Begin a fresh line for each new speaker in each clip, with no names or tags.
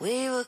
We were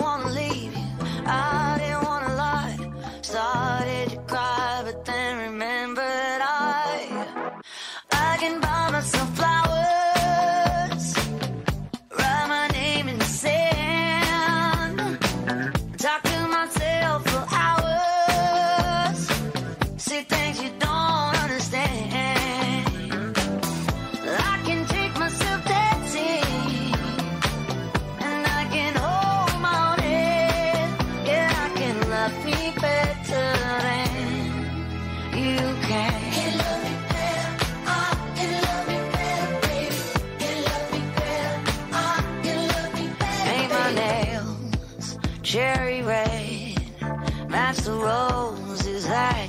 wanna leave you, I didn't wanna lie. Started to cry, but then remembered I. I can buy myself flowers. Write my name in the sand. Talk to myself for hours. See things you don't understand. I can take myself dancing. And I can hold my own head. Yeah, I can love me better than you can. Can love me better. I can love me better, baby. Can love me better. I can love me better. Paint my nails cherry red. Match the roses that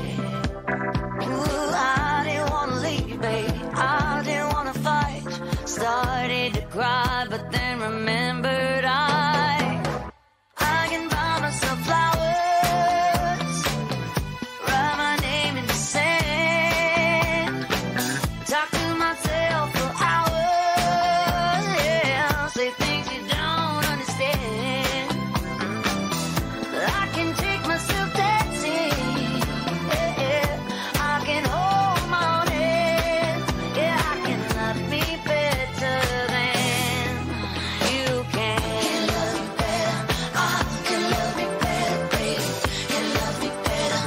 Ooh, I didn't wanna leave, babe. I didn't wanna fight. Started to cry, but then remembered I I can buy myself flowers. Write my name in the sand. Talk to myself for hours. Yeah, say things you don't understand. I can take myself dancing. Yeah, yeah. I can hold my own head. Yeah, I can love me better than you can. Can love me better. I can love me better, baby. Can love me better.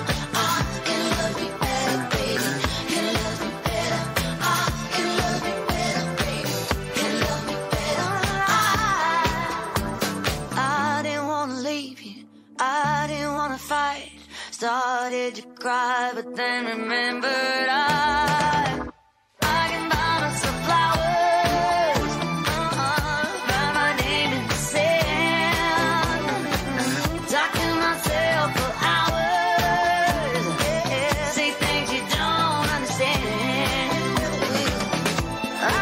I can love me better, baby. Can love me better. I can love me better, baby. Can love me better. I didn't wanna leave you. I didn't wanna fight. Started to cry, but then remembered I. I can buy myself flowers. Uh-uh. Write my name in the sand. Talk to myself for hours. Yeah. Say things you don't understand.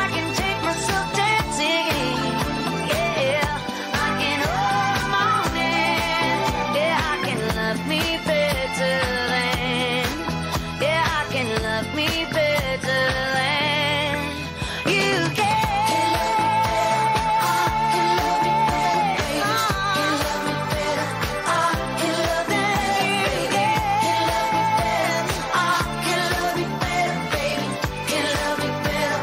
I can take myself dancing. Yeah, I can hold my own hand. Yeah, I can love me better than. Yeah, I can love me better than you can. Can love me better. Can love me better. Can love me better. Can love me better, baby. Can love me better.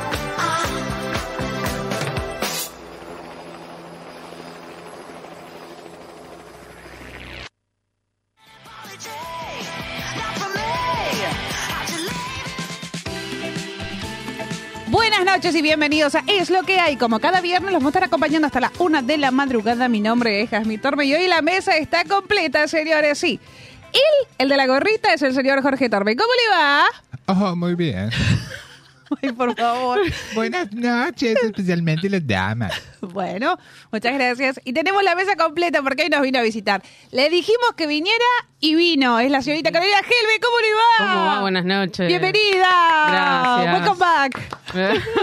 Buenas noches y bienvenidos a Es lo que hay. Como cada viernes los voy a estar acompañando hasta la una de la madrugada. Mi nombre es Jasmine Torme y hoy la mesa está completa, señores. Sí. Él, el de la gorrita, es el señor Jorge Torme. ¿Cómo le va?
Oh, muy bien.
Ay, por favor.
Buenas noches, especialmente las damas.
Bueno, muchas gracias. Y tenemos la mesa completa porque hoy nos vino a visitar. Le dijimos que viniera y vino. Es la señorita Carolina Helve. ¿Cómo le va?
¿Cómo va? Buenas noches.
Bienvenida.
Gracias.
Welcome back.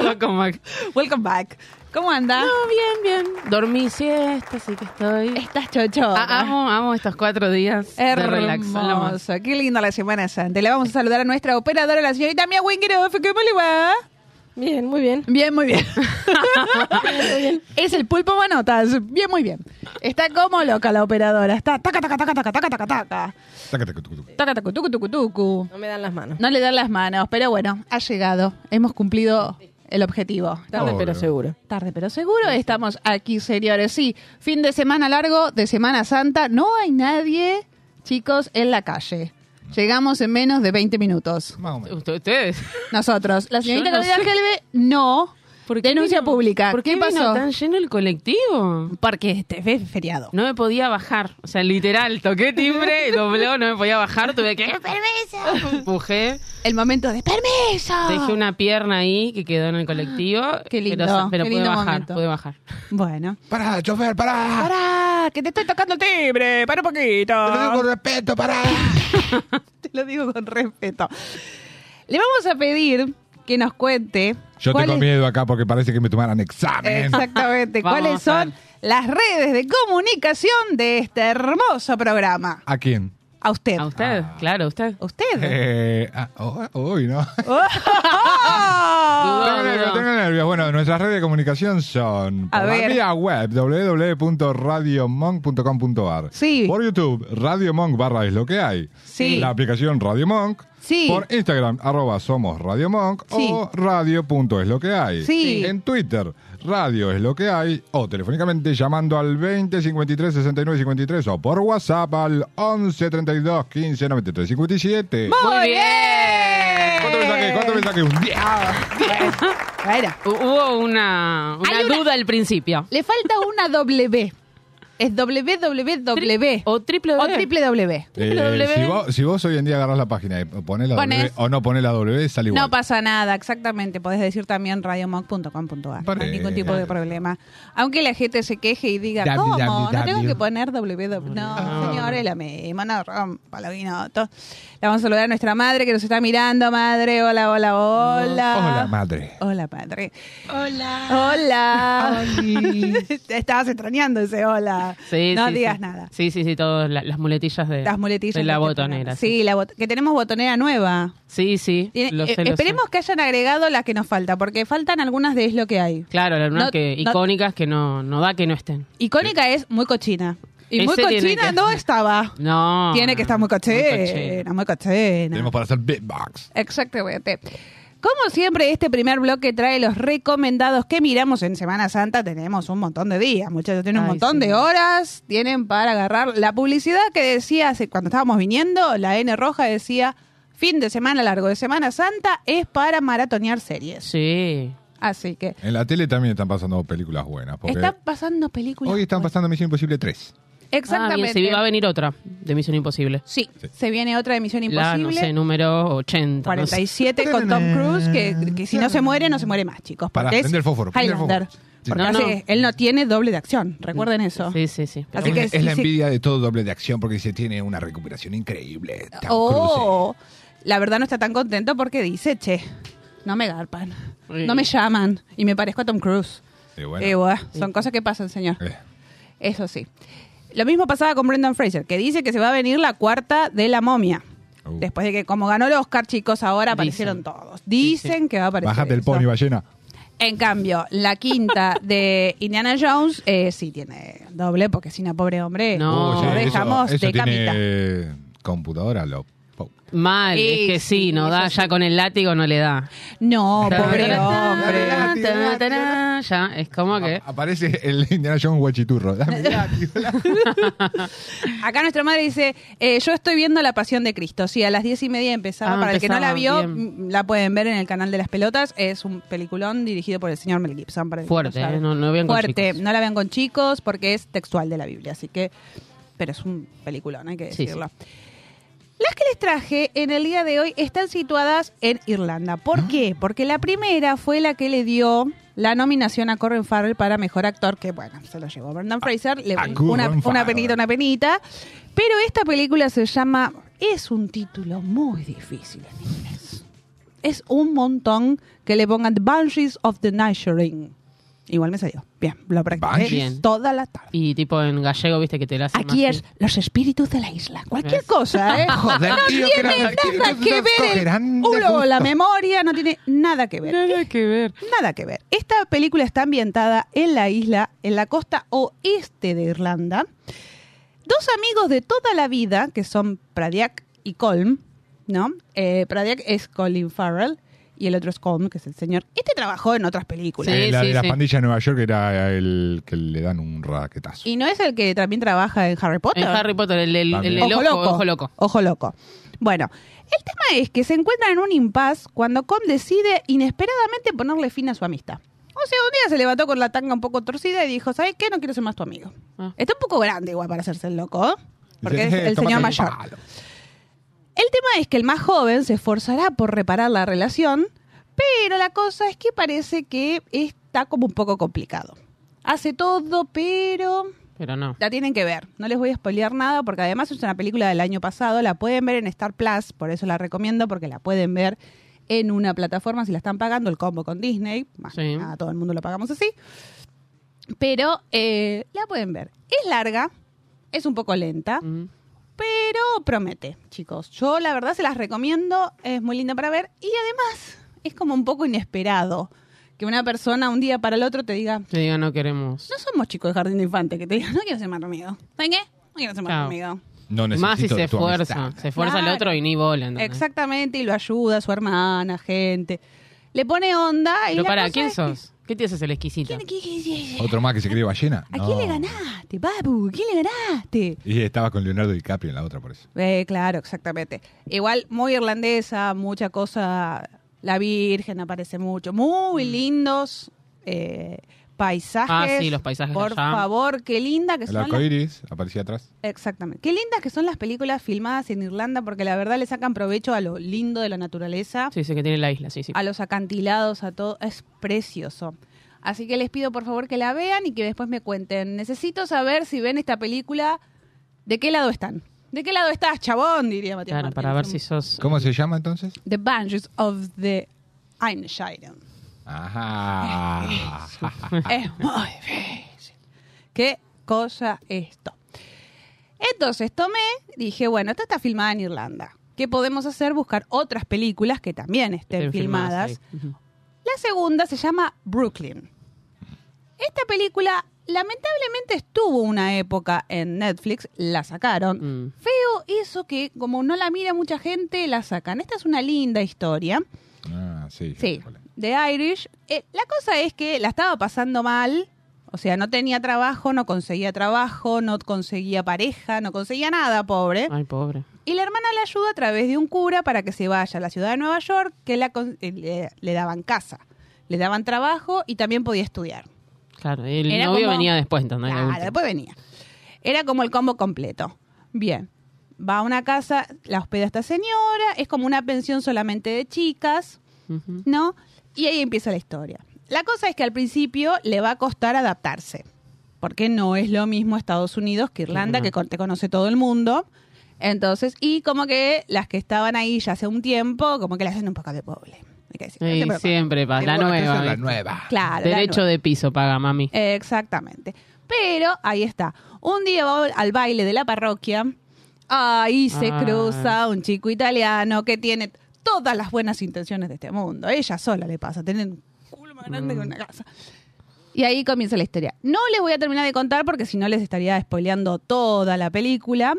Welcome back.
Welcome back. ¿Cómo anda?
No, bien, bien. Dormí siesta, así que estoy.
Estás chocho.
Ah, amo, amo estos cuatro días de relax. son lo más.
Hermoso, qué linda la Semana Santa. Le vamos a saludar a nuestra operadora, la señorita Mia Wingeroff. ¿Cómo le va?
Bien, muy bien.
Bien, muy bien. es el pulpo manotas. Bien, muy bien. Está como loca la operadora. Está taca, taca, taca, taca, taca, taca, taca.
Taca, taca, tucu, tucu.
Taca, tacu, tucu, tucu, tucu.
No me dan las manos.
No le dan las manos, pero bueno, ha llegado. Hemos cumplido el objetivo.
Tarde,
Obvio.
pero seguro.
Tarde pero seguro estamos aquí, señores. Sí, fin de semana largo, de Semana Santa. No hay nadie, chicos, en la calle. Llegamos en menos de 20 minutos.
Más o menos.
Ustedes.
Nosotros. La señorita
no
Carolina
sé.
Argelbe, no. Denuncia
vino-
pública.
¿Por qué,
¿Qué
vino
pasó?
tan lleno el colectivo?
Porque este fe- feriado.
No me podía bajar. O sea, literal, toqué timbre, dobló, no me podía bajar. Tuve que... ¡Permiso! Empujé.
El momento de permiso. Ah,
Dejé una pierna ahí que quedó en el colectivo.
Qué lindo,
Pero, pero
qué
pude
lindo
bajar,
momento.
pude bajar.
Bueno.
Pará, chofer, pará.
¡Para! ¡Que te estoy tocando el timbre! ¡Para un poquito!
Te lo digo con respeto, pará.
Te lo digo con respeto. Le vamos a pedir que nos cuente.
Yo
cuál
tengo
es-
miedo acá porque parece que me tomaran examen.
Exactamente.
Vamos,
¿Cuáles son
Fer.
las redes de comunicación de este hermoso programa?
¿A quién?
A usted.
¿A usted? Claro, a usted.
¿A usted?
Eh, ah, oh, uy, ¿no?
¡Oh!
Tengo nervios, tengo nervios. Bueno, nuestras redes de comunicación son
A
por
ver.
la vía web www.radiomonk.com.ar
Sí.
Por YouTube, Radio Monk barra es lo que hay.
Sí.
La aplicación Radio Monk.
Sí.
Por Instagram, arroba somos Radio Monk
Sí.
o radio punto es lo que hay.
Sí.
En Twitter, radio es lo que hay o telefónicamente llamando al 20 53 69 53 o por WhatsApp al 11 32 15 93 57.
¡Muy
Muy
bien!
bien.
Eh,
¿Cuánto me saqué? ¿Cuánto me saqué? Un 10.
Bueno,
Hu- Hubo una, una
Hay una-
duda al principio.
le falta una W. Es www.
O triple
o
W.
triple W.
Eh,
W.
si, vos, si vos hoy en día agarrás la página y pones la
Ponés.
W o no pones la W, sale igual.
No pasa nada, exactamente. Podés decir también radiomonk.com.ar. No hay
Vale.
ningún tipo de problema. Aunque la gente se queje y diga,
W,
¿cómo? No
W.
tengo que poner www. No, señores, la misma. No, rompa la guinota. Le vamos a saludar a nuestra madre que nos está mirando. Madre, hola, hola, hola.
Hola, madre.
Hola, padre. Hola. Hola. Te estabas extrañando ese hola.
Sí,
no
sí,
digas
sí.
nada.
Sí, sí, sí, todas la- las muletillas de,
Las muletillas.
de la
de este
botonera.
programa. Sí, la bot- que tenemos botonera nueva.
sí, sí.
Tiene-
lo
eh,
sé, lo sé.
esperemos que hayan agregado las que nos falta, porque faltan algunas de es lo que hay.
Claro, las
No-
unas que,
no-
icónicas que no, no da que no estén.
Icónica es muy cochina. Y muy
Ese tiene
cochina
que-
no estaba.
No.
Tiene que estar muy cochina,
cochera.
muy cochina.
Tenemos para hacer beatbox.
Exactamente. Como siempre, este primer bloque trae los recomendados que miramos en Semana Santa. Tenemos un montón de días, muchachos. Tienen un
Ay,
montón
sí.
de horas. Tienen para agarrar. La publicidad que decía hace, cuando estábamos viniendo, la N roja decía, fin de semana largo de Semana Santa es para maratonear series.
Sí.
Así que
En la tele también están pasando películas buenas. Porque
están pasando películas.
hoy están pasando Misión Imposible 3.
Exactamente.
Ah, bien, sí, va a venir otra de Misión Imposible.
Sí, se viene otra de Misión
La, no
Imposible.
sé, número 80. no sé.
47 con Tom Cruise, que, que si no se muere, no se muere más, chicos.
Pará,
porque es
prende el fósforo, prende el
Highlander.
fósforo. Sí.
Porque
No, no.
hace- él no tiene doble de acción, recuerden eso.
Sí, sí, sí.
Así
es,
que
es
sí,
la
sí.
envidia de todo doble de acción porque se tiene una recuperación increíble. Tom
O Oh, la verdad no está tan contento porque dice, che, no me garpan, no me llaman y me parezco a Tom Cruise.
Cruise. Y bueno,
Eh, bueno, son cosas que pasan, señor.
eh,
Eso sí. Lo mismo pasaba con Brendan Fraser, que dice que se va a venir la cuarta de la momia.
Uh.
Después de que, como ganó el Oscar, chicos, ahora aparecieron todos. Dicen que va a aparecer.
bájate el
eso.
pony, ballena.
En cambio, la quinta de Indiana Jones eh, sí tiene doble, porque si no, pobre hombre,
No.
lo
Oye, eso-
dejamos
eso
de
tiene
camita.
eh, computadora, lo. po-
Mal,
Sí,
es que sí,
sí,
no da,
eso
ya con el látigo no le da.
No, pobre hombre.
Ta- ta- ta-
Ah,
ta- Ya, es como
¿Eh?
que.
A- Aparece el Indiana Jones guachiturro. Dame látigo, látigo.
Acá nuestra madre dice, eh, yo estoy viendo La Pasión de Cristo. Sí, a las diez y media empezaba.
Ah,
Para el que no la
empezaba,
vio,
bien.
m- la pueden ver en el canal de las pelotas. Es un peliculón dirigido por el señor Mel Gibson. para el que
Fuerte,
sabe.
eh, no- no vean con
Fuerte,
chicos.
no la vean con chicos porque es textual de la Biblia, así que... Pero es un peliculón, hay que
Sí,
decirlo. Las que les traje en el día de hoy están situadas en Irlanda. ¿Por
Ah.
qué? Porque la primera fue la que le dio la nominación a Corren Farrell para Mejor Actor, que bueno, se lo llevó Brendan Fraser, le-
a
una,
Colin
una
Farrell.
penita, una penita. Pero esta película se llama, es un título muy difícil en inglés. Es un montón que le pongan The Banshees of the Ring. Igual me salió. Bien, lo practiqué
Banshees.
Bien.
toda la tarde.
Y tipo en gallego, viste que te la hacen.
Aquí
más-
es los espíritus de la isla. Cualquier
Es.
cosa, ¿eh?
Joder,
no
tío, que
tiene
los
nada
espíritus
que
nos
ver el
cogerán de
culo o la
gusto.
memoria, no tiene nada que ver.
Nada que ver.
Nada que ver. Esta película está ambientada en la isla, en la costa oeste de Irlanda. Dos amigos de toda la vida, que son Pradiac y Colm, ¿no? Eh, Pradiac es Colin Farrell y el otro es Com, que es el señor. Este trabajó en otras películas.
Sí,
Eh, la
sí,
de la
sí.
pandilla de Nueva York era el que le dan un raquetazo.
Y no es el que también trabaja en Harry Potter.
En Harry Potter, el, el, el- el
También.
ojo, ojo loco.
Ojo loco. Bueno, el tema es que se encuentran en un impas cuando Com decide inesperadamente ponerle fin a su amistad. O sea, un día se levantó con la tanga un poco torcida y dijo, ¿sabes qué? No quiero ser más tu amigo.
Ah.
Está un poco grande igual para hacerse el loco, ¿eh? porque es
Dice, "Eh,
el
tómate
señor
un
mayor.
palo".
El tema es que el más joven se esforzará por reparar la relación, pero la cosa es que parece que está como un poco complicado. Hace todo, pero
Pero no.
la tienen que ver. No les voy a spoilear nada porque además es una película del año pasado. La pueden ver en Star Plus, por eso la recomiendo porque la pueden ver en una plataforma si la están pagando, el combo con Disney. Más que
Sí.
nada, todo el mundo lo pagamos así. Pero eh, la pueden ver. Es larga, es un poco lenta,
Mm.
pero promete, chicos. Yo la verdad se las recomiendo, es muy linda para ver y además es como un poco inesperado que una persona un día para el otro te diga,
Te digo, no queremos.
no somos chicos de jardín de infantes que te digan, no quiero ser más tu amigo. ¿Saben qué? No quiero ser más tu
Chao.
amigo.
No necesito
Más si se
tu
esfuerza.
amistad.
Se esfuerza el
Claro.
otro y ni bola. ¿entendés?
Exactamente, y lo ayuda su hermana, gente. Le pone onda y.
Pero
la
para,
cosa
¿quién
es que-
sos? ¿Qué te haces el exquisito?
¿Quién- quién- quién- quién-
Otro más que se cree ballena.
¿A quién le
No.
ganaste, papu? ¿Quién le ganaste?
Y estaba con Leonardo DiCaprio en la otra, por eso.
Eh, claro, exactamente. Igual, muy irlandesa, mucha cosa. La Virgen aparece mucho. Muy lindos eh, paisajes.
Mm. Ah, sí, los paisajes
Por
allá.
favor, qué linda que
El
son las
arco iris aparecía atrás.
Exactamente. Qué lindas que son las películas filmadas en Irlanda porque la verdad le sacan provecho a lo lindo de la naturaleza,
Sí, sí, que tiene la isla, sí, sí.
a los acantilados, a todo. Es precioso. Así que les pido por favor que la vean y que después me cuenten. Necesito saber si ven esta película, ¿de qué lado están? ¿De qué lado estás, chabón? Diría Matías.
Claro,
Martínez.
para ver si sos.
¿Cómo se llama entonces?
The Banshees of the Einstein.
Ajá.
Es muy difícil. ¿Qué cosa esto? Entonces tomé, dije, bueno, esta está filmada en Irlanda. ¿Qué podemos hacer? Buscar otras películas que también estén,
Estén
filmadas.
filmadas ahí. Ujú.
La segunda se llama Brooklyn. Esta película lamentablemente estuvo una época en Netflix, la sacaron.
Mm.
Feo eso que como no la mira mucha gente, la sacan. Esta es una linda historia.
Ah, sí. ya
Sí,
sé cuál es.
The Irish. Eh, la cosa es que la estaba pasando mal. O sea, no tenía trabajo, no conseguía trabajo, no conseguía pareja, no conseguía nada, pobre.
Ay, pobre.
Y la hermana le ayuda a través de un cura para que se vaya a la ciudad de Nueva York, que la con- eh, le, le daban casa, le daban trabajo y también podía estudiar.
Claro, el
Era
novio
como-
venía después, ¿entendés? La
Claro,
última.
después venía. Era como el combo completo. Bien. Va a una casa, la hospeda esta señora, es como una pensión solamente de chicas.
Ujú.
¿no? Y ahí empieza la historia. La cosa es que al principio le va a costar adaptarse, porque no es lo mismo Estados Unidos que Irlanda,
Claro.
que con- te conoce todo el mundo. Entonces, y como que las que estaban ahí ya hace un tiempo, como que le hacen un poco de pobre. Hay que decir, no
Sí,
te preocupes.
siempre pasa. La
Bueno, que esa
nueva.
es La
¿viste?
nueva.
Claro. la
Derecho
nueva. Eh,
de piso paga, mami.
Exactamente. Pero ahí está. Un día va al baile de la parroquia. Ahí se
Ah.
cruza un chico italiano que tiene todas las buenas intenciones de este mundo. Ella sola le pasa, tener un culo más grande que
Mm.
una casa. Y ahí comienza la historia. No les voy a terminar de contar porque si no les estaría spoileando toda la película.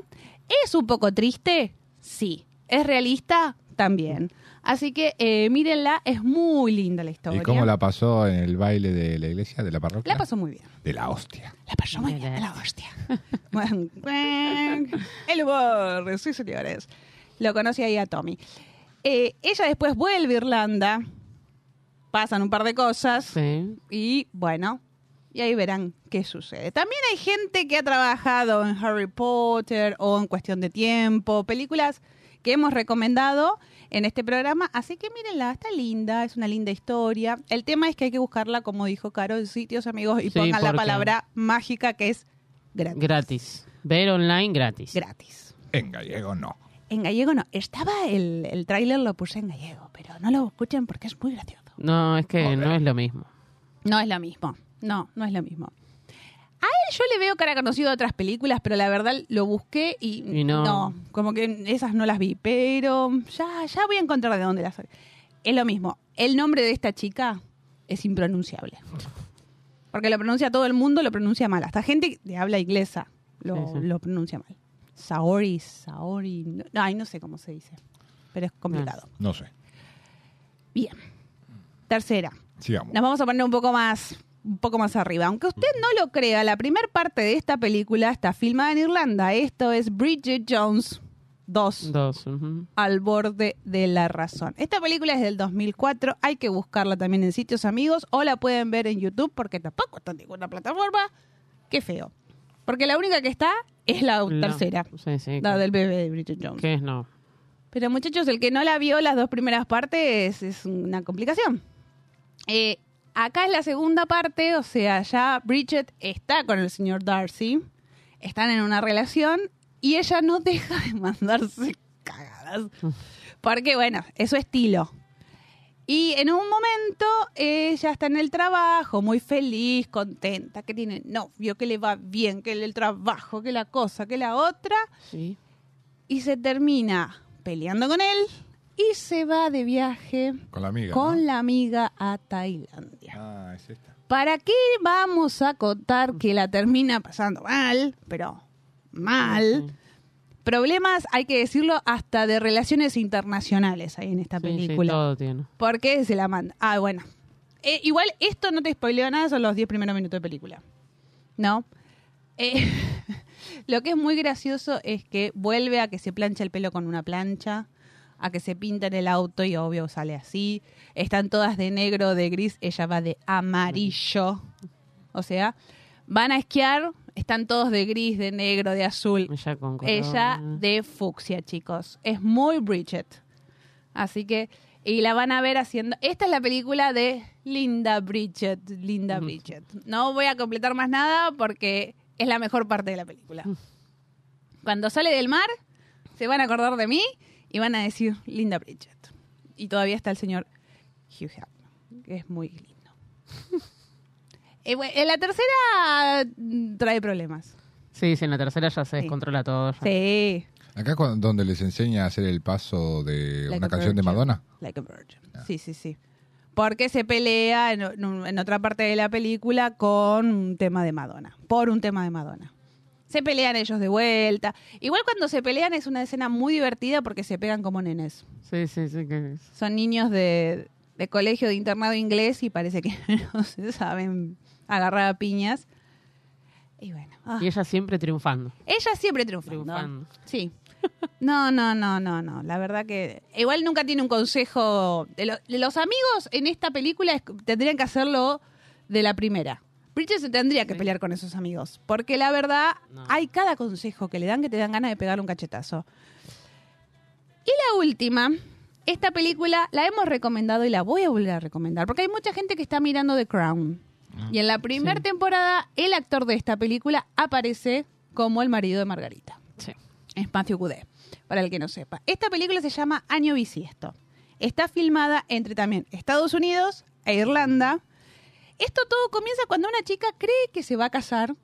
¿Es un poco triste? Sí. ¿Es realista? También. Así que eh, mírenla, es muy linda la historia.
¿Y cómo la pasó en el baile de la iglesia, de la parroquia?
la pasó muy bien.
De la hostia.
La pasó muy bien, la hostia. Buen, buen. El humor, sí señores. Lo conocí ahí a Tommy. Eh, ella después vuelve a Irlanda, pasan un par de cosas
Sí.
y bueno, y ahí verán qué sucede. También hay gente que ha trabajado en Harry Potter o en Cuestión de Tiempo, películas que hemos recomendado en este programa, así que mírenla, está linda, es una linda historia. El tema es que hay que buscarla, como dijo Caro, en sitios amigos y
Sí,
pongan la
porque-
palabra mágica que es gratis.
Gratis. Ver online gratis.
gratis.
En gallego no.
En gallego no, estaba el, el tráiler, lo puse en gallego, pero no lo escuchen porque es muy gracioso.
No, es que
Joder.
no es lo mismo.
No es lo mismo. No, no es lo mismo. A él yo le veo cara conocido a otras películas, pero la verdad lo busqué y,
Y no.
como que esas no las vi, pero ya, ya voy a encontrar de dónde las Es lo mismo, el nombre de esta chica es impronunciable. Porque lo pronuncia todo el mundo, lo pronuncia mal. Hasta gente de habla inglesa lo,
Sí, sí.
lo pronuncia mal. Saori, Saori, no, ay, no sé cómo se dice, pero es complicado.
No sé.
Bien. Tercera.
Sigamos.
Nos vamos a poner un poco más un poco más arriba. Aunque usted no lo crea, la primera parte de esta película está filmada en Irlanda. Esto es Bridget Jones 2
Dos. ujú.
al borde de la razón. Esta película es del 2004, hay que buscarla también en sitios amigos o la pueden ver en YouTube porque tampoco está en ninguna plataforma. Qué feo. Porque la única que está es la
La-
tercera,
Sí, sí.
la
claro.
del bebé de Bridget Jones.
¿Qué es? No.
Pero muchachos, el que no la vio las dos primeras partes es una complicación. Eh, acá es la segunda parte, o sea, ya Bridget está con el señor Darcy, están en una relación y ella no deja de mandarse cagadas. Porque bueno, es su estilo. Y en un momento ella está en el trabajo, muy feliz, contenta, que tiene novio, que le va bien, que el trabajo, que la cosa, que la otra
Sí.
y se termina peleando con él y se va de viaje
Con la amiga.
con
¿no?
la amiga a Tailandia.
Ah, es esta.
¿Para qué vamos a contar que la termina pasando mal? Pero mal. Problemas, hay que decirlo, hasta de relaciones internacionales hay en esta
Sí, sí,
película.
todo tiene.
¿Por qué se la manda? Ah, bueno. Eh, igual esto no te spoileo nada, son los 10 primeros minutos de película. ¿No? Eh, lo que es muy gracioso es que vuelve a que se plancha el pelo con una plancha, a que se pinta en el auto y obvio sale así. Están todas de negro, de gris, ella va de amarillo. O sea, van a esquiar, están todos de gris, de negro, de azul.
Ella con corona.
Ella de fucsia, chicos. Es muy Bridget. Así que, y la van a ver haciendo. Esta es la película de Linda Bridget.
Mm.
Linda Bridget. No voy a completar más nada porque es la mejor parte de la película.
Mm.
Cuando sale del mar, se van a acordar de mí y van a decir Linda Bridget. Y todavía está el señor Hugh Jackman, que es muy lindo. Eh, bueno, en la tercera mm, trae problemas.
Sí, sí, en la tercera ya se
Sí.
descontrola todo.
Ah.
ya.
Sí.
Acá es cuando- donde les enseña a hacer el paso de
Like
una
a
canción de
Virgin.
Madonna.
Like a Virgin. Sí, sí, sí. Porque se pelea en, en un- en otra parte de la película con un tema de Madonna. Por un tema de Madonna. Se pelean ellos de vuelta. Igual cuando se pelean es una escena muy divertida porque se pegan como nenes.
Sí, sí, sí. que-
Son niños de, de colegio de internado inglés y parece que no se saben agarrar a piñas. Y bueno. ah.
Y ella siempre triunfando.
Ella siempre triunfando.
Triunfando.
Sí. No, no, no, no, no. La verdad que igual nunca tiene un consejo. De lo- de los amigos en esta película es- tendrían que hacerlo de la primera. Bridget se tendría que pelear con esos amigos. Porque la verdad,
No.
hay cada consejo que le dan que te dan ganas de pegarle un cachetazo. Y la última, esta película la hemos recomendado y la voy a volver a recomendar. Porque hay mucha gente que está mirando The Crown.
Ah,
Y en la primera temporada, el actor de esta película aparece como el marido de Margarita.
Sí.
Es Matthew Cudé, para el que no sepa. Esta película se llama Año Bisiesto. Está filmada entre también Estados Unidos e Irlanda. Esto todo comienza cuando una chica cree que se va a casar.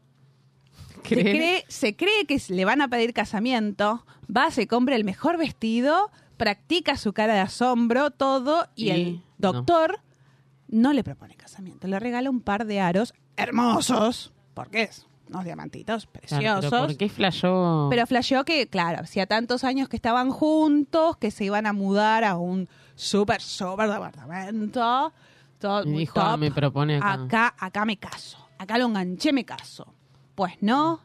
Se
¿Cree?
cree, se cree que le van a pedir casamiento. Va, se compra el mejor vestido, practica su cara de asombro, todo. Y,
Y
el
no.
doctor no. le propone casamiento. Le regala un par de aros hermosos. Porque es unos diamantitos
Claro,
preciosos.
pero ¿Por qué flashó?
Pero flasheó que, claro, hacía tantos años que estaban juntos, que se iban a mudar a un súper, súper departamento. Todo
Y
muy
dijo,
top.
"Ah, me propone acá".
acá. Acá me caso. Acá lo enganché, me caso. Pues no.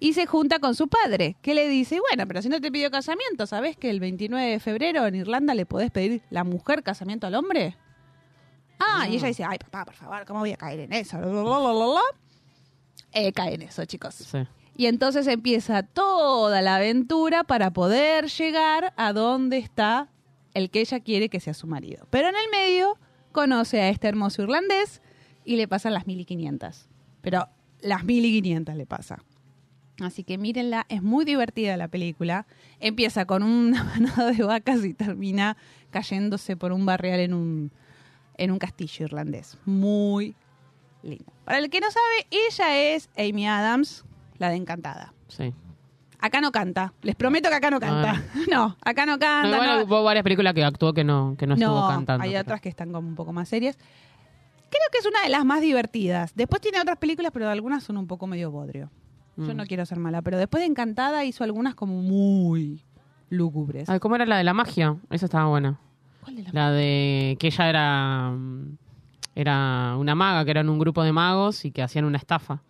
Y se junta con su padre, que le dice, bueno, pero si no te pidió casamiento, ¿sabes que el 29 de febrero en Irlanda le podés pedir la mujer casamiento al hombre? Ah, y ella dice, ay, papá, por favor, ¿cómo voy a caer en eso? Bla, bla, bla, bla, bla. Eh, cae en eso, chicos.
Sí.
Y entonces empieza toda la aventura para poder llegar a donde está el que ella quiere que sea su marido. Pero en el medio conoce a este hermoso irlandés y le pasan las 1500. Pero las 1500 le pasa. Así que mírenla, es muy divertida la película. Empieza con una manada de vacas y termina cayéndose por un barrial en un, en un castillo irlandés. Muy linda. Para el que no sabe, ella es Amy Adams, la de Encantada.
sí.
Acá no canta. Les prometo que acá no canta. No, acá Ah, no
Ah. No,
canta.
igual
no.
hubo varias películas que actuó que no, que no, estuvo cantando.
hay
pero-
otras que están como un poco más serias. Creo que es una de las más divertidas. Después tiene otras películas, pero algunas son un poco medio bodrio. Yo
Mm.
no quiero ser mala, pero después de Encantada hizo algunas como muy lúgubres.
Ah, Ay, ¿Cómo era la de la magia? Esa estaba buena.
¿Cuál de las
La de que ella era, mm, era una maga, que eran un grupo de magos y que hacían una estafa.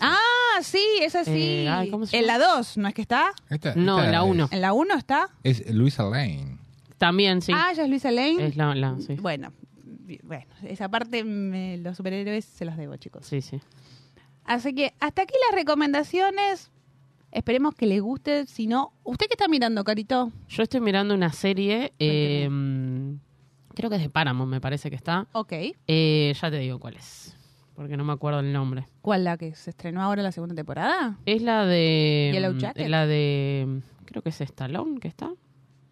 Ah, sí, esa sí.
Eh, ay, ¿cómo se
en la
llama?
2, ¿no es que está?
Esta-
No,
esta
la
es-
uno.
¿En la 1 está?
Es Luisa Lane.
También, sí.
Ah, ya es Luisa Lane.
Es la, la- sí.
Bueno, bi- bueno, esa parte me- los superhéroes se los debo, chicos.
Sí, sí.
Así que hasta aquí las recomendaciones. Esperemos que les guste. Si no, ¿usted qué está mirando, Carito?
Yo estoy mirando una serie, eh, creo que es de Paramount, me parece que está.
Ok.
Eh, ya te digo cuál es, porque no me acuerdo el nombre.
¿Cuál la que se estrenó ahora la segunda temporada?
Es la de... em,
Yellow Jacket.
La de... em, Creo que es Stallone que está.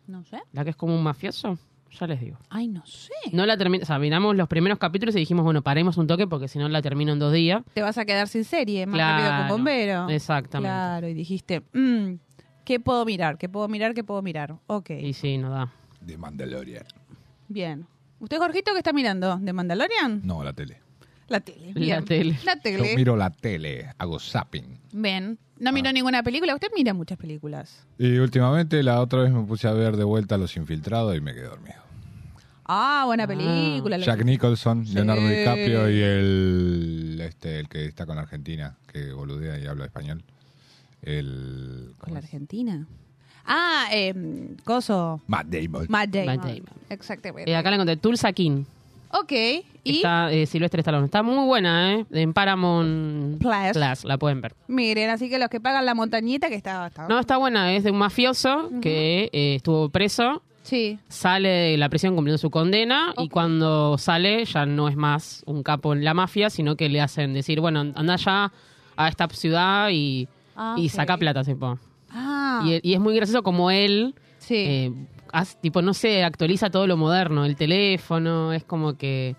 No sé.
La que es como un mafioso. Ya les digo.
Ay, no sé.
No la terminamos, o sea, miramos los primeros capítulos y dijimos, bueno, paremos un toque porque si no la termino en dos días.
Te vas a quedar sin serie, más
Claro,
rápido que un bombero.
exactamente.
Claro, y dijiste, mm, ¿qué puedo mirar? ¿Qué puedo mirar? ¿Qué puedo mirar? Ok,
Y sí, no da.
De Mandalorian.
bien. ¿Usted, Jorgito, qué está mirando? ¿De Mandalorian?
No, la tele.
La tele.
La
bien.
tele.
La
Yo
tele.
miro Ah. la tele, hago zapping.
Ven, no miró ninguna película. Usted mira muchas películas.
Y últimamente la otra vez me puse a ver de vuelta Los Infiltrados y me quedé dormido.
Ah, buena película.
Jack Nicholson, Leonardo DiCaprio y el este el que está con Argentina, que boludea y habla español. El
Con la Argentina. Ah, eh, Coso.
Matt Damon.
Matt Damon.
Matt Damon.
Exactamente.
Eh, acá la encontré, Tulsa King.
ok, y
Está eh, Silvestre Stallone. Está muy buena, ¿eh? En Paramount
Plus.
la pueden ver.
miren, así que los que pagan la montañita que está... está-
No, está buena. Es de un mafioso que eh, estuvo preso,
Sí.
sale de la prisión cumpliendo su condena y cuando sale ya no es más un capo en la mafia, sino que le hacen decir, bueno, anda ya a esta ciudad y,
Ah,
y
ok.
saca plata, tipo.
Ah,
Y, y es muy gracioso como él,
sí.
eh, hace- tipo, no sé, actualiza todo lo moderno, el teléfono, es como que...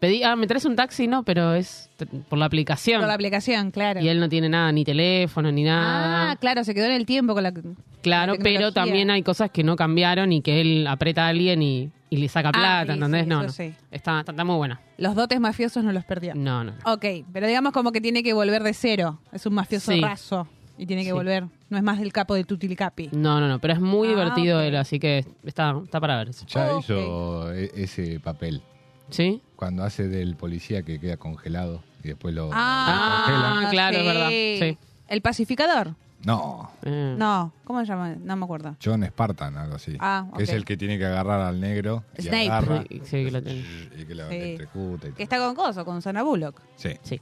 Pedí, ah, me traes un taxi, no, pero es tr- por la aplicación.
Con la aplicación, claro.
Y él no tiene nada, ni teléfono, ni nada.
Ah, claro, se quedó en el tiempo con la.
Claro,
la tecnología.
pero también hay cosas que no cambiaron y que él aprieta a alguien y, y le saca plata,
Ah, sí,
¿entendés?
sí,
no,
eso
no.
sí.
Está, está, está muy buena.
Los dotes mafiosos no los perdió.
No, no. no.
Ok, pero digamos como que tiene que volver de cero. Es un mafioso
Sí.
raso y tiene que
Sí.
volver. No es más del capo de Tutilicapi.
No, no, no, pero es muy
Ah,
divertido
ok. Oh.
él, así que está, está para ver eso.
Ya
Ok.
hizo e- ese papel
¿Sí?
cuando hace del policía que queda congelado y después lo
Ah, claro, es verdad, sí.
El pacificador.
lo congela. No,
Eh,
No, ¿cómo se llama? No me acuerdo.
John Spartan, algo así.
Ah,
Que es
ok.
el que tiene que agarrar al negro y
Snape.
agarra
Sí, sí, que lo tiene.
y que lo
Sí.
electrocuta y
Que
todo.
está con Coso, con Sandra Bullock.
Sí.
Sí.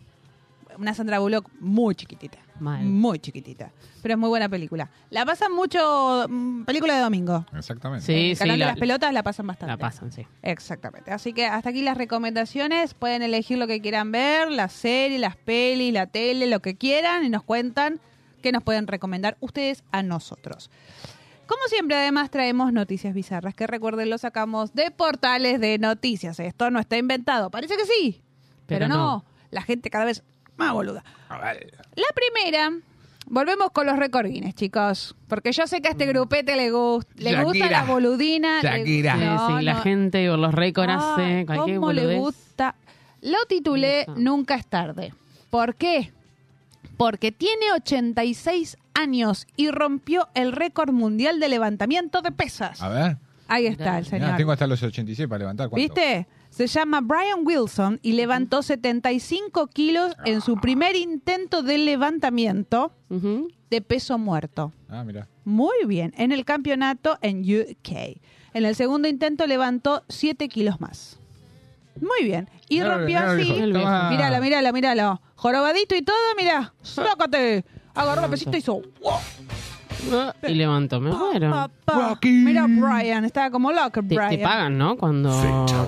Una Sandra Bullock muy chiquitita.
Mal.
Muy chiquitita. Pero es muy buena película. La pasan mucho. mm, película de domingo.
Exactamente.
Sí,
El
sí,
canal de
la,
Eh, las pelotas la pasan bastante.
la pasan, sí.
Exactamente. Así que hasta aquí las recomendaciones. Pueden elegir lo que quieran ver, la serie, las pelis, la tele, lo que quieran y nos cuentan qué nos pueden recomendar ustedes a nosotros. Como siempre, además traemos noticias bizarras que recuerden lo sacamos de portales de noticias. Esto no está inventado. Parece que sí, pero,
Pero
no.
no.
La gente cada vez más Ah, boluda.
A ver.
La primera, volvemos con los récord Guinness, chicos, porque yo sé que a este grupete le, gust- le gusta
Mm. Shakira.
la boludina. le-
Shakira.
Sí,
No,
sí, la
no.
gente con los récords hace
Ay,
cualquier
¿Cómo le
boludez.
gusta? Lo titulé
Me gusta.
Nunca es tarde. ¿Por qué? Porque tiene 86 años y rompió el récord mundial de levantamiento de pesas.
A ver.
Ahí está el
Mirá,
señor.
tengo hasta los 86 para levantar. ¿Cuánto?
¿Viste? Se llama Brian Wilson y levantó 75 kilos en su primer intento de levantamiento
Ah. Ujú.
de peso muerto.
Ah, mira.
Muy bien, en el campeonato en UK. En el segundo intento levantó 7 kilos más. Muy bien. Y
Mirá,
rompió
mirá,
así.
viejo.
El viejo.
Tomá.
Míralo, míralo, míralo. Jorobadito y todo, mirá. Sócate. Agarró la pesita y hizo. "Wow,
Ah, Y levanto, me
pa,
muero.
pa".
Rocky.
Mira Brian, estaba como loco
Te,
Brian.
te pagan, ¿no? Cuando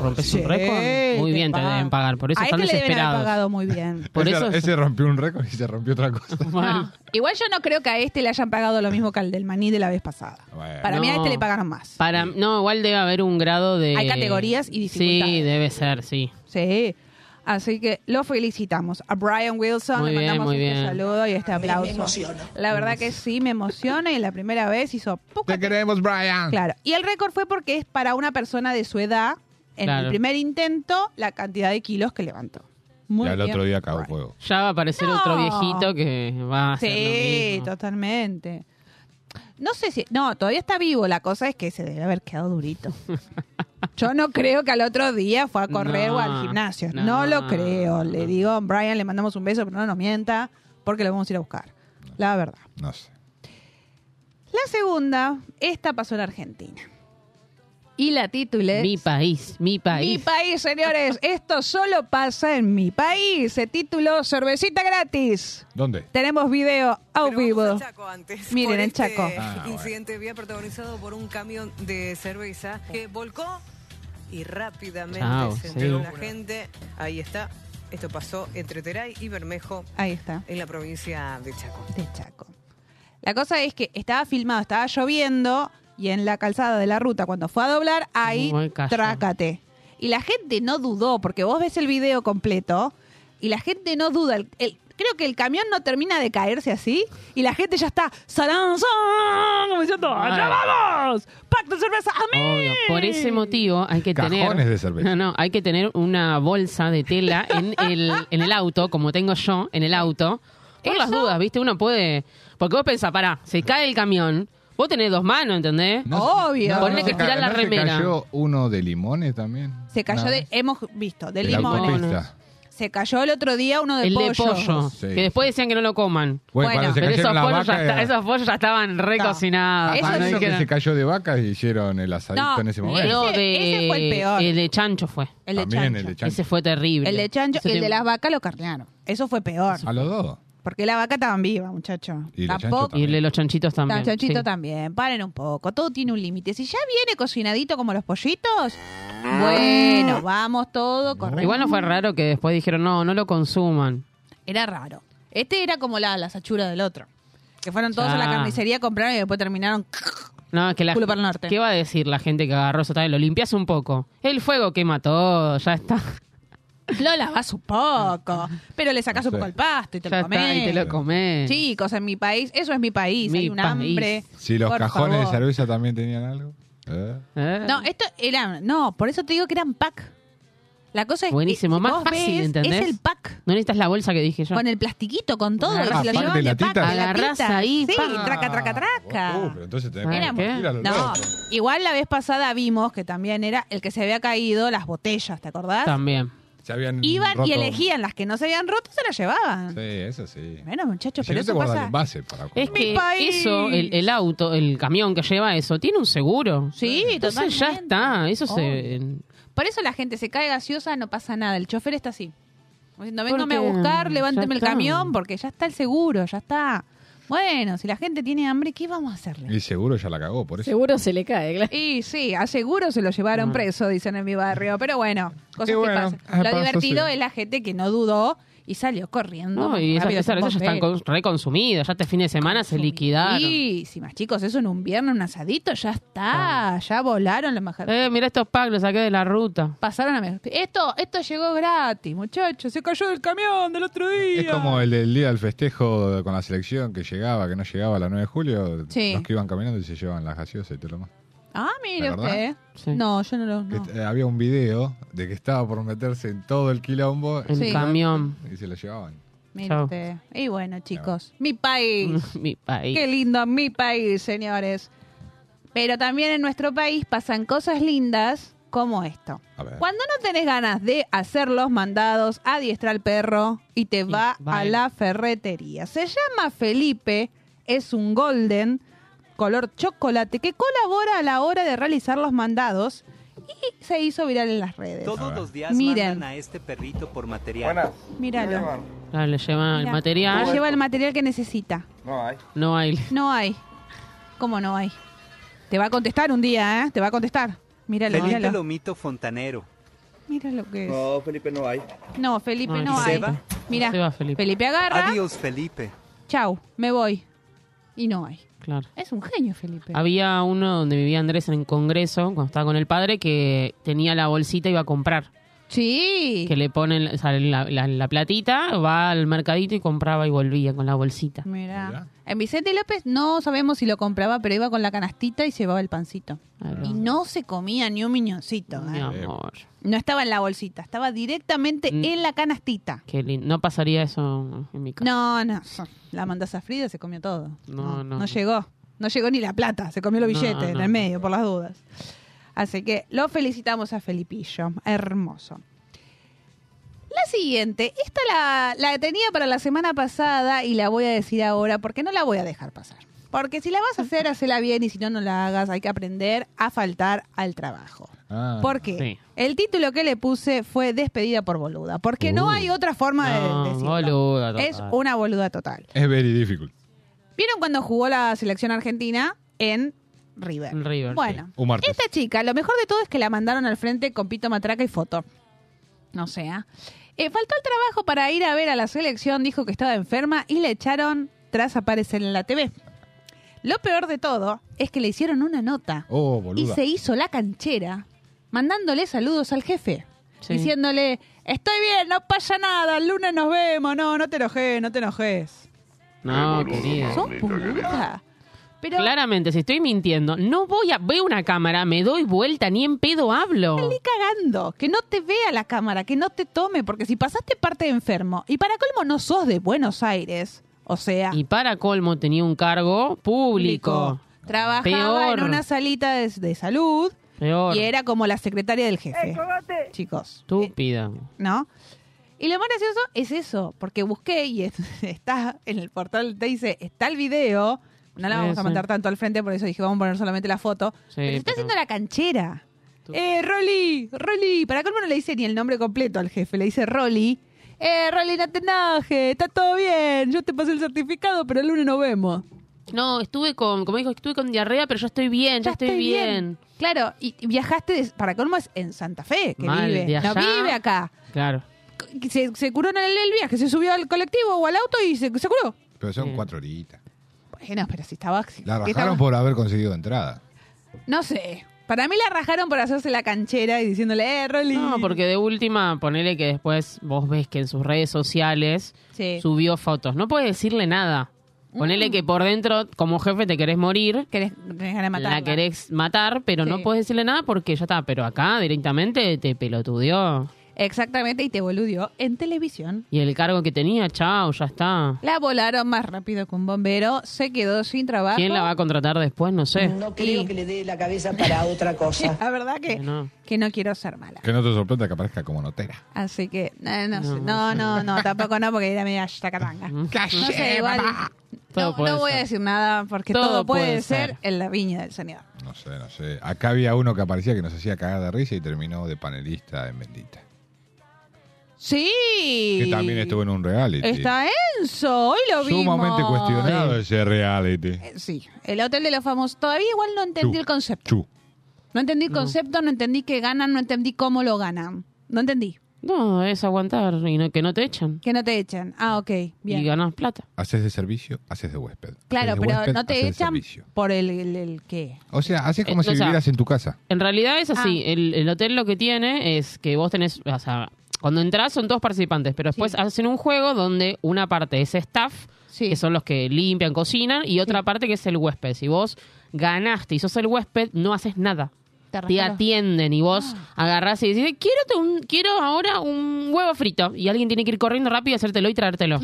rompes
Sí,
un récord. Muy bien, te
pagan.
deben pagar. Por eso
A
están
este le deben haber
desesperados.
pagado muy bien.
Por
ese,
eso-
ese rompió un récord y se rompió otra cosa.
No, Igual yo no creo que a este le hayan pagado lo mismo que al del maní de la vez pasada.
Bueno.
Para mí a
No.
este le pagaron más.
Para, no, igual debe haber un grado de...
Hay categorías y dificultades.
Sí, debe ser, sí.
Sí. Así que lo felicitamos. A Brian Wilson
Muy
le
bien,
mandamos
muy
un
bien.
saludo y este aplauso. La verdad que sí, me emociona y la primera vez hizo poco.
Te queremos, Brian.
Claro. Y el récord fue porque es para una persona de su edad, en el
Claro.
primer intento, la cantidad de kilos que levantó. Muy
ya el
bien,
otro día cagó
Brian.
fuego.
Ya va a aparecer otro
No.
viejito que va a hacer lo
Sí,
mismo.
totalmente. No sé si. No, todavía está vivo. La cosa es que se debe haber quedado durito. Yo no creo que al otro día fue a correr o al
No,
gimnasio. No,
no,
lo creo. Le
no.
digo, Brian, le mandamos un beso, pero no nos mienta, porque lo vamos a ir a buscar. La verdad.
No sé.
La segunda, esta pasó en Argentina. Y la titulé
Mi país, mi país.
Mi país, señores. Esto solo pasa en mi país. Se tituló Cervecita gratis.
¿Dónde?
Tenemos video a
Pero vamos
vivo.
al Chaco antes.
Miren,
Por
el
este
Chaco.
Ah, bueno.
incidente vía protagonizado por un camión de cerveza que volcó y rápidamente
Chao,
se
Oh, sí.
enteró la gente. Ahí está. Esto pasó entre Teray y Bermejo
Ahí está.
en la provincia de Chaco.
de Chaco. La cosa es que estaba filmado, estaba lloviendo y en la calzada de la ruta, cuando fue a doblar, ahí
Muy cayó.
trácate. Y la gente no dudó, porque vos ves el video completo y la gente no duda. El- el- creo que el camión no termina de caerse así y la gente ya está "Sarán, sarán", como diciendo, ¡allá vamos! ¡Pacto de cerveza a mí!
Obvio. Por ese motivo hay que
Cajones
tener.
de cerveza.
No, no, hay que tener una bolsa de tela en el, en el auto, como tengo yo en el auto. Por las
Eso-
dudas, ¿viste? Uno puede. Porque vos pensás, pará, se cae el camión. Vos tenés dos manos, ¿entendés?
Obvio.
Ponle que
se ca-
estirar la
¿no
remera.
Se cayó uno de limones también.
Se cayó
Una
de,
vez.
hemos visto, de
En la
limones.
limón.
autopista.
Se cayó el otro día uno de
el
pollo.
de pollo.
Sí.
que después decían que no lo coman.
Bueno,
Bueno,
cuando se
Pero esos
cayeron las
pollos,
vacas.
ya está- esos pollos ya estaban recocinados.
Eso
Ah,
cuando
no dijeron que
dijeron-
se cayó de vacas y hicieron el asadito
No,
en ese
ni-
momento.
No, de,
Ese- ese fue el peor.
de chancho fue.
El de
También
chancho.
el de chancho.
Ese fue terrible.
El de chancho
Ese
y el
te-
de las vacas lo carnearon. Eso fue peor.
A los dos.
Porque la vaca estaban viva, muchacho.
Y el de chancho
Tampoco.
Y el de los chanchitos también.
Tan chanchito
sí.
también. Paren un poco. Todo tiene un límite. Si ya viene cocinadito como los pollitos, bueno, vamos todo correcto.
Igual no fue raro que después dijeron, no, no lo consuman.
Era raro. Este era como la, la sachura del otro. Que fueron todos a la
Ah.
carnicería, compraron y después terminaron.
No, es que la,
Culo para el norte.
¿Qué va a decir la gente que agarró eso también? Lo limpias un poco. El fuego quema todo, ya está.
Lo lavas un poco. Pero le sacás un
Sí.
poco el pasto y te
Ya
lo
está, y
comés.
te lo comés.
Chicos, en mi país, eso es mi país.
Mi
Hay un
país.
hambre.
Si los
Por
cajones
favor.
de cerveza también tenían algo. ¿Eh?
¿Eh?
No, esto era. No, por eso te digo que eran pack. La cosa es que
Buenísimo,
si
más
vos
fácil,
ves,
¿entendés?
Es el pack.
No necesitas la bolsa que dije yo.
Con el plastiquito, con todo.
Agarrás
se lo
pack
llevaban
de
de
latita.
pack, de
Agarrás
latita.
ahí,
Sí,
pa.
traca, traca, traca.
Uh, pero entonces tenés
Era-
que partir a los
No,
locos.
igual la vez pasada vimos que también era el que se había caído las botellas, ¿te acordás?
También.
Se habían
Iban y
roto.
elegían las que no se habían roto, se las llevaban.
Sí, eh, eso sí.
Bueno, muchachos,
Si
pero
no te
eso
guardan
pasa.
el base para
Es que
país.
Eh, eso, el, el auto, el camión que lleva eso, tiene un seguro.
Sí,
Entonces ya
totalmente.
está. Eso
Obvio.
se.
Por eso la gente se cae gaseosa, no pasa nada. El chofer está así. Como Diciendo, véngame a
Porque
buscar,
ya
levánteme el
está.
camión, porque ya está el seguro, ya está. Bueno, si la gente tiene hambre, ¿qué vamos a hacerle?
Y seguro ya la cagó, por eso.
Seguro se le cae, claro.
Y sí, a seguro se lo llevaron
Ah.
preso, dicen en mi barrio. Pero bueno, cosas
Y bueno, ah,
que pasan.
pasa,
Lo divertido
sí.
es la gente que no dudó y salió corriendo.
No, y esas
rápido,
esas
sin
cervezas ya están
bomberos.
con- reconsumidas. Ya este fin de semana se liquidaron.
Sumidísimas, chicos. Eso en un viernes, un asadito, ya está. Ya volaron los majaderos.
Eh, mira estos packs, los saqué de la ruta.
Pasaron a mejor. Esto, esto llegó gratis, muchachos. Se cayó del camión del otro día.
Es como el, el día del festejo con la selección que llegaba, que no llegaba a la 9 de julio.
Sí.
Los que iban caminando y se llevaban las gaseosas y todo lo más.
Ah, mire
¿La
usted.
verdad?
Sí.
No, yo no lo.
Que
no.
est- eh, había un video de que estaba por meterse en todo el quilombo
El
Sí.
camión.
y se lo llevaban.
Mire
Chao.
usted. Y bueno, chicos. Mi país.
Mi país.
Qué lindo mi país, señores. Pero también en nuestro país pasan cosas lindas como esto.
A ver.
Cuando no tenés ganas de hacer los mandados, adiestra al perro y te va
va
a
él.
la ferretería. Se llama Felipe, es un golden color chocolate que colabora a la hora de realizar los mandados y se hizo viral en las redes.
Todos los días
Miren.
mandan a este perrito por material.
Míralo.
Ah, le llevan el
Mirá,
material.
Lleva el material que necesita.
No hay.
No hay. ¿Cómo no hay? Te va a contestar un día, ¿eh? Te va a contestar. Míralo,
Felipe Oh.
míralo.
Lomito Fontanero.
Mira lo que es. No, Felipe no hay. No, Felipe
Ay,
no
¿se
hay.
va?
Mira,
Se va Felipe.
Felipe agarra.
Adiós, Felipe.
Chau, me voy. Y no hay.
Claro.
Es un genio, Felipe.
Había uno donde vivía Andrés en Congreso, cuando estaba con el padre, que tenía la bolsita y iba a comprar.
Sí.
Que le ponen o sea, la, la- la platita, va al mercadito y compraba y volvía con la bolsita.
Mira.
Mirá.
En Vicente López no sabemos si lo compraba, pero iba con la canastita y llevaba el pancito.
Claro.
Y no se comía ni un miñoncito.
Mi
¿eh?
amor.
No estaba en la bolsita, estaba directamente
Mm.
en la canastita.
Qué lindo. No pasaría eso en mi casa.
No, no. La mandaza Frida se comió todo.
No, no.
No llegó. No llegó ni la plata, se comió los
No,
billetes en
no.
el medio, por las dudas. Así que lo felicitamos a Felipillo, hermoso. La siguiente, esta la, la tenía para la semana pasada y la voy a decir ahora porque no la voy a dejar pasar. Porque si la vas a hacer, hacela bien y si no, no la hagas. Hay que aprender a faltar al trabajo.
Ah.
¿Por qué?
Sí.
El título que le puse fue Despedida por boluda. Porque no
Uh.
hay otra forma
No,
de decirlo.
boluda total.
Es una boluda total.
Es very difficult.
¿Vieron cuando jugó la selección argentina en River?
En River,
Bueno,
sí. Un martes.
esta chica, lo mejor de todo es que la mandaron al frente con Pito Matraca y foto. No sea. Eh, faltó el trabajo para ir a ver a la selección, dijo que estaba enferma y la echaron tras aparecer en la TV. Lo peor de todo es que le hicieron una nota
Oh,
y
boluda.
se hizo la canchera mandándole saludos al jefe,
Sí.
diciéndole, estoy bien, no pasa nada, el lunes nos vemos, no, no te enojes, no te enojes.
No, querida.
Son boluda. Pero
Claramente, si estoy mintiendo, no voy a. Veo una cámara, me doy vuelta, ni en pedo hablo.
ni cagando, que no te vea la cámara, que no te tome, porque si pasaste parte de enfermo y para colmo no sos de Buenos Aires, o sea,
Y para colmo tenía un cargo público.
trabajaba
Peor.
en una salita de, de salud
Peor.
y era como la secretaria del jefe. Chicos,
Estúpida.
¿no? Y lo más gracioso es eso, porque busqué y es- está en el portal, te dice, está el video, no la
Sí,
vamos a
sí.
mandar tanto al frente, por eso dije, vamos a poner solamente la foto,
Sí,
pero se está
pero-
haciendo la canchera.
Tú-
Eh, Rolly, Rolly, para colmo no le dice ni el nombre completo al jefe, le dice Rolly. Eh, Rolly, no te enojes, está todo bien, yo te pasé el certificado, pero el lunes nos vemos.
No, estuve con. Como dijo, estuve con diarrea, pero yo estoy bien, ya estoy, bien.
Claro, y y viajaste, de- para colmo es en Santa Fe, que
Mal,
vive,
de allá.
no vive acá.
Claro.
se, se curó en el, el viaje, se subió al colectivo o al auto y se, se curó.
Pero son
Bien.
cuatro horitas.
Bueno, pero si estaba... si-
La
que
rajaron
estaba-
por haber conseguido entrada.
No sé. Para mí la rajaron por hacerse la canchera y diciéndole, eh, Rolly.
No, porque de última, ponele que después vos ves que en sus redes sociales
Sí. Mm.
subió fotos. No puedes decirle nada. Ponele que por dentro, como jefe, te querés morir.
Querés, tenés ganas de matarla.
La querés matar, pero
Sí.
no puedes decirle nada porque ya está. Pero acá directamente te pelotudió.
Exactamente, y te boludió en televisión.
Y el cargo que tenía, chao, ya está.
La volaron más rápido que un bombero, se quedó sin trabajo.
¿Quién la va a contratar después? No sé.
No creo que le dé la cabeza para otra cosa.
La verdad que,
Que no.
que no quiero ser mala.
Que no te sorprenda que aparezca como notera.
Así que, eh, no,
No,
sé. no, no, no, tampoco no, porque era media yacatanga. No sé, igual.
Todo
No,
puede
no voy a
ser.
decir nada porque todo,
Todo
puede,
puede
ser.
ser.
en la viña del Señor.
No sé, no sé. Acá había uno que aparecía que nos hacía cagar de risa y terminó de panelista en Bendita.
Sí.
Que también estuvo en un reality.
Está Enzo, hoy lo vimos.
Sumamente cuestionado ese reality.
Eh, Sí, el Hotel de los Famosos. Todavía igual no entendí
Chu,
el concepto.
Chu.
No entendí el concepto, no entendí qué ganan, no entendí cómo lo ganan. No entendí.
No, es aguantar y no, que no te echan.
Que no te echan. Ah, ok,
Y
bien.
ganas plata.
Haces de servicio, haces de huésped.
Claro,
Haces de
pero
huésped,
no te
haces de
echan
servicio.
por el, el, el qué.
O sea, haces como
Eh,
si
o sea-
vivieras en tu casa.
En realidad es así.
Ah.
El, el hotel lo que tiene es que vos tenés, o sea, cuando entras son dos participantes, pero después hacen un juego donde una parte es staff,
Sí.
que son los que limpian, cocinan, y otra parte que es el huésped. Si vos ganaste y sos el huésped, no haces nada.
Te Ah.
Te
arrancaron.
atienden y vos agarrás y decís, quiero, te un- quiero ahora un huevo frito. Y alguien tiene que ir corriendo rápido, hacértelo y traértelo.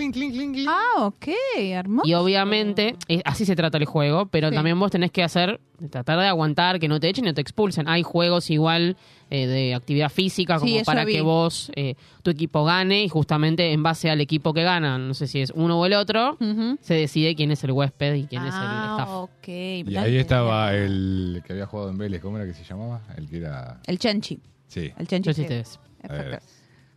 Ah, ok, hermoso.
Y obviamente, eh, así se trata el juego, pero
Sí.
también vos tenés que hacer, tratar de aguantar, que no te echen y no te expulsen. Hay juegos igual eh, de actividad física,
Sí,
como
eso
para
vi.
que vos, eh, tu equipo gane, y justamente en base al equipo que gana, no sé si es uno o el otro,
Ujú.
se decide quién es el huésped y quién es el
Ah,
staff.
ok.
Y ahí estaba el que había jugado en Vélez. ¿Cómo era que se llamaba? El que era...
El chanchi.
Sí.
El chanchi.
Yo sí
sí.
te ves.
ver.
Exacto.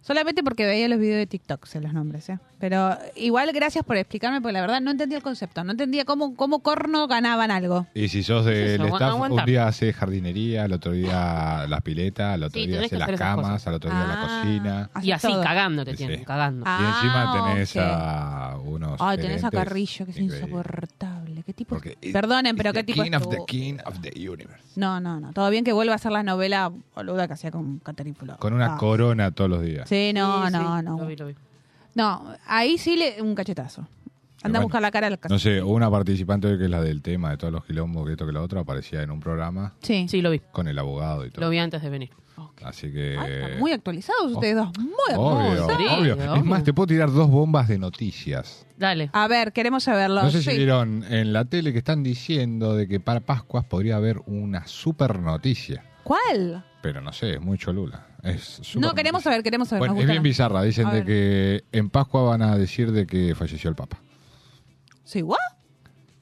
Solamente porque veía los videos de TikTok, sé los nombres, ¿eh? Pero igual gracias por explicarme, porque la verdad no entendía el concepto, no entendía cómo, cómo corno ganaban algo.
Y si sos del
Es eso, agu-
staff, un
aguantar.
día haces jardinería, al otro día las piletas, al otro
Sí,
día
tenés
haces
que
las
hacer esas
camas,
cosas.
al otro día la
Ah,
cocina.
Y así,
todo.
cagando te
Sí.
tienen, cagando.
Ah,
y encima tenés
ok.
a unos.
Ay, tenés a
gerentes
Carrillo, que es
increíbles.
insoportable. ¿Qué tipo?
Porque it-
Perdonen, pero
it's
qué
the
tipo
King of the
estuvo?
King of the Universe.
No, no, no. Todo bien que vuelva a hacer la novela boluda que hacía con Catherine Fulop.
Con una
Ah.
corona todos los días.
Sí, no,
Sí, sí,
no,
lo
no.
vi, lo vi.
No, ahí sí le... Un cachetazo. Anda a
bueno,
buscar la cara al cachetazo.
No sé, una participante hoy que es la del tema de todos los quilombos, que esto que la otra, aparecía en un programa
Sí.
Sí, lo vi.
con el abogado y todo.
Lo vi antes de venir.
Así que...
Ay, están Ah, muy actualizados ustedes dos. Muy
Obvio,
actualizados.
Sí,
obvio.
obvio.
Es más, te puedo tirar dos bombas de noticias.
Dale.
A ver, queremos saberlo.
No sé
sí.
si vieron en la tele que están diciendo de que para Pascuas podría haber una super noticia.
¿Cuál?
Pero no sé, es muy cholula. Es super
No, queremos
noticia.
saber, queremos saber.
Bueno,
nos
es
gusta
bien
la-
bizarra. Dicen
A
de
ver.
que en Pascua van a decir de que falleció el Papa.
¿Sí, what?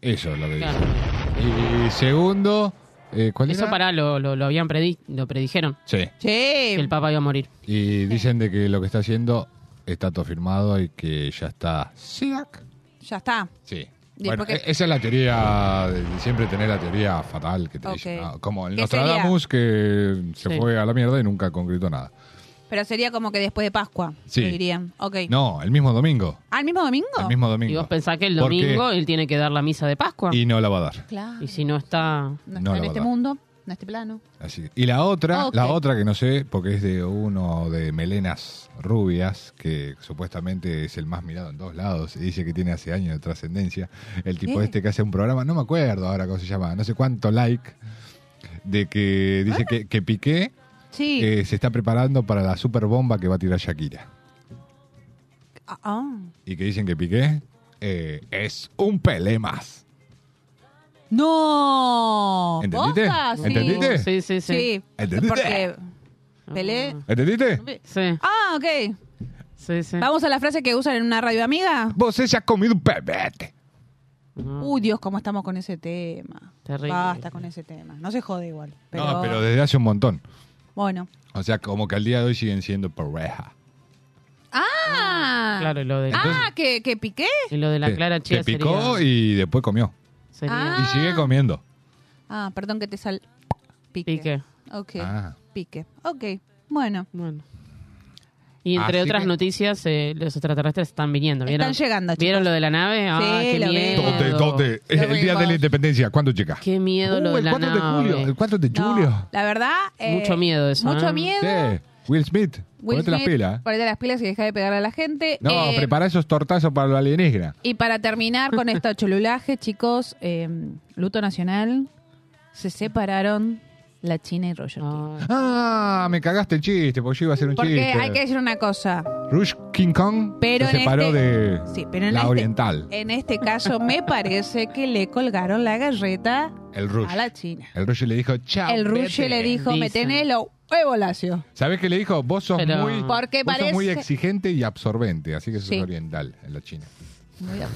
Eso es lo que
Claro.
dicen. Y segundo, eh, ¿cuál
Eso
era?
pará, lo, lo, lo habían predi lo predijeron.
Sí.
Sí.
Que el Papa iba a morir.
Y dicen de que lo que está haciendo está todo firmado y que ya está... SIDAC.
Ya está.
Sí.
Bien,
Bueno,
porque-
e- esa es la teoría, de siempre tener la teoría fatal que te dice. Ah,
Ok.
¿no? Como el
¿Qué
Nostradamus que se
Sí.
fue a la mierda y nunca concretó nada.
Pero sería como que después de Pascua,
Sí.
le dirían. Ok.
No, el mismo domingo.
¿Al mismo domingo?
El mismo domingo.
Y vos pensás que el
¿Por qué?
domingo él tiene que dar la misa de Pascua. Y,
Y no la va a dar.
Claro.
si no está.
No, está
No, la
en este
verdad. Ah,
mundo, en este plano.
Así que- y la otra,
Ok.
la otra que no sé, porque es de uno de melenas rubias, que supuestamente es el más mirado en todos lados, y dice que tiene hace años de trascendencia, el tipo
¿Qué?
este que hace un programa, no me acuerdo ahora cómo se llama, no sé cuánto like, de que dice que, que Piqué
Sí.
eh, se está preparando para la super bomba que va a tirar Shakira.
Ah, ah.
Y que dicen que Piqué eh, es un pele más.
No.
¿Entendiste?
Posta, sí.
¿Entendiste?
Sí, sí, sí.
Sí.
¿Entendiste?
Porque Pelé.
¿Entendiste?
Sí,
Ah, ok.
sí, sí.
Vamos a la frase que usan en una radio amiga.
Vos ella has comido un pebete.
No.
Uy, Dios, cómo estamos con ese tema.
Terrible.
Basta con ese tema. No se jode igual. Pero,
No, pero desde hace un montón.
Bueno.
O sea, como que al día de hoy siguen siendo pareja.
Ah.
Claro, y lo de,
ah, que, que piqué.
y lo de la
Que-
Clara Chía
Que picó
sería,
y después comió.
sería-
Ah.
Y sigue comiendo.
Ah, perdón que te sal. Pique.
Pique.
Ok.
Ah.
Pique. Ok. Bueno.
Bueno. Y entre
Así
otras
que-
noticias, eh, los extraterrestres están viniendo. ¿Vieron,
Están llegando, chicos.
¿Vieron lo de la nave? Ah,
Sí,
qué
lo
miedo.
vimos.
¿Dónde? ¿Dónde?
Lo
El día
vimos.
de la independencia. ¿Cuándo llega?
Qué miedo lo
Uh,
de
el
la
4 de
nave.
julio. El 4 de
No,
julio.
la verdad. eh,
Mucho miedo eso,
Mucho
¿eh?
miedo.
Sí. Will Smith.
Will
ponete las
Smith,
pilas.
ponete las pilas y deja de pegarle a la gente.
No,
Eh,
prepara esos tortazos para lo alienígena.
Y para terminar con esta cholulaje, chicos, eh, luto nacional, se separaron la China y Roger King.
Ah,
Ah, me cagaste el chiste, porque yo iba a hacer un
Porque
chiste.
hay que decir una cosa.
Rush King Kong
Pero
se
en
separó
este-
de
Sí, pero en
la
este-
oriental.
En este caso, me parece que le colgaron la garreta
El Rush.
a la China.
El Rush le dijo, chao.
Ah. El Ruge le dijo, me
Dicen.
tenés los huevos lacio.
¿Sabés qué le dijo? Vos sos
Pero-
muy,
Porque
vos sos muy
parece-
exigente y absorbente, así que sos
Sí.
oriental en la China.
Muy bien.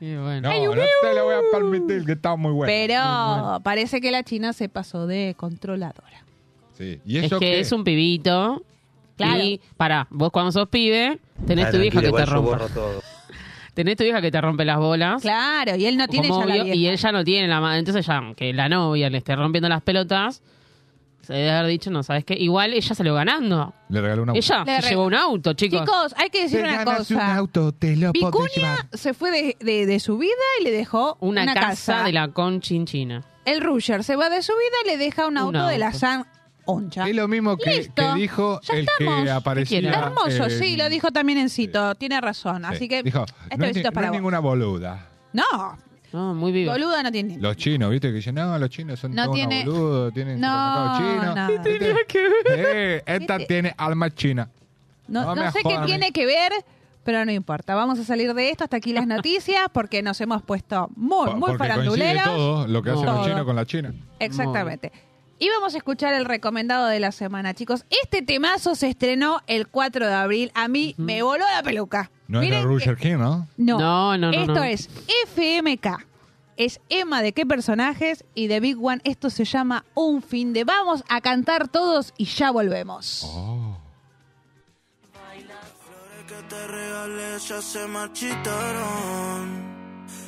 y bueno.
No, no te lo voy a permitir, que está muy bueno.
Pero parece que la China se pasó de controladora.
Sí. Y
Es
eso
que es un pibito.
Claro.
Y pará, vos cuando sos pibe, tenés tu vieja que te rompe. Tenés tu vieja que te rompe las bolas.
Claro, y él no tiene
como
ya la
obvio,
vieja.
y ella no tiene la mano. Entonces ya, que la novia le esté rompiendo las pelotas, se debe haber dicho, no sabes qué. Igual ella salió ganando.
Le regaló una
Ella
Le
se
re-
llevó un auto, chicos.
Chicos, hay que decir una cosa.
auto, te lo podés
Vicuña
llevar.
se fue de, de- de su vida y le dejó
una, casa, de la conchinchina.
El Rusher se va de su vida y le deja un
Un
auto, de la
auto.
San Oncha.
Es lo mismo que,
Listo,
que dijo
ya
el
estamos.
que aparecía.
Está
Está hermoso,
en-
sí, lo dijo también Encito. Tiene razón.
eh, sí.
Así que
Dijo,
este
no, es,
besito
ni-
es para
no es
vos.
ninguna boluda.
No,
No, muy viva.
boluda no tiene.
Los chinos, ¿viste? Que dicen, no, los chinos son
No
todos unos
tiene-
boludos, tienen
No,
supermercados
no.
chinos.
¿Qué
tenía que ver? Eh, esta tiene alma china.
No,
No
no
me
sé qué
jodan.
tiene que ver, pero no importa. Vamos a salir de esto. Hasta aquí las noticias porque nos hemos puesto muy,
Po-
muy
Porque coincide
faranduleros.
todo lo que hacen
Todo.
los chinos con la China.
Exactamente. Y vamos a escuchar el recomendado de la semana, chicos. Este temazo se estrenó el 4 de abril. A mí me voló la peluca.
No es
Miren
era
que-
Roger King, ¿no?
No,
No, no, no,
Esto
no.
es FMK. Es Emma de qué personajes y de Big One. Esto se llama Un fin de. Vamos a cantar todos y ya volvemos.
Oh.
flores que te regalé ya se marchitaron.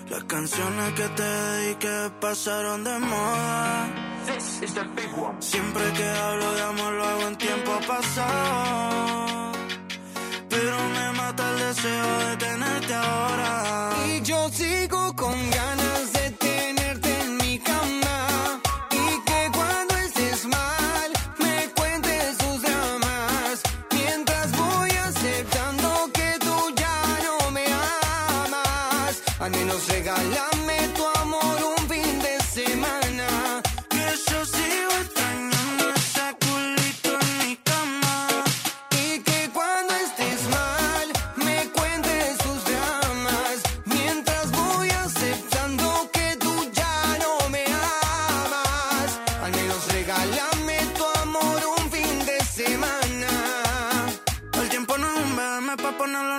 Las canciones que te dediqué pasaron de moda. Siempre que hablo de amor lo hago en tiempo pasado. Pero me mata el deseo de tenerte ahora. Y yo sigo con ganas de tenerte en mi cama. Y que cuando estés mal, me cuentes tus dramas. Mientras voy aceptando que tú ya no me amas. Al menos regálame tu amor un fin de semana. Que yo sigo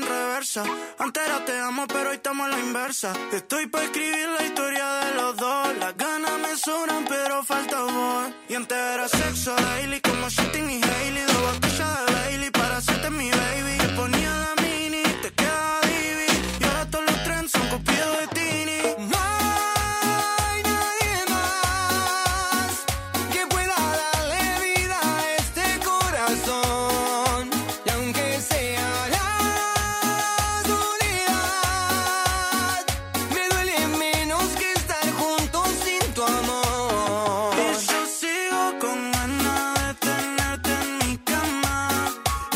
conversa. Antes era te amo, pero hoy estamos a la inversa. Estoy para escribir la historia de los dos. Las ganas me sobran, pero falta amor. Y antes era sexo daily, como shooting y Hailey. Dos botellas de Bailey para hacerte mi baby. Te ponía la mini, te quedaba divi. Y ahora todos los trends son copiados de Tini. Ay, nadie más que pueda darle vida a este corazón. Y aunque sea la soledad, me duele menos que estar juntos sin tu amor. Y yo sigo con ganas de tenerte en mi cama.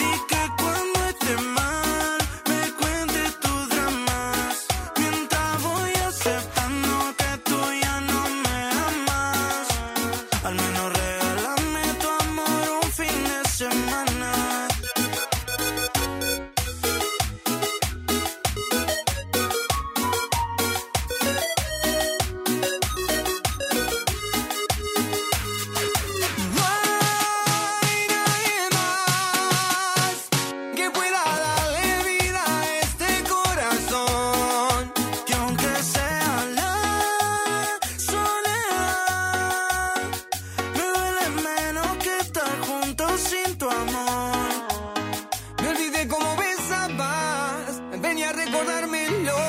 Y que cuando esté mal, me cuentes tus dramas. Mientras voy aceptando que tú ya no me amas. Al menos regálame tu amor un fin de semana. Que pueda darle vida a este corazón Que aunque sea la soledad Me duele menos que estar juntos sin tu amor Me olvidé cómo besabas Venía a recordármelo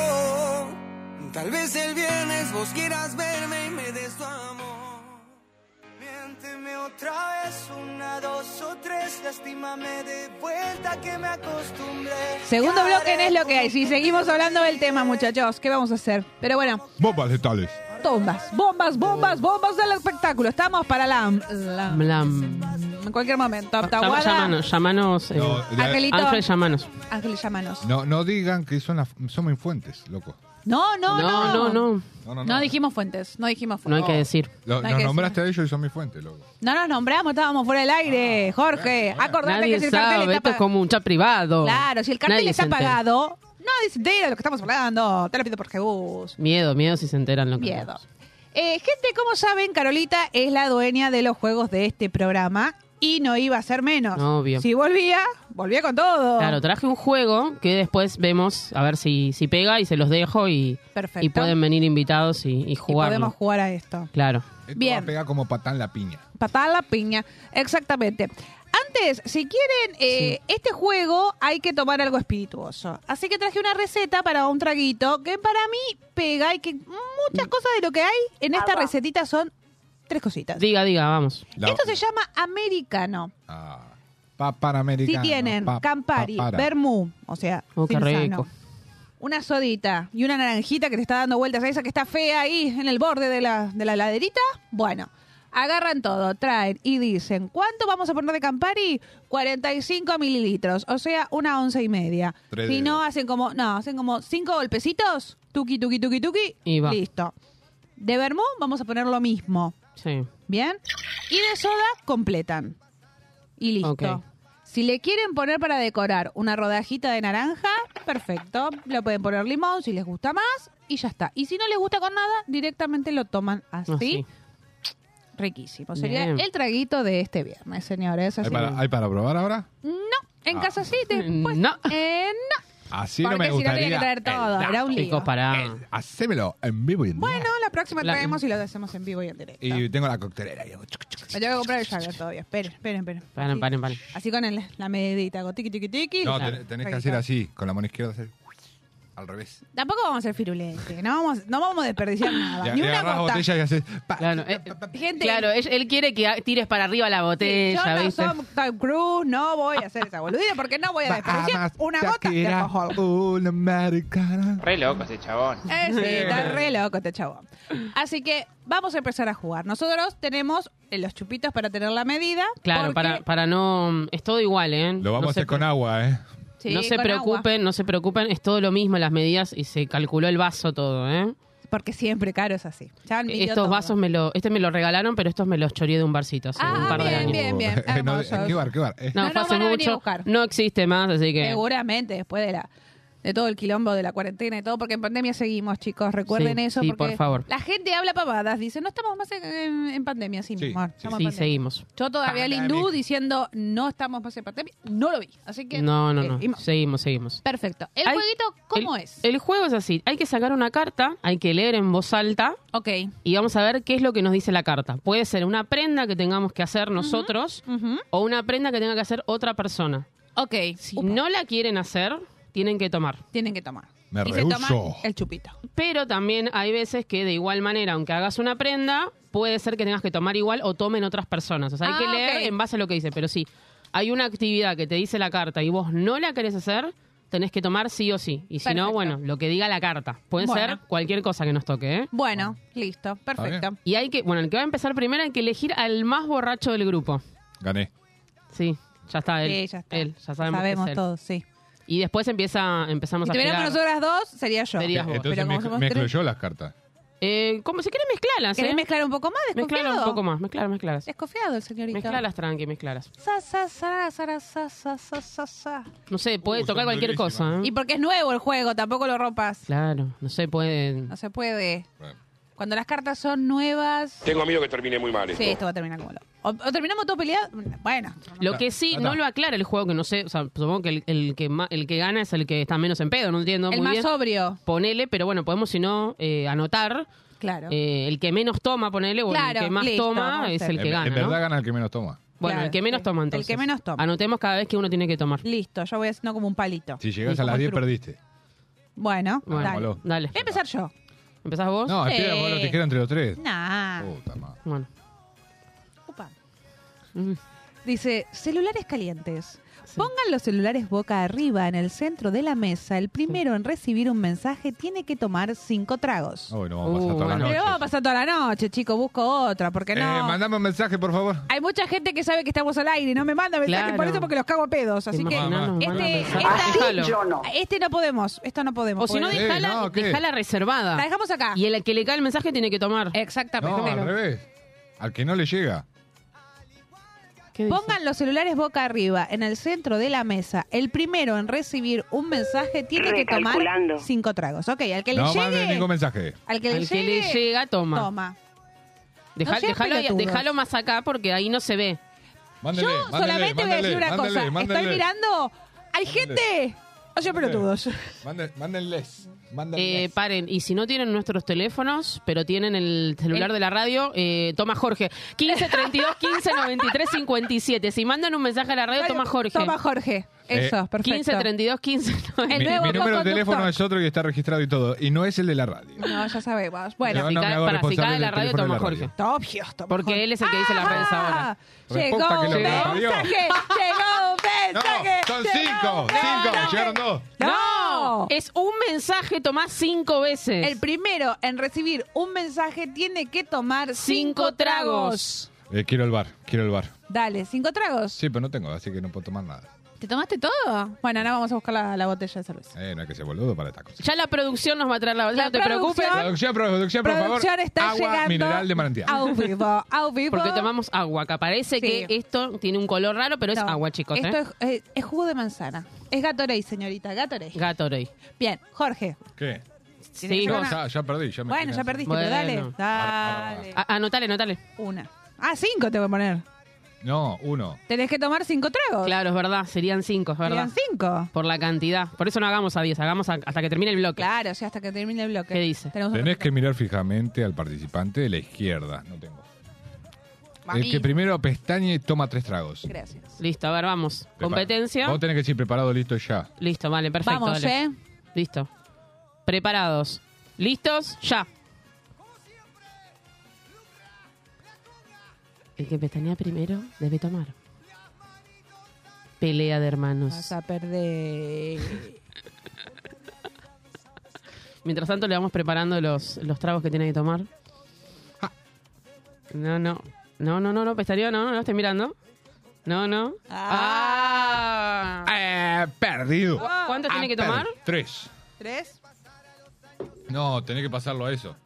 Tal vez el viernes vos quieras verme y me des tu amor Miénteme otra vez, una, dos o tres, lastímame de vuelta que me acostumbré.
Segundo bloque en es lo que hay. Si seguimos hablando del tema, muchachos, ¿qué vamos a hacer? Pero bueno,
Bombas letales.
bombas, bombas, bombas, bombas del espectáculo. Estamos para la, la-
Blam.
en cualquier momento.
Llama-
Tahuada,
Llamanos, llamanos. eh,
No, de-
Angelito,
Alfred, llamanos.
Ángel, Ah, llámanos.
No, no digan que son las, somos infuentes, loco.
No, no,
No, no, no.
No, no,
No,
no.
dijimos fuentes, no dijimos
No hay
fuentes.
que decir.
Lo-
no hay
nos
que
nombraste a ellos y son mi fuente, loco.
No nos nombramos, estábamos fuera del aire. Jorge, acordate
Ah, Nadie
que si el cartel
sabe,
está
esto es
pagado.
como un chat privado.
Claro, si el cartel
Nadie
está
se entera.
pagado, no dice de lo que estamos hablando. Te lo pido por Jesús.
Miedo, miedo si se enteran lo que
Miedo.
hacemos.
Eh, gente, como saben, Carolita es la dueña de los juegos de este programa y no iba a ser menos.
Obvio.
Si volvía, volvía con todo.
Claro, traje un juego que después vemos a ver si, si pega y se los dejo y,
Perfecto.
y pueden venir invitados y, y
Y
jugarlo.
podemos jugar a esto.
Claro.
Esto
Bien.
va a pegar como patán la piña.
Patada a la piña, exactamente. Antes, si quieren eh, este juego, hay que tomar algo espirituoso. Así que traje una receta para un traguito que para mí pega y que muchas
Mm.
cosas de lo que hay en esta recetita son tres cositas.
Diga, diga, vamos.
La-
Esto se llama americano.
Ah, pa- panamericano,
Si tienen
pa-
Campari,
pa- para.
Vermú, o sea,
Oh, qué
sin sano,
rico.
una sodita y una naranjita que te está dando vueltas a esa que está fea ahí en el borde de la, de la laderita, bueno, agarran todo, traen y dicen, ¿cuánto vamos a poner de Campari? 45 mililitros, o sea, una once y media.
Tres
si no,
dedos.
hacen como, no, hacen como cinco golpecitos, tuqui, tuqui, tuqui, tuqui,
Y va.
listo. De Vermú vamos a poner lo mismo.
Sí.
¿Bien? Y de soda completan. Y listo.
Ok.
Si le quieren poner para decorar una rodajita de naranja, perfecto. Le pueden poner limón si les gusta más y ya está. Y si no les gusta con nada, directamente lo toman así.
Así.
Riquísimo. Sería
Bien.
el traguito de este viernes, señores.
¿Hay
Así-
para, hay para probar ahora?
En
Ah.
casa sí, después.
No.
eh, no.
Así no
Porque
me
si no tenía que
gustaría.
traer todo.
El
Era un lío.
Chicos, pará.
da- Hacémelo en vivo y en
Bueno,
directo.
la próxima
La-
traemos y lo hacemos en vivo y en directo.
Y tengo la coctelera. y hago chuc, chuc,
Me tengo que comprar el Jagger todavía. Esperen, esperen, esperen.
Paren,
Así.
paren, paren.
Así con el- la medidita, hago tiqui tiqui tiqui.
No,
Claro.
ten- tenés que hacer así, con la mano izquierda hacer al revés.
Tampoco vamos a ser firulentes, no vamos, no vamos a desperdiciar nada.
Le,
ni
le
una
agarrás
gota.
botella y haces. pa,
Claro,
pa,
eh,
pa, pa.
Gente,
Claro, él, él quiere que a- tires para arriba la
si
botella,
yo no
¿viste?
soy Tom Cruise, no voy a hacer esa boludita porque no voy a desperdiciar
Bahamas,
una gota de
Shakira,
alcohol.
Una americana.
Re loco ese chabón.
Eh, sí, está re loco este chabón. Así que vamos a empezar a jugar. Nosotros tenemos eh, los chupitos para tener la medida.
Claro,
porque-
para, para no... Es todo igual, ¿eh?
Lo vamos
No
a
se
hacer con
pre-
agua, ¿eh?
Sí,
no se
con agua,
preocupen, no se preocupen, es todo lo mismo las medidas y se calculó el vaso todo, ¿eh?
porque siempre, caro, es así. Ya han visto
Estos
todo.
vasos me lo, este me lo regalaron, pero estos me los choreé de un barcito hace
Ah,
un par de
bien,
años.
bien, bien,
Eh, no,
hermosos.
¿Qué bar, qué bar? Eh,
No,
No,
fue
no,
hace
van a venir a
mucho.
buscar.
No existe más, así que.
Seguramente después de la de todo el quilombo de la cuarentena y todo, porque en pandemia seguimos, chicos. Recuerden
Sí,
eso.
sí,
porque
por favor.
La gente habla pavadas, dice, no estamos más en, en- en pandemia, sí,
Sí,
mi amor,
sí.
estamos en
Sí,
pandemia.
seguimos.
Yo todavía el hindú diciendo, no estamos más en pandemia, no lo vi. Así que...
No, no,
eh,
no.
ima-
Seguimos, seguimos.
Perfecto. ¿El
Hay-
jueguito cómo
El-
es?
El juego es así. Hay que sacar una carta, hay que leer en voz alta
ok.
y vamos a ver qué es lo que nos dice la carta. Puede ser una prenda que tengamos que hacer nosotros
Ujú.
o una prenda que tenga que hacer otra persona.
Ok.
Si
Upa.
no la quieren hacer, tienen que tomar.
Tienen que tomar.
Me
y
rehúso.
se toman el chupito.
Pero también hay veces que de igual manera, aunque hagas una prenda, puede ser que tengas que tomar igual o tomen otras personas. O sea, hay
Ah,
que leer
ok.
en base a lo que dice. Pero sí, hay una actividad que te dice la carta y vos no la querés hacer, tenés que tomar sí o sí. Y si
Perfecto.
no, bueno, lo que diga la carta. Puede
Bueno.
ser cualquier cosa que nos toque, ¿eh?
Bueno, listo, perfecto.
Y hay que, bueno, el que va a empezar primero hay que elegir al más borracho del grupo.
Gané.
Sí, ya está él.
Sí, ya está.
Él, ya sabemos. que es él.
todos, sí.
Y después empieza, empezamos
Si
a
tuviéramos
girar.
nosotras dos, sería yo.
Sería- Digas vos.
Entonces
Pero como
mezc-
somos
mezclo
tres-
yo las cartas.
Eh, como si querés mezclarlas,
¿Querés
¿eh?
mezclar un poco más? ¿Desconfiado?
Mezclarlas un poco más, mezclar, mezclarlas.
Desconfiado el señorito.
Mezclalas tranqui, mezclalas.
Sa, sa, sa, sa, sa, sa, sa, sa, sa.
No sé, puede
Uh,
tocar
son
cualquier
durísimas.
cosa. ¿eh?
Y porque es nuevo el juego, tampoco lo rompas.
Claro, no sé, puede.
No se puede.
Bueno.
Cuando las cartas son nuevas...
Tengo miedo que termine muy mal esto.
Sí, esto va a terminar como lo... O, o terminamos todo peleado. Bueno.
Lo que sí,
Ata.
no lo aclara el juego, que no sé, o sea, supongo que el, el que ma- el que gana es el que está menos en pedo, no entiendo
el
muy
más
bien.
sobrio.
Ponele, pero bueno, podemos si no eh, anotar.
Claro.
eh, el que menos toma, ponele, o
Claro,
el que más
listo, vamos a
toma es
hacer.
el que
en,
gana.
en
¿no?
verdad gana el que menos toma.
Bueno,
Claro,
el que menos
sí.
toma
El
entonces.
que menos toma.
Anotemos cada vez que uno tiene que tomar.
Listo, yo voy haciendo como un palito.
Si llegas a
como
las 10
truco.
perdiste.
Bueno,
Bueno,
dale.
moló.
Voy
Pablo.
dale.
a empezar yo.
¿Empezás vos?
No,
Sí.
espera, vos lo tijera entre los tres.
Nah.
Puta madre.
Bueno.
Upa.
Mm.
Dice, celulares calientes. Pongan los celulares boca arriba en el centro de la mesa. El primero en recibir un mensaje tiene que tomar cinco tragos.
Hoy no vamos a
Uh,
pasar toda la
bueno.
noche.
Pero vamos a pasar toda la noche, chico. Busco otra, porque no.
Eh, mandame un mensaje, por favor.
Hay mucha gente que sabe que estamos al aire y no me manda mensajes
Claro.
por eso porque los cago a pedos. Así que
imaginas?
Imaginanos,
este-
manda mensaje.
esta-
Déjalo.
este no podemos. Esto no podemos.
O si no,
Sí,
Porque-
dejala,
no, ¿qué?
dejala reservada.
La dejamos acá.
Y el que le cae el mensaje tiene que tomar.
Exactamente.
No, al revés. Al que no le llega.
¿Qué dice?
Pongan los celulares boca arriba en el centro de la mesa. El primero en recibir un mensaje tiene que tomar cinco tragos. Ok, al que le
No mande
llegue,
ningún mensaje.
al que le
Al que
llegue,
le llega, toma.
toma.
Deja-
No seas
dejalo, ahí-
pelotudos.
dejalo más acá porque ahí no se ve.
Mándele,
Yo
mándele,
solamente voy a decir
mándele,
una
mándele,
cosa.
mándele.
Estoy mirando. Hay
Mándele.
gente. No sean pelotudos.
Mande- Mándenles.
Eh,
Mándenles.
paren, y si no tienen nuestros teléfonos, pero tienen el celular de la radio, eh, toma Jorge. 15 32 15 93 57. Si mandan un mensaje a la radio, toma Jorge.
Toma Jorge.
Eh,
Eso, perfecto.
15 32 15
Mi,
el
mi
nuevo
número de
co-conductor.
teléfono es otro y está registrado y todo. Y no es el de la radio.
No, ya sabemos. Bueno,
Yo no me
Para
hago
picar- para
responsable
picar de
del
la radio,
teléfono
toma
de la radio.
Jorge.
Obvio, toma
Porque
Jorge. Ah,
él es el que dice las redes ahora.
Llegó
Reposta
un
que lo parió.
mensaje. Llegó un
No,
mensaje.
son
llegó
cinco.
un
Cinco.
mensaje.
Llegaron dos.
No.
Es un mensaje, tomás cinco veces.
El primero en recibir un mensaje tiene que tomar cinco,
Cinco
tragos.
tragos.
Eh, quiero el bar, quiero el bar.
Dale, cinco tragos.
Sí, pero no tengo, así que no puedo tomar nada.
¿Te tomaste todo? Bueno, ahora vamos a buscar la, la botella de cerveza.
Eh, no hay que ser boludo para estas cosas.
Ya la producción nos va a traer la
La
No te
producción-
preocupes.
Producción, producción, por favor.
Producción está
Agua
llegando
mineral de manantial.
A un vivo, a un vivo.
Porque tomamos agua, que parece
Sí.
que esto tiene un color raro, pero es
No,
agua, chicos.
Esto
¿eh?
es, eh, es jugo de manzana. Es Gatorade, señorita, Gatorade.
Gatorade.
Bien, Jorge.
¿Qué?
Sí.
No,
una-
ya, ya perdí, ya me
Bueno,
tiene-
ya perdiste,
Bueno.
pero dale.
Ahora-
Dale.
A- anotale, anotale.
Una. Ah, cinco te voy a poner.
No, uno.
Tenés que tomar cinco tragos.
Claro, es verdad. Serían cinco, es verdad.
Serían cinco.
Por la cantidad. Por eso no hagamos a 10, hagamos a- hasta que termine el bloque.
Claro, o sea, hasta que termine el bloque.
¿Qué dice?
Tenemos otro
Tenés que
bloque.
mirar fijamente al participante de la izquierda. No tengo.
A
El
mí.
eh, que primero pestañe toma tres tragos.
Gracias.
Listo, a ver, vamos.
Prepara.
Competencia.
Vos tenés que decir preparado, listo, ya.
Listo, vale, perfecto.
Vamos,
dale.
¿eh?
Listo. Preparados. ¿Listos? Ya. El que pestanea primero debe tomar. Pelea de hermanos.
Vas a perder.
Mientras tanto le vamos preparando los, los tragos que tiene que tomar. Ah. No, no. No, no, no, no, pestañeo, no, no, no estoy mirando. No, no. Ah.
Eh, perdido.
¿Cuánto tiene que
Ah, per-
tomar?
Tres.
¿Tres?
No, tenés que pasarlo a eso.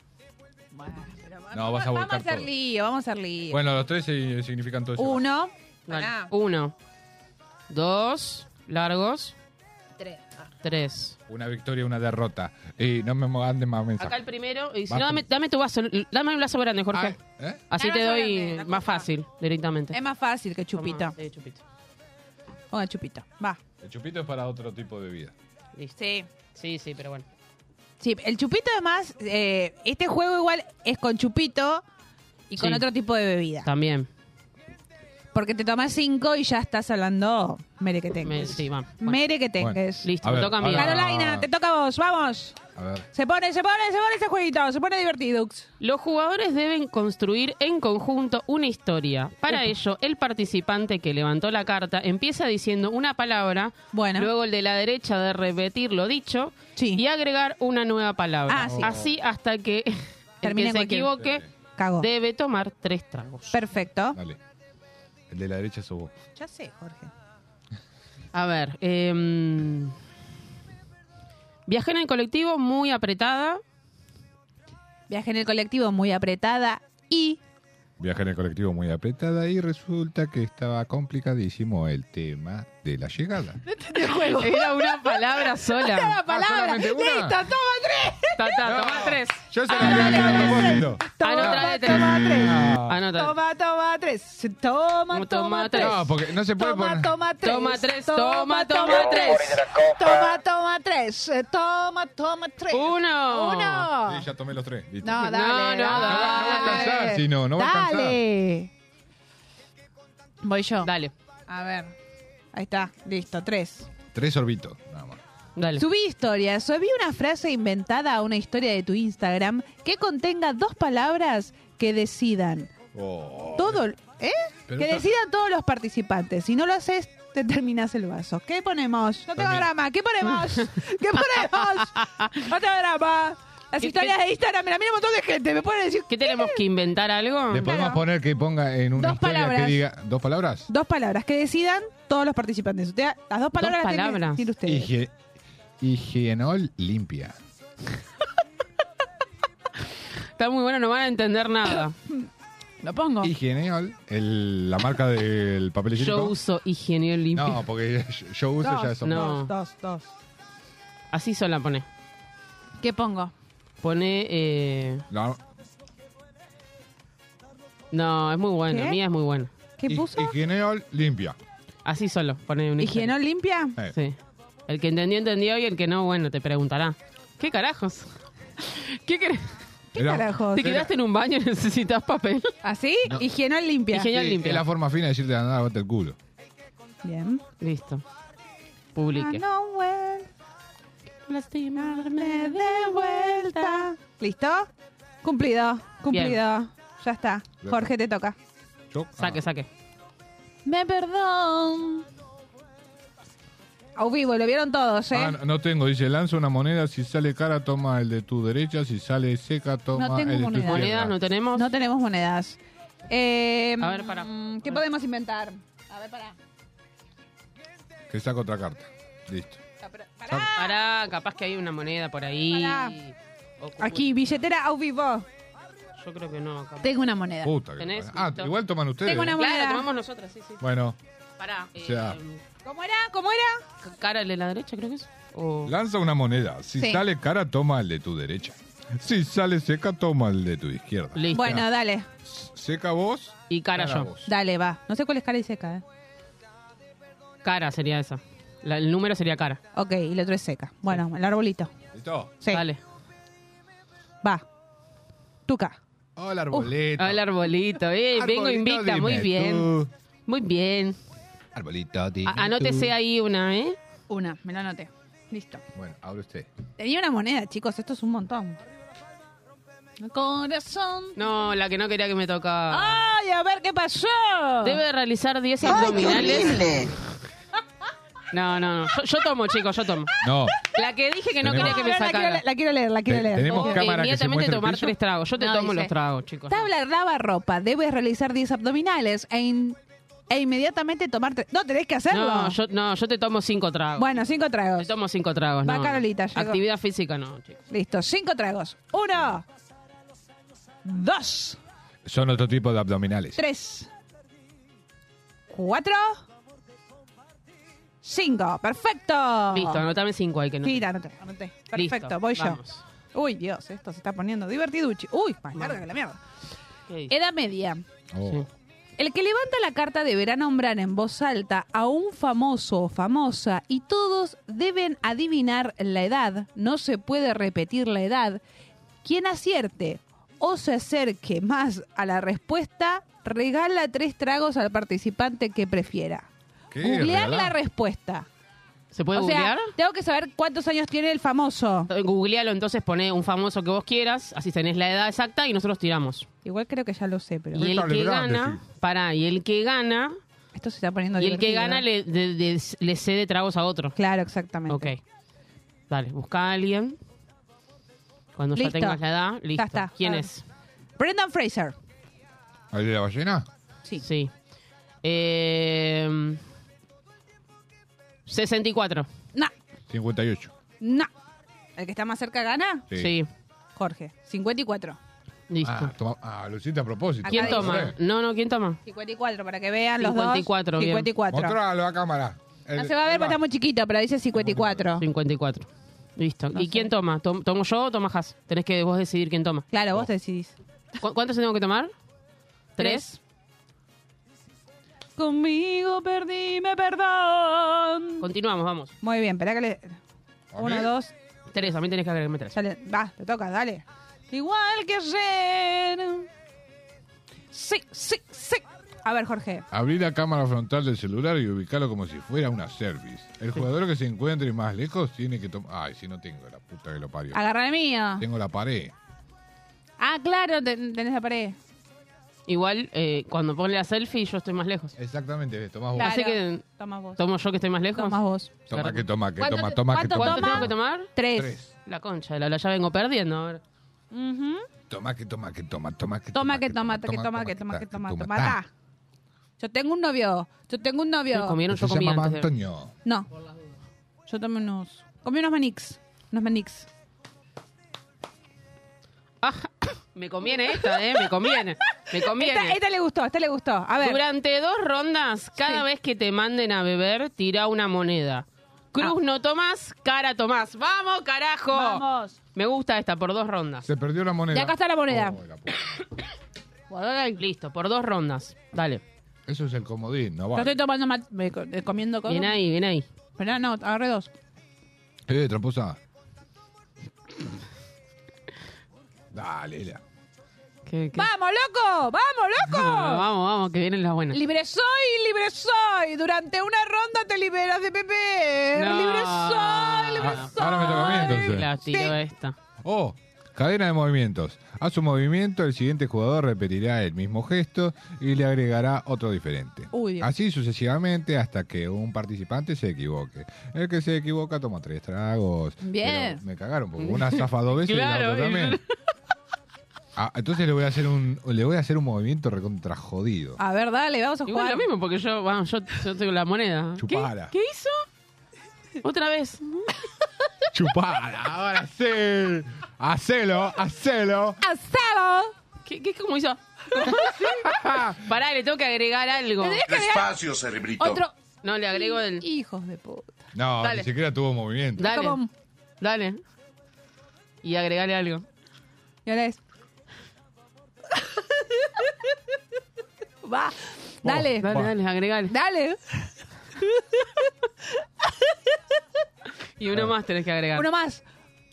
Bueno, pero
No,
Vamos
vas a
a
volcar
hacer
todo.
lío, vamos a hacer lío.
Bueno, los tres eh, significan todo eso.
Uno.
Dale.
Pará.
Uno. Dos. Largos.
Tres. Ah.
Tres.
Una victoria, una derrota. Y no me mandes más
Acá
mensajes.
el primero. Y si
Vas
no,
tú.
dame, dame tu vaso. Dame un lazo grande, Jorge.
¿eh?
Así
Ah,
te
lazo
doy
grande, la
más fácil directamente.
Es más fácil que chupita.
Toma, sí, chupita.
Ponga chupita. Va.
El chupito es para otro tipo de vida.
Sí.
Sí, sí, pero bueno.
Sí, el chupito además, eh, este juego igual es con chupito y con
Sí.
otro tipo de bebida.
También.
Porque te tomas cinco y ya estás hablando mere que
Me-
tengas.
sí, va.
Mere que tengas.
Listo, A me ver, toca a mí. Ah. ahora-
Carolina, te toca a vos, vamos.
A ver.
Se pone, se pone, se pone ese jueguito, se pone divertido.
Los jugadores deben construir en conjunto una historia. Para ello, el participante que levantó la carta empieza diciendo una palabra, luego el de la derecha de repetir lo dicho y agregar una nueva palabra.
Ah, sí.
Así hasta que el
Termina
que se
en cualquier-
equivoque debe tomar tres tragos.
Perfecto.
Dale. El de la derecha es vos.
Ya sé, Jorge.
A ver. em, viajé en el colectivo muy apretada.
Viaje en el colectivo muy apretada y
Viaje en el colectivo muy apretada y resulta que estaba complicadísimo el tema de la llegada.
Era una palabra sola. Ah,
Una palabra.
solamente una.
Listo, toma tres.
Ta, ta, toma tres.
Yo se
Ah,
la
dale, dale.
había
Anotá de tres. Ah. Anotá.
Toma, toma tres. Toma, toma tres.
No, porque no se puede
Toma,
poner.
toma tres.
Toma tres, toma, toma
tres.
tres.
Toma, toma tres. Eh, Toma, toma tres.
Uno.
Uno.
Sí, ya tomé los tres. listo.
No, dale.
No, no,
dale.
dale.
No va a alcanzar, si no, no va a alcanzar.
Dale. Voy yo.
Dale,
A ver. Ahí está. Listo, tres.
Tres orbitos, nada más.
dale.
Subí historia. Subí una frase inventada a una historia de tu Instagram que contenga dos palabras que decidan.
Oh.
Todo, ¿eh?
Pero
que
está-
decidan todos los participantes. Si no lo haces, te terminas el vaso. ¿Qué ponemos? No tengo
Termi-
drama. ¿Qué ponemos? ¿Qué ponemos? No tengo drama. Las
¿Qué-
historias
qué-
de Instagram, me la mira un montón de gente. Me pueden decir
¿Qué tenemos que inventar algo?
Le podemos
Claro.
poner que ponga en una
Dos
historia
palabras.
que diga. ¿Dos palabras?
dos palabras que decidan todos los participantes. Usted- las dos palabras las tienen que
palabras.
decir ustedes.
Higie- Higienol limpia.
Está muy bueno, no van a entender nada.
Lo pongo.
Higienol, el- la marca del papel higiénico.
Yo uso higiene limpia.
No, porque yo, yo uso
Dos,
ya son
no.
Dos,
dos.
dos, dos.
Así sola pone.
¿Qué pongo?
Pone. Eh...
No,
No, es muy bueno.
¿Qué?
Mía es muy buena.
¿Qué
hi-
puso?
Higienol limpia.
Así solo pone una
¿Higienol limpia?
Eh,
Sí. El que entendió, entendió y el que no, bueno, te preguntará. ¿Qué carajos? ¿Qué querés?
¿Qué
era-
carajos?
¿Te quedaste en un baño y necesitas papel?
¿Así?
No.
Higienol limpia.
Higienol-
sí,
limpia.
Es la forma fina de decirte andar a bate el culo.
Bien.
Listo.
I
Publique.
know when lastimarme de vuelta. ¿Listo? Cumplido, cumplido. Ya está. Jorge, te toca.
Yo,
Saque,
ah,
saque.
Me perdón. A vivo, lo vieron todos, ¿eh?
ah, no- no tengo, dice, lanza una moneda, si sale cara toma el de tu derecha, si sale seca toma
No tengo
ah, el de tu
moneda.
izquierda.
Monedas no tenemos.
No tenemos monedas. Eh,
A ver, pará. Ah,
mm, ¿Qué podemos inventar? A ver, pará.
Que saca otra carta. Listo.
Ah, pero- pará.
Pará, capaz que hay una moneda por ahí.
Pará.
O cucu-
Aquí, billetera au vivo.
Yo creo que no. capaz.
Tengo una moneda.
Puta. que-
Tenés,
Ah,
listo.
igual toman ustedes.
Tengo una- moneda.
Claro, tomamos nosotras, sí, sí.
Bueno,
Pará. eh,
sea.
¿Cómo era? ¿Cómo era?
cara el de la derecha, creo que es. O...
lanza una moneda, si
Sí.
sale cara toma el de tu derecha. Si sale seca toma el de tu izquierda.
Listo.
Bueno, dale.
Seca vos,
y cara, yo.
vos.
Dale, va. No sé cuál es cara y seca, ¿eh?
Cara sería esa. La- el número sería cara.
Ok, y el otro es seca. Bueno, el arbolito.
¿Listo?
Sí.
Dale.
Va. Tuca.
Hola, arbolito.
Al arbolito. Eh, vengo
Arbolito,
invicta.
dime
Muy bien.
tú.
Muy bien.
Arbolito, dime
A- anótese
tú.
ahí una, ¿eh?
Una, me la anoté. Listo.
Bueno, ahora usted.
Tenía una moneda, chicos. Esto es un montón. Corazón.
No, la que no quería que me tocara.
¡Ay, a ver qué pasó!
Debe realizar 10 abdominales. No, no, no. Yo, yo tomo, chicos, yo tomo.
No.
La que dije que no quería
Tenemos-
que
No,
me
no, la, quiero,
sacara.
leer, la quiero leer, la quiero
Te-
leer.
tenemos-
O
cámara que se
inmediatamente
muestre el
tomar
piso.
tres tragos. Yo te
No,
tomo
dice-
los tragos, chicos.
Tabla lavarropa. Debes realizar 10 abdominales e, in- e inmediatamente tomarte. No, tenés que hacerlo.
No, yo, no, yo te tomo cinco tragos.
Bueno, cinco
Te
tragos.
tomo cinco tragos.
Va
no,
Carolita,
no.
llegó.
Actividad física no, chicos.
Listo, cinco tragos. Uno. Dos.
Son otro tipo de abdominales.
Tres. Cuatro. Cinco, perfecto.
Listo, anotame cinco ahí que no.
Sí, anoté, anoté.
Listo,
Perfecto, voy yo.
vamos.
Uy, Dios, esto se está poniendo divertiduchi. Uy, más larga que la mierda. Edad media. El que levanta la carta deberá nombrar en voz alta a un famoso o famosa y todos deben adivinar la edad. No se puede repetir la edad. Quien acierte o se acerque más a la respuesta, regala tres tragos al participante que prefiera.
¿Qué?
Googlear
¿Regalar?
la respuesta.
¿Se puede
o sea,
googlear?
tengo que saber cuántos años tiene el famoso.
Googlealo, entonces pone un famoso que vos quieras, así tenés la edad exacta y nosotros tiramos.
Igual creo que ya lo sé, pero...
Y el que gana, pará, y el que gana...
Esto se está poniendo
Y el que
divertido.
gana le, de- de- le cede tragos a otro.
Claro, exactamente.
Ok. Dale, busca a alguien. Cuando
Listo.
ya tengas la edad, listo.
Ya está.
¿Quién
Ah.
es?
Brendan Fraser.
¿El de la ballena?
Sí.
Sí. Eh, 64.
No,
58.
no. ¿El que está más cerca gana?
Sí. Sí.
Jorge, 54.
Listo.
Ah, toma- ah, lo hiciste a propósito.
¿Quién
¿no?
toma?
¿Eh?
No, no, ¿quién toma?
54, para que vean los dos.
54, bien.
54.
Mostralo a cámara.
No se va a ver, porque está muy chiquito, pero dice 54.
54. Listo. ¿Y quién toma? ¿Tom- ¿Tomo yo o toma Has? Tenés que vos decidir quién toma.
Claro, vos decidís.
¿Cu- ¿Cuántos tengo que tomar? ¿Tres?
Conmigo perdíme perdón.
Continuamos, vamos.
Muy bien, espera que le... Uno, dos,
Tres, a mí tenés que agregarme tres.
sale. Va, te toca, dale. Igual que ayer. Sí, sí, sí. A ver, Jorge.
Abrí la cámara frontal del celular y ubicarlo como si fuera una service. El jugador que se encuentre más lejos tiene que tomar. Ay, si no tengo la puta que lo parió.
Agarra el mío.
Tengo la pared.
Ah, claro, ten- tenés la pared.
Igual, eh, cuando ponle la selfie, yo estoy más lejos.
Exactamente, tomás vos.
Claro.
Así que,
Toma vos.
¿tomo yo que estoy más lejos?
Tomás vos.
Toma que toma, que
¿Cuánto
toma,
te-
toma que
cuánto
toma.
toma?
¿Tengo que tomar?
Tres.
Tres.
La concha, de la, la ya vengo perdiendo. ahora.
Ujú.
Toma que toma que toma, toma que
Toma que toma, que toma, que toma, que toma, que toma. Ta. Yo tengo un novio. Yo tengo un novio.
Uy, comieron, yo
Se
comí
llama
antes de-
Antonio.
No. Yo tomé unos. Comí unos manix. Unos manix.
Me conviene esta, ¿eh? Me conviene. Me conviene.
Esta, esta le gustó, esta le gustó. A ver.
Durante dos rondas, cada vez que te manden a beber, tira una moneda.
Ah.
Cruz no tomás, cara tomás. ¡Vamos, carajo!
Vamos.
Me gusta esta, por dos rondas.
Se perdió la moneda.
Y acá está la moneda.
Oh,
Listo, por dos rondas. Dale.
Eso es el comodín, no
Yo
vale.
estoy tomando ma- me co- eh, comiendo cosas.
Bien ahí, bien ahí.
Pero no, agarré dos.
Eh, tramposa. Dale, Ela.
¿Qué- qué?
¡Vamos, loco! ¡Vamos, loco!
Ah, vamos, vamos, que vienen las buenas.
Libre soy, libre soy. Durante una ronda te liberas de Pepe.
No.
Libre soy, libre
Ah,
soy.
Ahora me toca a mí entonces.
La tiró esta.
Oh, cadena de movimientos. A su movimiento, el siguiente jugador repetirá el mismo gesto y le agregará otro diferente.
Uy, Dios.
Así sucesivamente hasta que un participante se equivoque. El que se equivoca toma tres tragos.
Bien.
Pero me cagaron porque una zafa dos veces y la
Claro,
otra
y-
también. Ah, entonces le voy a hacer un le voy a hacer un movimiento recontra jodido.
A ver, dale, vamos a
Igual
jugar.
lo mismo, porque yo, vamos, yo, yo tengo la moneda. ¿Qué,
Chupala.
¿Qué hizo? Otra vez.
Chupala, ahora sí. Hacelo, hacelo.
¡Hacelo!
¿Qué, qué, ¿Cómo hizo? Pará, le tengo que agregar algo.
Despacio, cerebrito.
Otro. No, le agrego el.
Hijos de puta.
No,
Dale.
ni siquiera tuvo movimiento.
Dale.
¿Cómo?
Dale. Y agregale algo.
Y ahora es. Va. Dale.
Oh, Dale, dale, agregale.
Dale.
Y
Ah.
uno más tenés que agregar.
Uno más.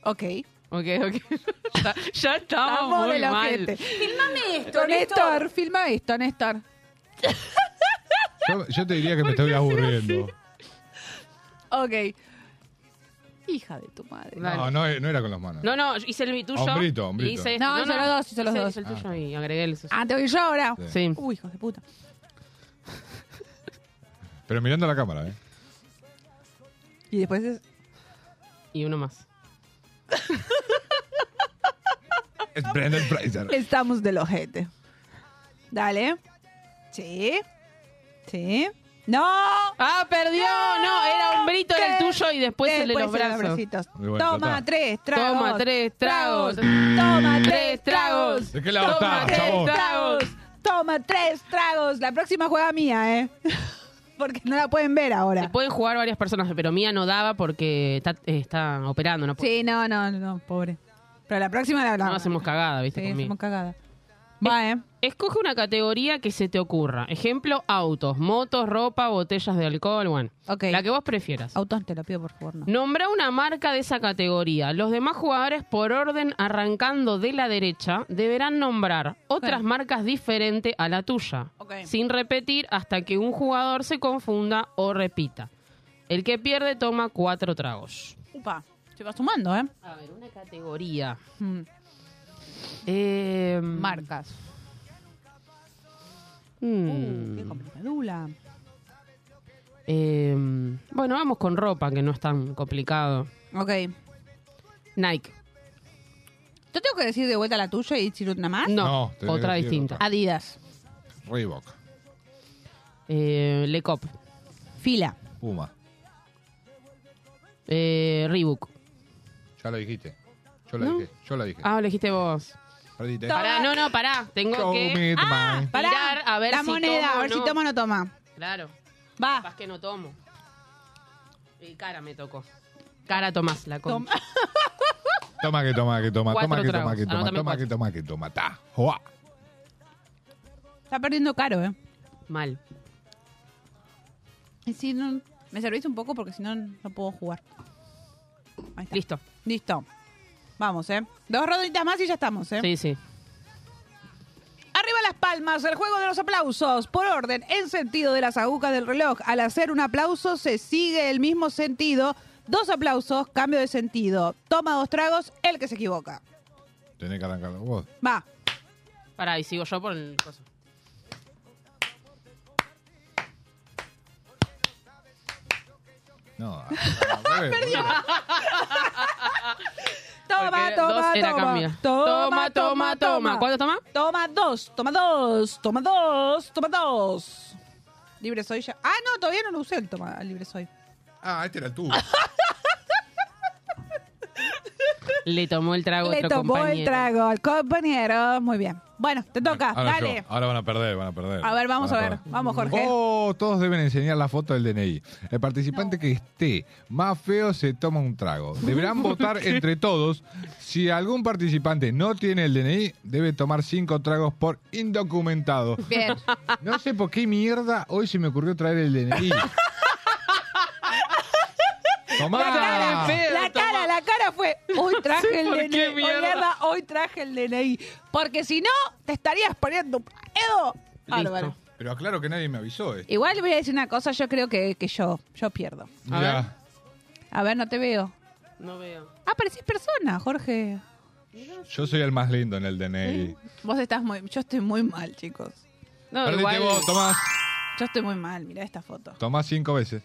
Ok.
Ok, ok. ya, ya estamos
Vamos de
muy
la
mal.
gente.
Filmame esto,
Con Néstor, filma esto, Néstor.
Yo, yo te diría que me estoy aburriendo.
Ok. Hija de tu madre.
No, no, no era con las manos.
No, no, hice el tuyo.
Hombrito, hombrito.
y Hice
No,
este.
hice los dos, hice los dos.
Hice el tuyo y agregué el
Ah, te voy yo ahora.
Sí.
Uy, hijos de puta.
Pero mirando a la cámara, ¿eh?
Y después es.
Y uno más.
Es Brendan Fraser.
Estamos del ojete. Dale. Sí. Sí. ¡No!
¡Ah, perdió! No, era hombrito, era el
¿Qué?
tuyo y después el de los
Después
brazos.
bracitos.
Muy bueno,
Toma
Tata.
tres tragos.
Toma tres tragos.
Toma tres tragos.
¿De qué lado
Toma
está,
tres
chabón?
tragos. Toma tres tragos. La próxima juega mía, ¿eh? porque no la pueden ver ahora.
Pueden jugar varias personas, pero Mía no daba porque está, eh, está operando, no
Sí, no, no, no, pobre. Pero la próxima la hablamos.
No hacemos cagada, ¿viste?
Sí,
Conmigo.
hacemos cagada. Va, ¿eh?
Escoge una categoría que se te ocurra. Ejemplo, autos, motos, ropa, botellas de alcohol, bueno. La que vos prefieras.
Autos te lo pido, por favor, no.
Nombra una marca de esa categoría. Los demás jugadores, por orden arrancando de la derecha, deberán nombrar otras marcas diferentes a la tuya, sin repetir hasta que un jugador se confunda o repita. El que pierde toma cuatro tragos.
Upa, se va sumando, ¿eh?
A ver, una categoría. Em,
Mm. Marcas. Uh, qué complicadula.
Em, bueno, vamos con ropa, que no es tan complicado.
Ok.
Nike.
¿Yo tengo que decir de vuelta la tuya y decir una más?
No, No, tenés otra que decir distinta. otra.
Adidas.
Reebok,
Eh, Le Cop.
Fila.
Puma.
Eh, Reebok.
Ya lo dijiste. Yo la
No.
dije. Yo la dije.
Ah, lo dijiste vos.
Perdiste.
Pará, no, no, pará. Tengo
Show me
que Ah,
the money.
Ah, Pará,
mirar a ver
la
si
moneda,
tomo
a
o
ver
no.
si toma o no toma.
Claro.
Va.
Capaz que no tomo. Y cara me tocó. Cara Tomás, la con.
Toma que toma que toma,
Cuatro
toma que toma
tragos.
que toma,
Anotame
toma que toma que toma, ta. Joa.
Está perdiendo caro, ¿eh?
Mal.
Y si no, me servís un poco porque si no, no puedo jugar. Ahí está.
Listo.
Listo. Vamos, ¿eh? Dos ronditas más y ya estamos, ¿eh?
Sí, sí.
Arriba las palmas, el juego de los aplausos. Por orden, en sentido de las agujas del reloj. Al hacer un aplauso se sigue el mismo sentido. Dos aplausos, cambio de sentido. Toma dos tragos, el que se equivoca.
Tenés que arrancarlo vos.
Va.
Pará, y sigo yo por el coso.
No, al
Ah, Toma, toma,
Porque
revés, boludo.
dos era
toma,
cambio.
toma.
Toma, toma, toma. ¿Cuánto toma?
Toma dos, toma dos, toma dos, toma dos. Libre soy ya. Ah, no, todavía no lo usé el toma libre soy.
Ah, este era el tuyo.
Le tomó el trago a
Le
otro
tomó
compañero.
el trago al compañero. Muy bien. Bueno, te toca,
Ahora yo.
dale.
Ahora van a perder, van a perder.
A ver, vamos a
Van
ver.
perder.
Vamos, Jorge.
Oh, todos deben enseñar la foto del DNI. El participante que esté más feo se toma un trago. Deberán votar entre todos. Si algún participante no tiene el DNI, debe tomar cinco tragos por indocumentado.
Bien.
No sé por qué mierda hoy se me ocurrió traer el DNI.
La cara,
Tomá.
la cara, la cara fue, hoy traje
Sí,
el
¿por qué
DNI, hoy,
mierda?
mierda, hoy traje el DNI. Porque si no, te estarías poniendo un pedo. Bárbaro.
Pero aclaro que nadie me avisó esto.
Igual voy a decir una cosa, yo creo que, que yo, yo pierdo.
Mirá.
A ver, no te veo.
No veo.
Ah, parecís persona, Jorge.
Yo soy el más lindo en el DNI.
Vos estás muy, yo estoy muy mal, chicos.
No,
Perdete
igual.
vos, Tomás.
Yo estoy muy mal, mirá esta foto.
Tomás cinco veces.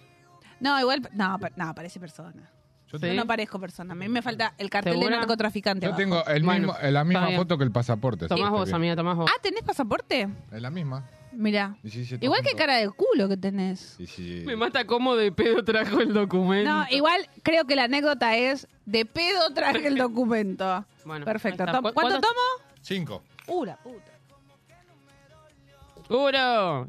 No, igual, no, pa- no, parece persona.
Yo
Yo no parezco persona, a mí me falta el cartel de
¿Segura?
narcotraficante.
Yo
abajo.
tengo el
Bueno,
mismo- la
está
misma
bien.
foto que el pasaporte.
Tomás
así que
vos,
está bien.
amiga, tomás vos.
Ah, ¿tenés pasaporte?
Es la misma.
Mirá.
17
Igual que
juntos.
cara de culo que tenés.
Sí, sí.
Me mata cómo de pedo trajo el documento.
No, igual creo que la anécdota es de pedo traje el documento.
Bueno,
Perfecto.
ahí está.
Tom-
¿Cu-
¿Cuánto
cuántos-
tomo?
Cinco.
Uh, la puta.
Uno, dos.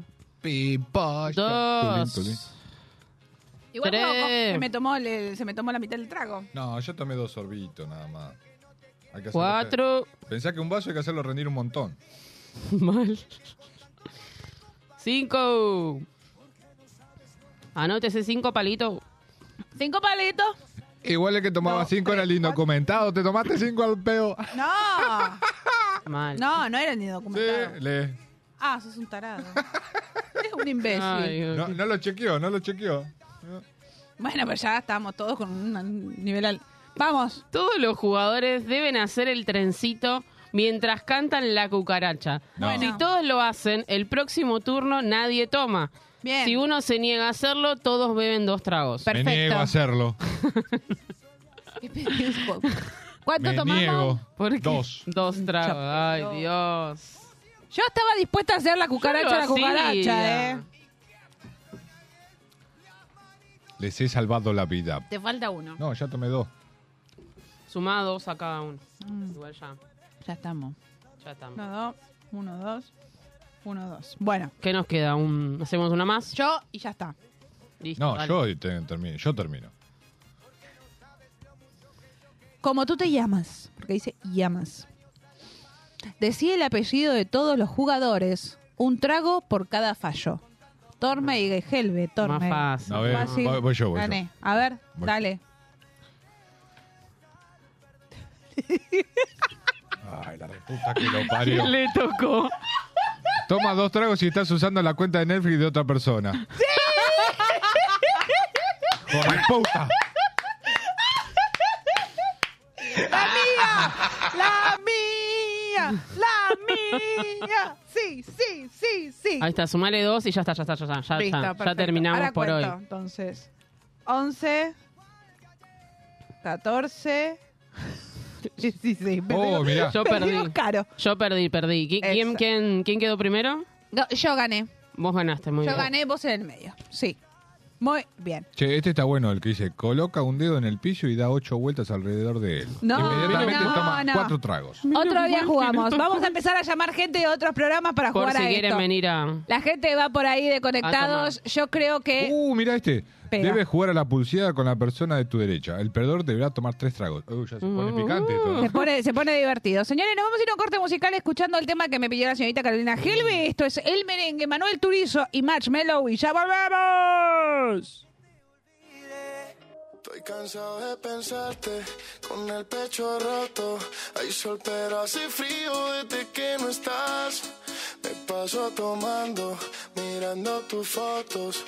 Igual
Tres.
no, se, me tomó el- se me tomó la mitad del trago.
No, yo tomé dos sorbitos nada más. Hay que hacerlo-
Cuatro.
Pensá que un vaso hay que hacerlo rendir un montón.
Mal. Cinco. Anótese cinco palitos.
¿Cinco palitos?
Igual el que tomaba
eh,
cinco era el indocumentado. Te tomaste cinco al peo.
No,
Mal.
no, no era ni documentado.
Sí, le-
Ah, sos un tarado. Eres un imbécil.
Ay, Dios.
No, no lo chequeó, no lo chequeó.
Bueno, pero ya estábamos todos con un nivel al... Vamos.
Todos los jugadores deben hacer el trencito mientras cantan la cucaracha.
No.
Bueno.
Si todos lo hacen, el próximo turno nadie toma.
Bien.
Si uno se niega a hacerlo, todos beben dos tragos.
Perfecto.
Me niego a hacerlo.
¿Qué pedís vos? ¿Cuánto
Me
tomamos?
niego.
¿Por qué?
Dos.
Dos tragos. Ay, Dios.
Yo estaba dispuesta a hacer la cucaracha, la
hacía.
cucaracha, eh.
Les he salvado la vida.
Te falta uno.
No, ya tomé dos.
Sumá dos a
Mm.
cada uno. Igual ya,
Ya estamos.
ya estamos.
Uno, dos. Uno, dos. Uno, dos. Bueno.
¿Qué nos queda? Un, ¿Hacemos una más?
Yo y ya está.
Listo,
No,
dale.
yo te- termino. Yo termino.
Como tú te llamas, porque dice llamas. Decía el apellido de todos los jugadores, un trago por cada fallo. Torme y Helve, Torme.
Más fácil.
A ver,
Fácil.
eh, voy- voy yo, voy yo.
Gané. A ver,
Voy.
dale.
Ay, la puta que lo parió.
Le tocó.
Toma dos tragos y estás usando la cuenta de Netflix de otra persona. ¡Sí! ¡Por puta!
¡La mía! ¡La mía! Sí, sí, sí, sí.
Ahí está, sumale dos y ya está, ya está, ya está. Ya,
Listo,
está. ya
perfecto.
terminamos
Ahora
por
cuento,
hoy.
Entonces, 11, 14, 16. Me
Oh,
digo-
mirá.
Yo
me digo
perdí.
caro.
Yo perdí, perdí. ¿Qui- ¿Quién,
Exacto.
quién, quién quedó primero?
No, yo gané.
Vos ganaste, muy
Yo
bien.
gané, vos en el medio. Sí. Muy bien.
Che, este está bueno, el que dice, coloca un dedo en el piso y da ocho vueltas alrededor de él.
No,
Inmediatamente
no,
toma
no.
cuatro tragos.
Otro día jugamos. Vamos a empezar a llamar gente de otros programas para
Por
jugar
si
a
quieren
esto.
venir a... Ah,
La gente va por ahí de conectados. Yo creo que.
Uh, mira este.
Pega.
Debes jugar a la pulseada con la persona de tu derecha. El perdedor deberá tomar tres tragos. Uy, ya se
Mm.
pone picante todo.
Se pone, se pone divertido. Señores, nos vamos a ir a un corte musical escuchando el tema que me pidió la señorita Carolina Helve. Esto es El Merengue, Manuel Turizo y Marshmallow. Y ya volvemos.
Estoy cansado de pensarte con el pecho roto. Hay sol, pero hace frío desde que no estás. Me paso tomando, mirando tus fotos,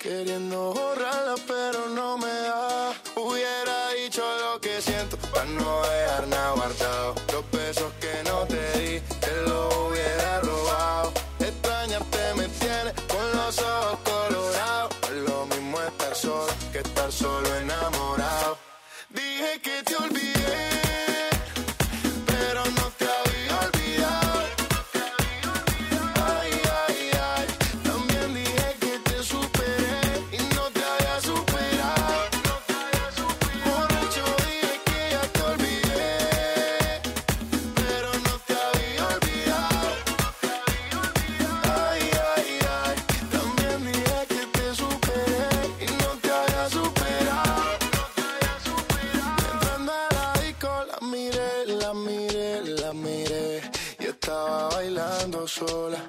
queriendo borrarlas, pero no me da. Hubiera dicho lo que siento para no dejar nada guardado. Los besos que no te di, te los hubiera robado. Extrañarte me tiene con los ojos colorados. No es lo mismo estar solo que estar solo enamorado. Dije que te olvidé, pero no te había olvidado. Ay, ay, ay. También dije que te superé y no te había superado. Por hecho dije que ya te olvidé, pero no te había olvidado. Ay, ay, ay, también dije que te superé y no te había superado. Entrando a la disco la miré, la miré, la miré y estaba bailando sola,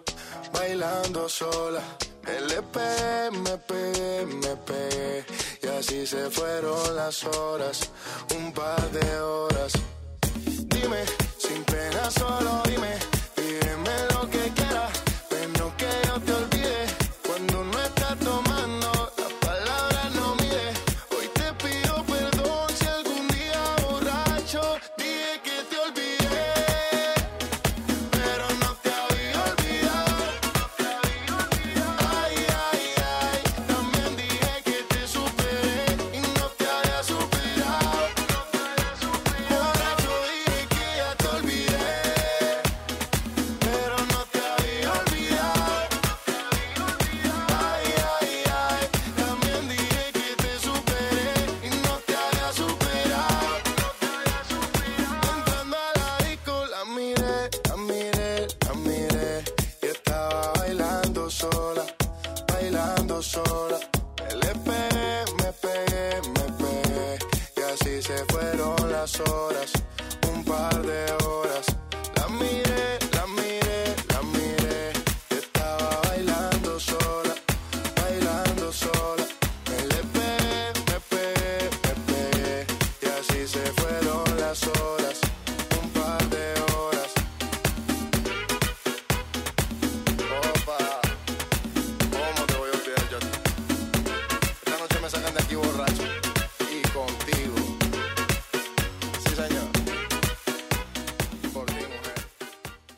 bailando sola. Me le pegué, me pegué, me pegué y así se fueron las horas, un par de horas. Dime, sin pena solo dime, pídeme lo que quieras, pero no que yo te olvide. Cuando no estás tomando, las palabras no mide. Hoy te pido perdón si algún día borracho dije que te olvidé, pero no te había olvidado. Ay, ay, ay, también dije que te superé y no te había superado. Ahora yo dije que ya te olvidé, pero no te había olvidado. Ay, ay, ay, también dije que te superé y no te había superado. Entrando a la disco la miré, la miré, la miré y estaba bailando sola, bailando sola. Me le pegué, me pegué, me pegué y así se fueron las horas, un par de horas. La miré, la miré, la miré y estaba bailando sola, bailando sola. Me le pegué, me pegué, me pegué y así se fueron las horas, un par de horas. Opa, ¿cómo te voy a olvidar yo? Esta noche me sacan de aquí borracho y contigo. Sí, señor. Por ti, mujer.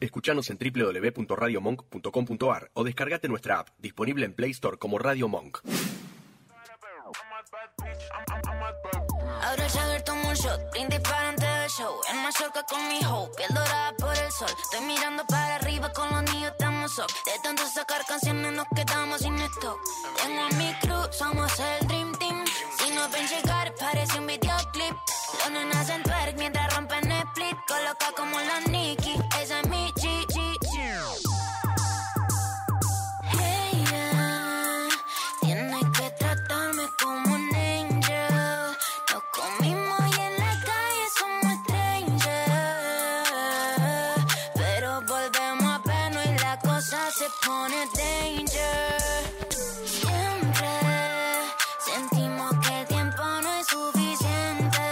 Escuchanos en www.radiomonk.com.ar o descargate nuestra app, disponible en Play Store como Radio Monk.
Ahora ya ver tomo un shot, brindis para antes del show. En Mallorca con mi hoe, piel dorada por el sol. Estoy mirando para arriba con los niños, estamos soft. De tanto sacar canciones nos quedamos sin stock. Tengo a mi crew, somos el Dream Team. Si nos ven llegar, parece un videoclip. Los nenas en twerk mientras rompen el split. Coloca como la Nicki, esa es mi G. Ella tiene que tratarme como un angel. Nos comimos y en la calle somos strangers. Pero volvemos a vernos y la cosa se pone danger. Siempre sentimos que el tiempo no es suficiente.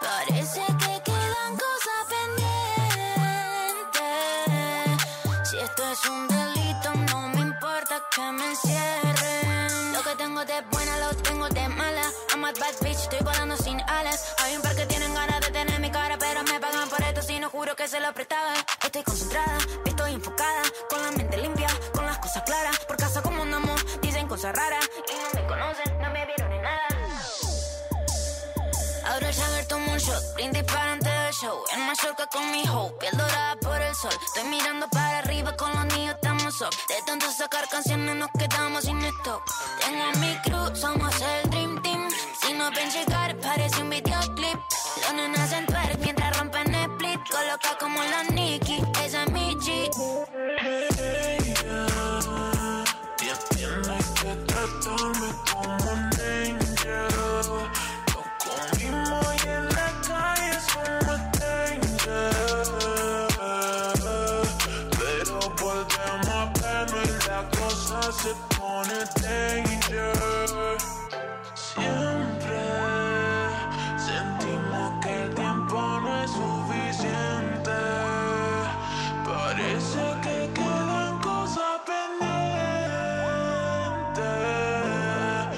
Parece que quedan cosas pendientes. Si esto es un delito, no me importa que me encierren. Lo que tengo de buena lo tengo de mala. I'm a bad bitch, estoy volando sin alas. Hay un par que tienen ganas de tener mi cara, pero me pagan por esto si no juro que se lo prestaba. Estoy concentrada, estoy enfocada, con la mente limpia, con las cosas claras. Por casa como andamos, dicen cosas raras. Y no me conocen, no me vieron en nada. Ahora ya ver tomo un shot, brindis para antes del show. En Mallorca con mi hoe, piel dorada por el sol. Estoy mirando para arriba con los niños, estamos soft. De tanto sacar canciones nos quedamos sin stock. Tengo a mi crew, somos el Dream Team. Si nos ven llegar, parece un videoclip. Los nenas en twerk mientras rompen el split. Coloca como la Nicki, esa es mi G.
Tienes que tratarme como un angel. Comimos y en la calle somos strangers. Pero volvemos a vernos y la cosa se pone danger. Siempre sentimos que el tiempo no es suficiente. Parece que quedan cosas pendientes.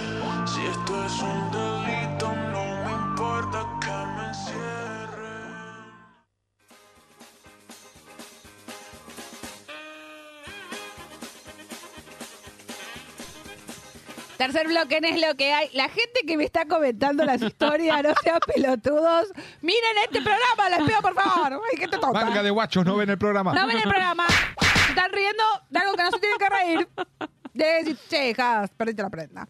Si esto es un delito, no me importa que me encierren.
Tercer bloque en es lo que hay. La gente que me está comentando las historias, no sean pelotudos. Miren este programa, les pido por favor. Ay, gente tonta.
Manga de guachos, no ven el programa.
No ven el programa. Se Están riendo de algo que no se tienen que reír. De decir, che, dejas, perdiste la prenda.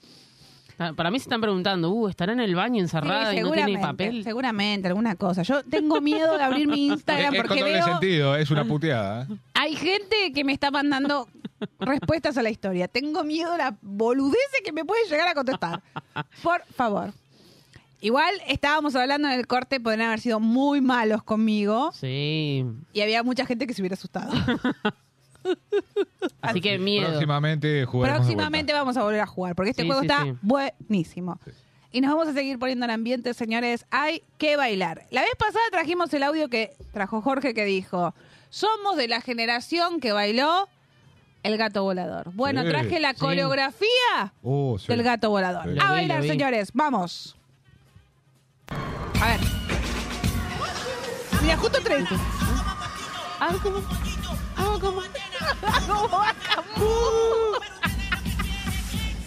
Ah, Para mí se están preguntando, uh, ¿estará en el baño encerrada y no tiene papel?
seguramente, alguna cosa. Yo tengo miedo de abrir mi Instagram
es, es con
porque
doble
veo... Ah.
sentido, es una puteada. ¿eh?
Hay gente que me está mandando respuestas a la historia. Tengo miedo a la boludez que me puede llegar a contestar. Por favor. Igual estábamos hablando en el corte, podrían haber sido muy malos conmigo.
Sí.
Y había mucha gente que se hubiera asustado.
Así que miedo.
Próximamente jugaremos de vuelta.
Próximamente vamos a volver a jugar, porque este
Sí,
juego
sí,
está
sí.
buenísimo. Y nos vamos a seguir poniendo en ambiente, señores. Hay que bailar. La vez pasada trajimos el audio que trajo Jorge que dijo, somos de la generación que bailó el gato volador. Bueno,
Sí,
traje la
sí.
coreografía
Oh, sí.
del gato volador.
Sí.
A
Lo vi,
bailar,
lo vi.
señores. Vamos. A ver. Mira, justo tres. Hago como... Hago como... Hago como...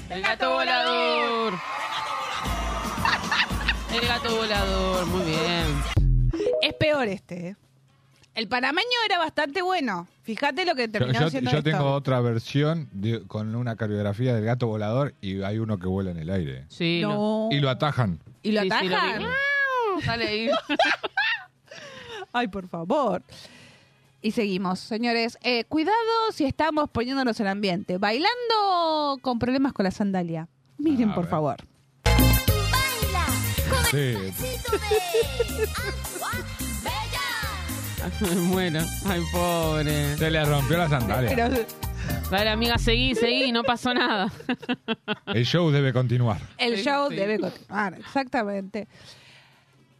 El gato volador. El gato volador, muy bien.
Es peor este. ¿eh? El panameño era bastante bueno. Fíjate lo que
Yo,
terminó
yo-
siendo
yo
esto.
tengo otra versión de- con una coreografía del gato volador y hay uno que vuela en el aire.
Sí.
No.
Y lo atajan.
Y lo
Sí, sí, lo
atajan.
vi. Sale ahí.
Ay, por favor. Y seguimos, señores. Eh, cuidado si estamos poniéndonos en ambiente. Bailando con problemas con la sandalia. Miren,
A
por
ver.
favor.
Sí.
bueno, ay, pobre.
Se le rompió la sandalia.
Dale, amiga, seguí, seguí, no pasó nada.
El show debe continuar.
El
Sí,
show
sí.
debe continuar, exactamente.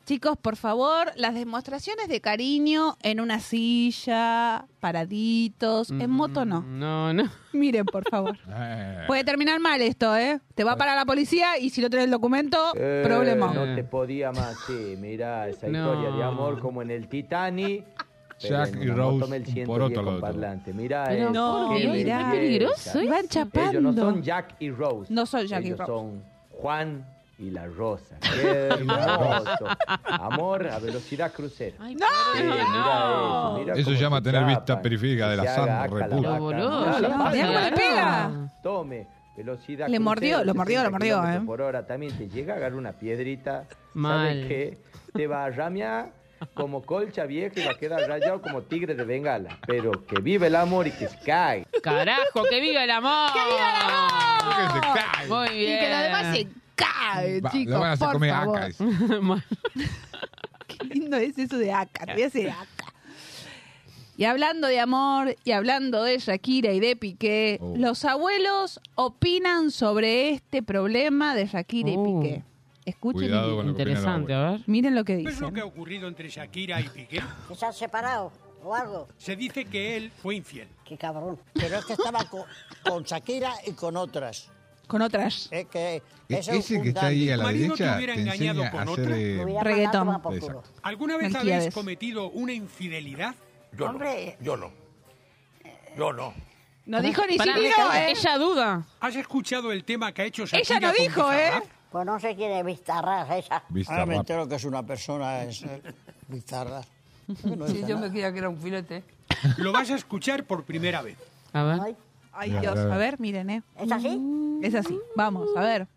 Chicos, por favor, las demostraciones de cariño en una silla, paraditos, en moto no.
No, no.
Miren, por favor.
Eh.
Puede terminar mal esto, ¿eh? Te va para la policía y si no tenés el documento,
Eh,
problema.
No te podía más, sí, mira esa historia de amor como en el Titanic. pero
Jack
en
y
una
Rose,
moto Mel
un
110
poroto al
con
otro.
parlante. Mirá,
Pero
eh,
no,
qué
Dios, mirá,
belleza.
qué peligroso, eh. Van
Ellos no
chapando.
son Jack y Rose.
No son Jack y
Ellos
Rose.
son Juan y la Rosa. Qué hermoso. Amor a velocidad crucero.
No,
Sí, mirá eso, mirá
Eso
cómo
llama
se
tener vista
tapan,
periférica de
que
la
se haga
santa
acá la
república.
vaca.
Boludo,
Mirá la
ya.
vaca.
Mirá cómo le pega.
Tome, velocidad.
Le
crucero,
mordió, lo mordió, lo
60
mordió,
kilómetros
¿eh?
Por hora también te llega a agarrar una piedrita.
Mal.
¿Sabes qué? Te va a ramear como colcha vieja y va a quedar rayado como tigre de bengala. Pero que vive el amor y que se cae.
Carajo, que viva el amor. ¡Que viva el amor!
Que se cae.
Muy bien.
Y que lo demás se cae,
Va,
chicos.
lo van a hacer
por
comer
favor.
acá. eso.
Mal.
Qué lindo es eso de acá, te voy a hacer acá. Y hablando de amor, y hablando de Shakira y de Piqué,
Oh.
los abuelos opinan sobre este problema de Shakira
Oh.
y Piqué. Escuchen y
Cuidado con lo que opina la
Interesante,
abuela.
a ver.
miren lo que
¿Ves lo
dicen.
que ha ocurrido entre Shakira y Piqué?
Que se han separado o algo.
Se dice que él fue infiel.
Qué cabrón. Pero es que estaba co- con Shakira y con otras.
Con otras.
Es que
E-
eso es
Ese
un
que está ahí
dandy.
a la
Marido te
derecha te
hubiera engañado
enseña a
con
hacer
otra.
eh,
Me hubiera
Reggaetón.
mandado a tomar por culo.
Exacto.
¿Alguna vez
Mentiras.
habéis cometido una infidelidad?
Yo no, Hombre.
yo no. Yo no.
No dijo ni
Pará,
siquiera, ¿eh?
Ella duda.
¿Has escuchado el tema que ha hecho Shakira?
Ella no
con
dijo, ¿eh?
Bizarrap?
Pues no sé quién es Vistarras esa.
vista
Ahora Ah, me
rápida.
entero que es una persona, es eh, bizarra.
Sí, yo me creía que era un filete.
Lo vas a escuchar por primera vez.
A ver.
Ay,
Ay,
Mira,
Dios.
a ver.
A ver, miren, ¿eh?
¿Es así?
Es así. Vamos, a ver.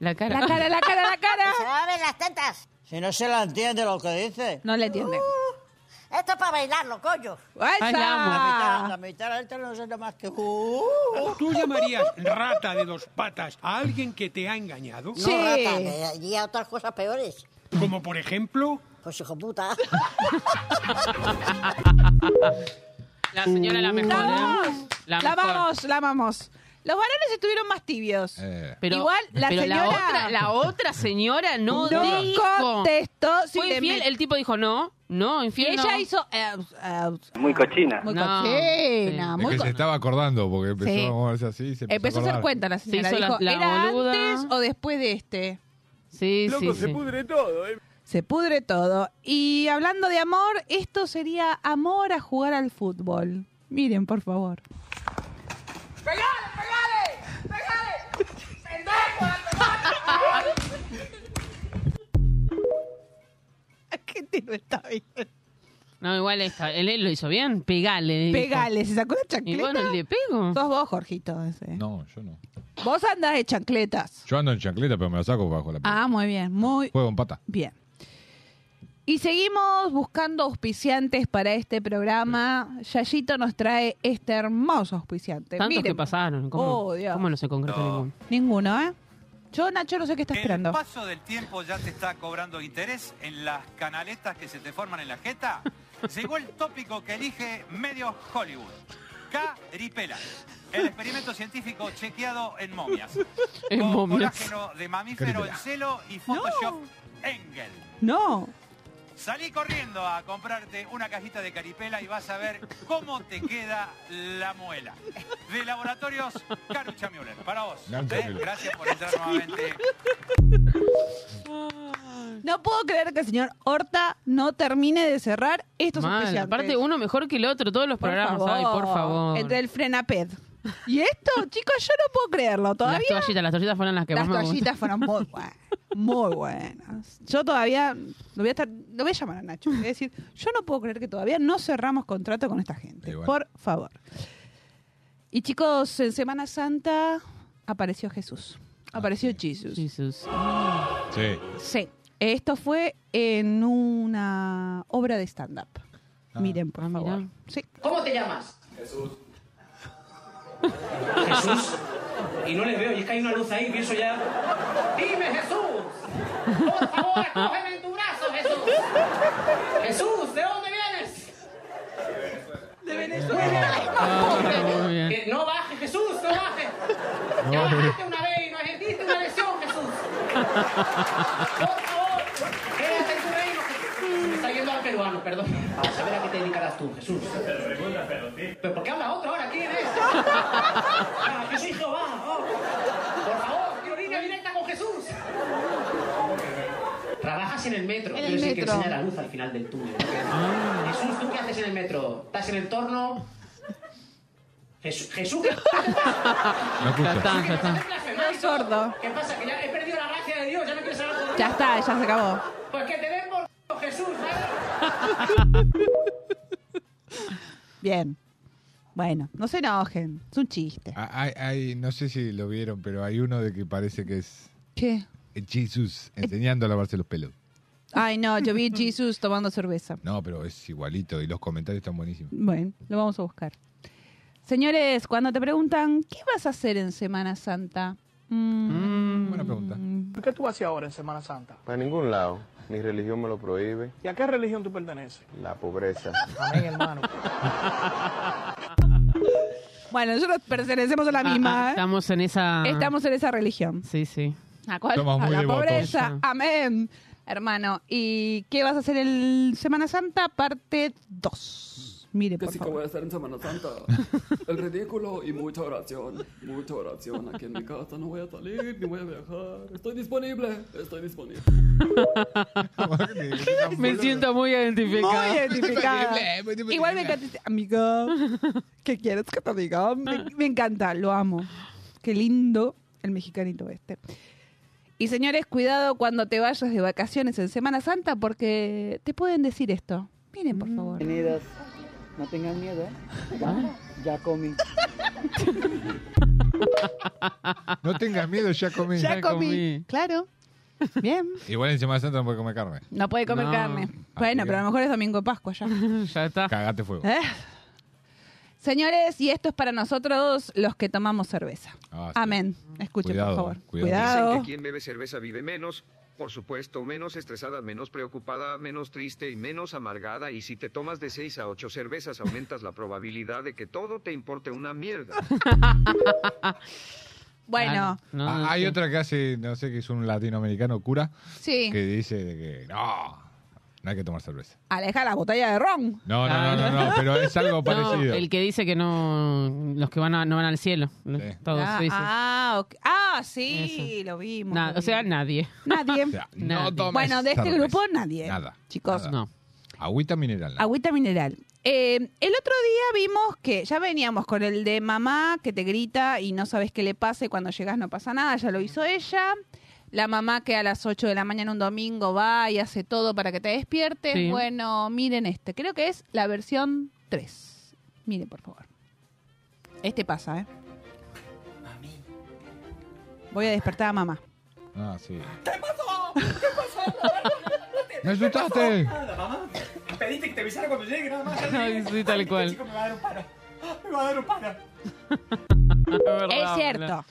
La cara.
La cara, la cara, la cara.
¡Se va a ver las tetas! Uh,
Si no se la entiende lo que dice.
No le entiende.
Esto es para bailarlo, coño.
¡Esa!
Ay, la
La mitad de él no es nada más que... Uh,
¿Tú llamarías rata de dos patas a alguien que te ha engañado?
No, rata, me haría otras cosas peores.
Como por ejemplo...
Pues hijo puta.
La señora la mejor, ¿eh?
La,
mejor.
amamos, la amamos. Los varones estuvieron más tibios.
Eh,
Pero,
Igual, la
pero
señora-
otra, la otra señora no,
No
dijo.
contestó si
Fue
le
infiel.
met-
El tipo dijo no, no,
Y
infiel
ella
no.
hizo... eh, eh,
Muy cochina.
muy
No,
cochina,
sí.
es
muy
que se
co-
estaba acordando porque empezó
Sí.
a moverse así y se empezó,
Empezó a
acordar.
hacer cuenta la señora.
Se hizo la-
Dijo,
la
¿era
boluda".
antes o después de este?
Sí, sí, sí.
pudre todo, ¿eh?
Se pudre todo. Y hablando de amor, esto sería amor a jugar al fútbol. Miren, por favor. ¿Qué tiro está bien?
No, igual esta. Él, él lo hizo bien. Pegale. dijo.
Pegale, se sacó la
Y
chancleta.
bueno, le pego.
Sos vos, Jorgito. ese.
No, yo no.
Vos andás de chancletas.
Yo ando en chancleta, pero me la saco bajo la
Ah, muy bien, muy
Juego en pata.
bien. Y seguimos buscando auspiciantes para este programa. Yayito nos trae este hermoso auspiciante.
Tantos
Miren.
que pasaron. ¿Cómo,
Oh, Dios.
cómo no se concretó ninguno?
Ninguno, ¿eh? Yo, Nacho, no sé qué está esperando.
El paso del tiempo ya te está cobrando interés en las canaletas que se te forman en la jeta. Llegó el tópico que elige medio Hollywood. Caripela. El experimento científico chequeado en momias.
En
Con
momias.
colágeno de mamífero
Caripela.
en celo y Photoshop Engel.
No.
Salí corriendo a comprarte una cajita de caripela y vas a ver cómo te queda la muela. De Laboratorios Carucha Müller. Para vos.
Gran
¿eh?
Caripela.
Gracias por entrar nuevamente.
No puedo creer que el señor Horta no termine de cerrar estos
Mal.
auspiciantes.
Aparte, uno mejor que el otro. Todos los
Por
programas. Ay, por favor.
Entre el frenaped. Y esto, chicos, yo no puedo creerlo.
Las
Todavía
toallitas. Las toallitas fueron las que
las
más me gustaron.
toallitas fueron muy, buenas, Muy buenas. Yo todavía lo voy a estar, lo voy a llamar a Nacho. Es decir, yo no puedo creer que todavía no cerramos contrato con esta gente.
Igual.
Por favor. Y chicos, en Semana Santa apareció Jesús. Apareció Jesús.
Sí.
Sí. Esto fue en una obra de stand-up. Miren, por favor. Sí.
¿Cómo te llamas?
Jesús. Jesús. Y no les veo, y es que hay una luz ahí, pienso ya.
Dime Jesús. Por favor, cógeme en tu brazo, Jesús. Jesús, ¿de dónde vienes? De Venezuela. Ay, no, pobre.
Ah, muy bien.
Que no bajes, Jesús, no bajes. Ya bajaste una vez y nos hiciste una lesión, Jesús. Por favor, quédate en tu reino, Jesús. Me está yendo al peruano, perdón. A saber a qué te dedicarás tú, Jesús. ¿Pero por qué habla otro ahora? ¿Quién es? Ah, yo soy Jehová. oh. Por favor, quiero línea directa con Jesús. Trabajas en el metro.
En
Yo
el
sé que
metro.
enseña la luz al final del túnel.
Ah.
Jesús, ¿tú qué haces en el metro? ¿Estás en el torno? Jesús, Jesús, ¿qué
Ya está, ya está.
Es sordo. ¿Qué pasa? Que ya he perdido la gracia de Dios, ya no quiero saber nada.
Ya está, ya se acabó.
Pues que te den por c- Jesús, ¿sabes?
Bien. Bueno, no se enojen. Es un chiste.
Ah, Hay, hay- no sé si lo vieron, pero hay uno de que parece que es
¿Qué?
Jesús enseñando a lavarse los pelos.
Ay, no, yo vi Jesús tomando cerveza.
No, pero es igualito y los comentarios están buenísimos.
Bueno, lo vamos a buscar. Señores, cuando te preguntan, ¿qué vas a hacer en Semana Santa? Mm.
buena pregunta.
¿Qué tú haces ahora en Semana Santa?
A ningún lado. Mi religión me lo prohíbe.
¿Y a qué religión tú perteneces?
La pobreza.
Amén, hermano.
Bueno, nosotros pertenecemos a la misma. ¿eh?
Ah, Estamos en esa.
Estamos en esa religión.
Sí, sí.
¿A cuál?
Somos
a
muy
la
devotos.
pobreza.
Sí.
Amén. Hermano, ¿y qué vas a hacer en Semana Santa? Parte 2. Mire,
Que
por
sí que
favor.
voy a hacer en Semana Santa. El ridículo y mucha oración. Mucha oración aquí en mi casa. No voy a salir ni voy a viajar. Estoy disponible. Estoy disponible.
Me siento muy identificada.
Muy identificada. Igual me encanta. este- Amiga, ¿qué quieres que te diga? Me, me encanta, lo amo. Qué lindo el mexicanito este. Y señores, cuidado cuando te vayas de vacaciones en Semana Santa porque te pueden decir esto. Miren,
Mm.
por favor.
Bienvenidas. No tengan miedo, ¿eh?
Ah.
Ya, ya comí.
No tengas miedo, ya comí.
Ya comí. Claro. Bien.
Igual en Semana Santa no puede comer carne.
No puede comer
No. Ah,
carne. Bueno, pero a lo mejor es domingo de Pascua ya.
ya está.
Cagate fuego.
Eh. Señores, y esto es para nosotros los que tomamos cerveza.
Ah, sí.
Amén. Escuchen,
Cuidado,
por favor.
Dicen
Cuidado.
que quien bebe cerveza vive menos, por supuesto, menos estresada, menos preocupada, menos triste y menos amargada. Y si te tomas de 6 a 8 cervezas, aumentas la probabilidad de que todo te importe una mierda.
Bueno,
Ah, hay otra que hace, no sé, que es un latinoamericano cura,
sí.
que dice de que no, no hay que tomar cerveza.
Aleja la botella de ron.
No, no, no, no, no, pero es algo parecido.
Ah. el que dice que no. Los que van a- no van al cielo. ¿no? Todos.
Ah,
sí, sí.
ah, ok. Ah, sí, lo vimos.
Na-
lo
o sea, nadie.
vimos. nadie.
no tomes
bueno, de este
cerveza.
grupo nadie.
Nada.
Chicos.
No. Agüita mineral. nada.
Agüita mineral. Eh, el otro día vimos que ya veníamos con el de mamá que te grita y no sabes qué le pasa y cuando llegas no pasa nada, ya lo hizo ella. La mamá que a las 8 de la mañana un domingo va y hace todo para que te despiertes.
Sí.
Bueno, miren este, creo que es la versión 3. Miren, por favor. Este pasa, ¿eh? Voy a despertar a mamá.
Ah, sí.
¡Me
asustaste!
Nada, mamá. Pediste que te avisara cuando llegue, nada más.
Ay, sí, tal
Este
cual.
chico me va a dar un paro. Ah, Me va a dar un paro.
Es cierto.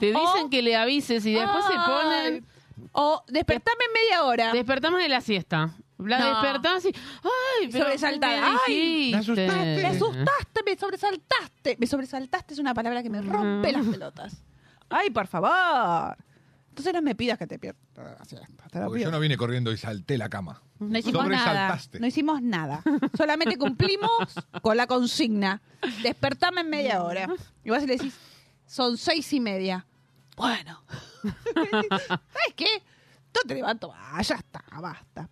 Te dicen que le avises y después se ponen.
O despertame en media hora.
Despertamos de la siesta. La
No.
despertás y. ¡Ay! pero
sobresaltada.
¿qué
Ay, me
dijiste?
asustaste. Me asustaste, me sobresaltaste. Me sobresaltaste es una palabra que me rompe las pelotas. Ay, por favor. Entonces no me pidas que te pierdas.
Porque yo no vine corriendo y salté la cama.
No hicimos nada.
Sobresaltaste.
No hicimos nada. Solamente cumplimos con la consigna. Despertame en media hora. Y vos le decís, son seis y media. Bueno. ¿Sabes qué? No te levanto. Ah, ya está, basta.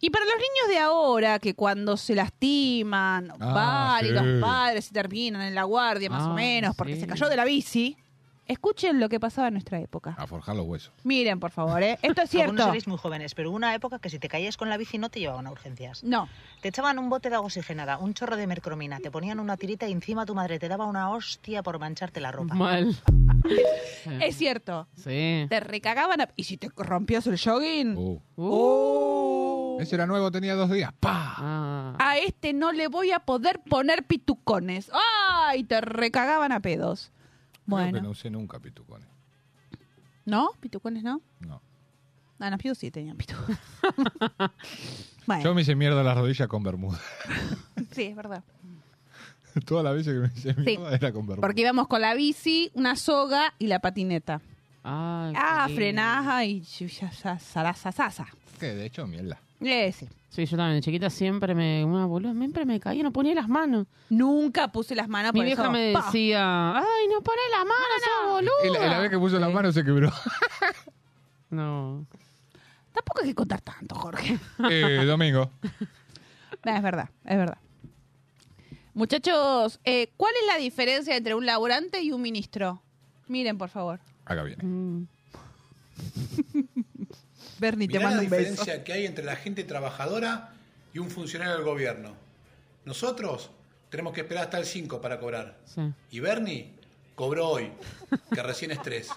Y para los niños de ahora, que cuando se lastiman,
Ah,
van y
sí.
los padres se terminan en la guardia, más
Ah,
o menos, porque
sí.
se cayó de la bici, Escuchen lo que pasaba en nuestra época.
A forjar los huesos.
Miren, por favor, ¿eh? esto
Algunos
es cierto.
seréis muy jóvenes, pero hubo una época que si te caías con la bici no te llevaban a urgencias.
No.
Te echaban un bote de agua oxigenada, un chorro de mercromina, te ponían una tirita y encima tu madre te daba una hostia por mancharte la ropa.
Mal.
Es cierto.
Sí.
Te recagaban a- y si te rompías el jogging.
Uh.
Ese era nuevo, tenía dos días. ¡Pah! Ah.
A este no le voy a poder poner pitucones. ¡Ay! Te recagaban a pedos.
Creo que
Bueno,
no usé nunca pitucones.
¿no? ¿Pitucones no?
No.
Ah, no, yo sí tenía pitucones.
Yo
bueno,
me hice mierda las rodillas con bermuda.
sí, es verdad.
Todas las veces que me hice mierda era con bermuda.
Porque íbamos con la bici, una soga y la patineta. ah, frenada y ya, ya, zaraza, zaza.
Que de hecho, mierda.
Eh, sí.
Sí, yo también, chiquita, siempre me. Una boluda, siempre me caía, no ponía las manos.
Nunca puse las manos
Mi
por
vieja
eso,
me
pa.
decía. ¡Ay, no pones las manos, sos
Y
boluda!
la, y la vez que puso las manos se quebró.
No.
Tampoco hay que contar tanto, Jorge.
Eh, domingo.
No, es verdad, es verdad. Muchachos, eh, ¿cuál es la diferencia entre un laburante y un ministro? Miren, por favor. Mm.
Acá viene.
Bernie, te
Mirá
mando
la
un beso.
diferencia que hay entre la gente trabajadora y un funcionario del gobierno. Nosotros tenemos que esperar hasta el 5 para cobrar.
Sí.
Y Bernie cobró hoy, que recién es 3.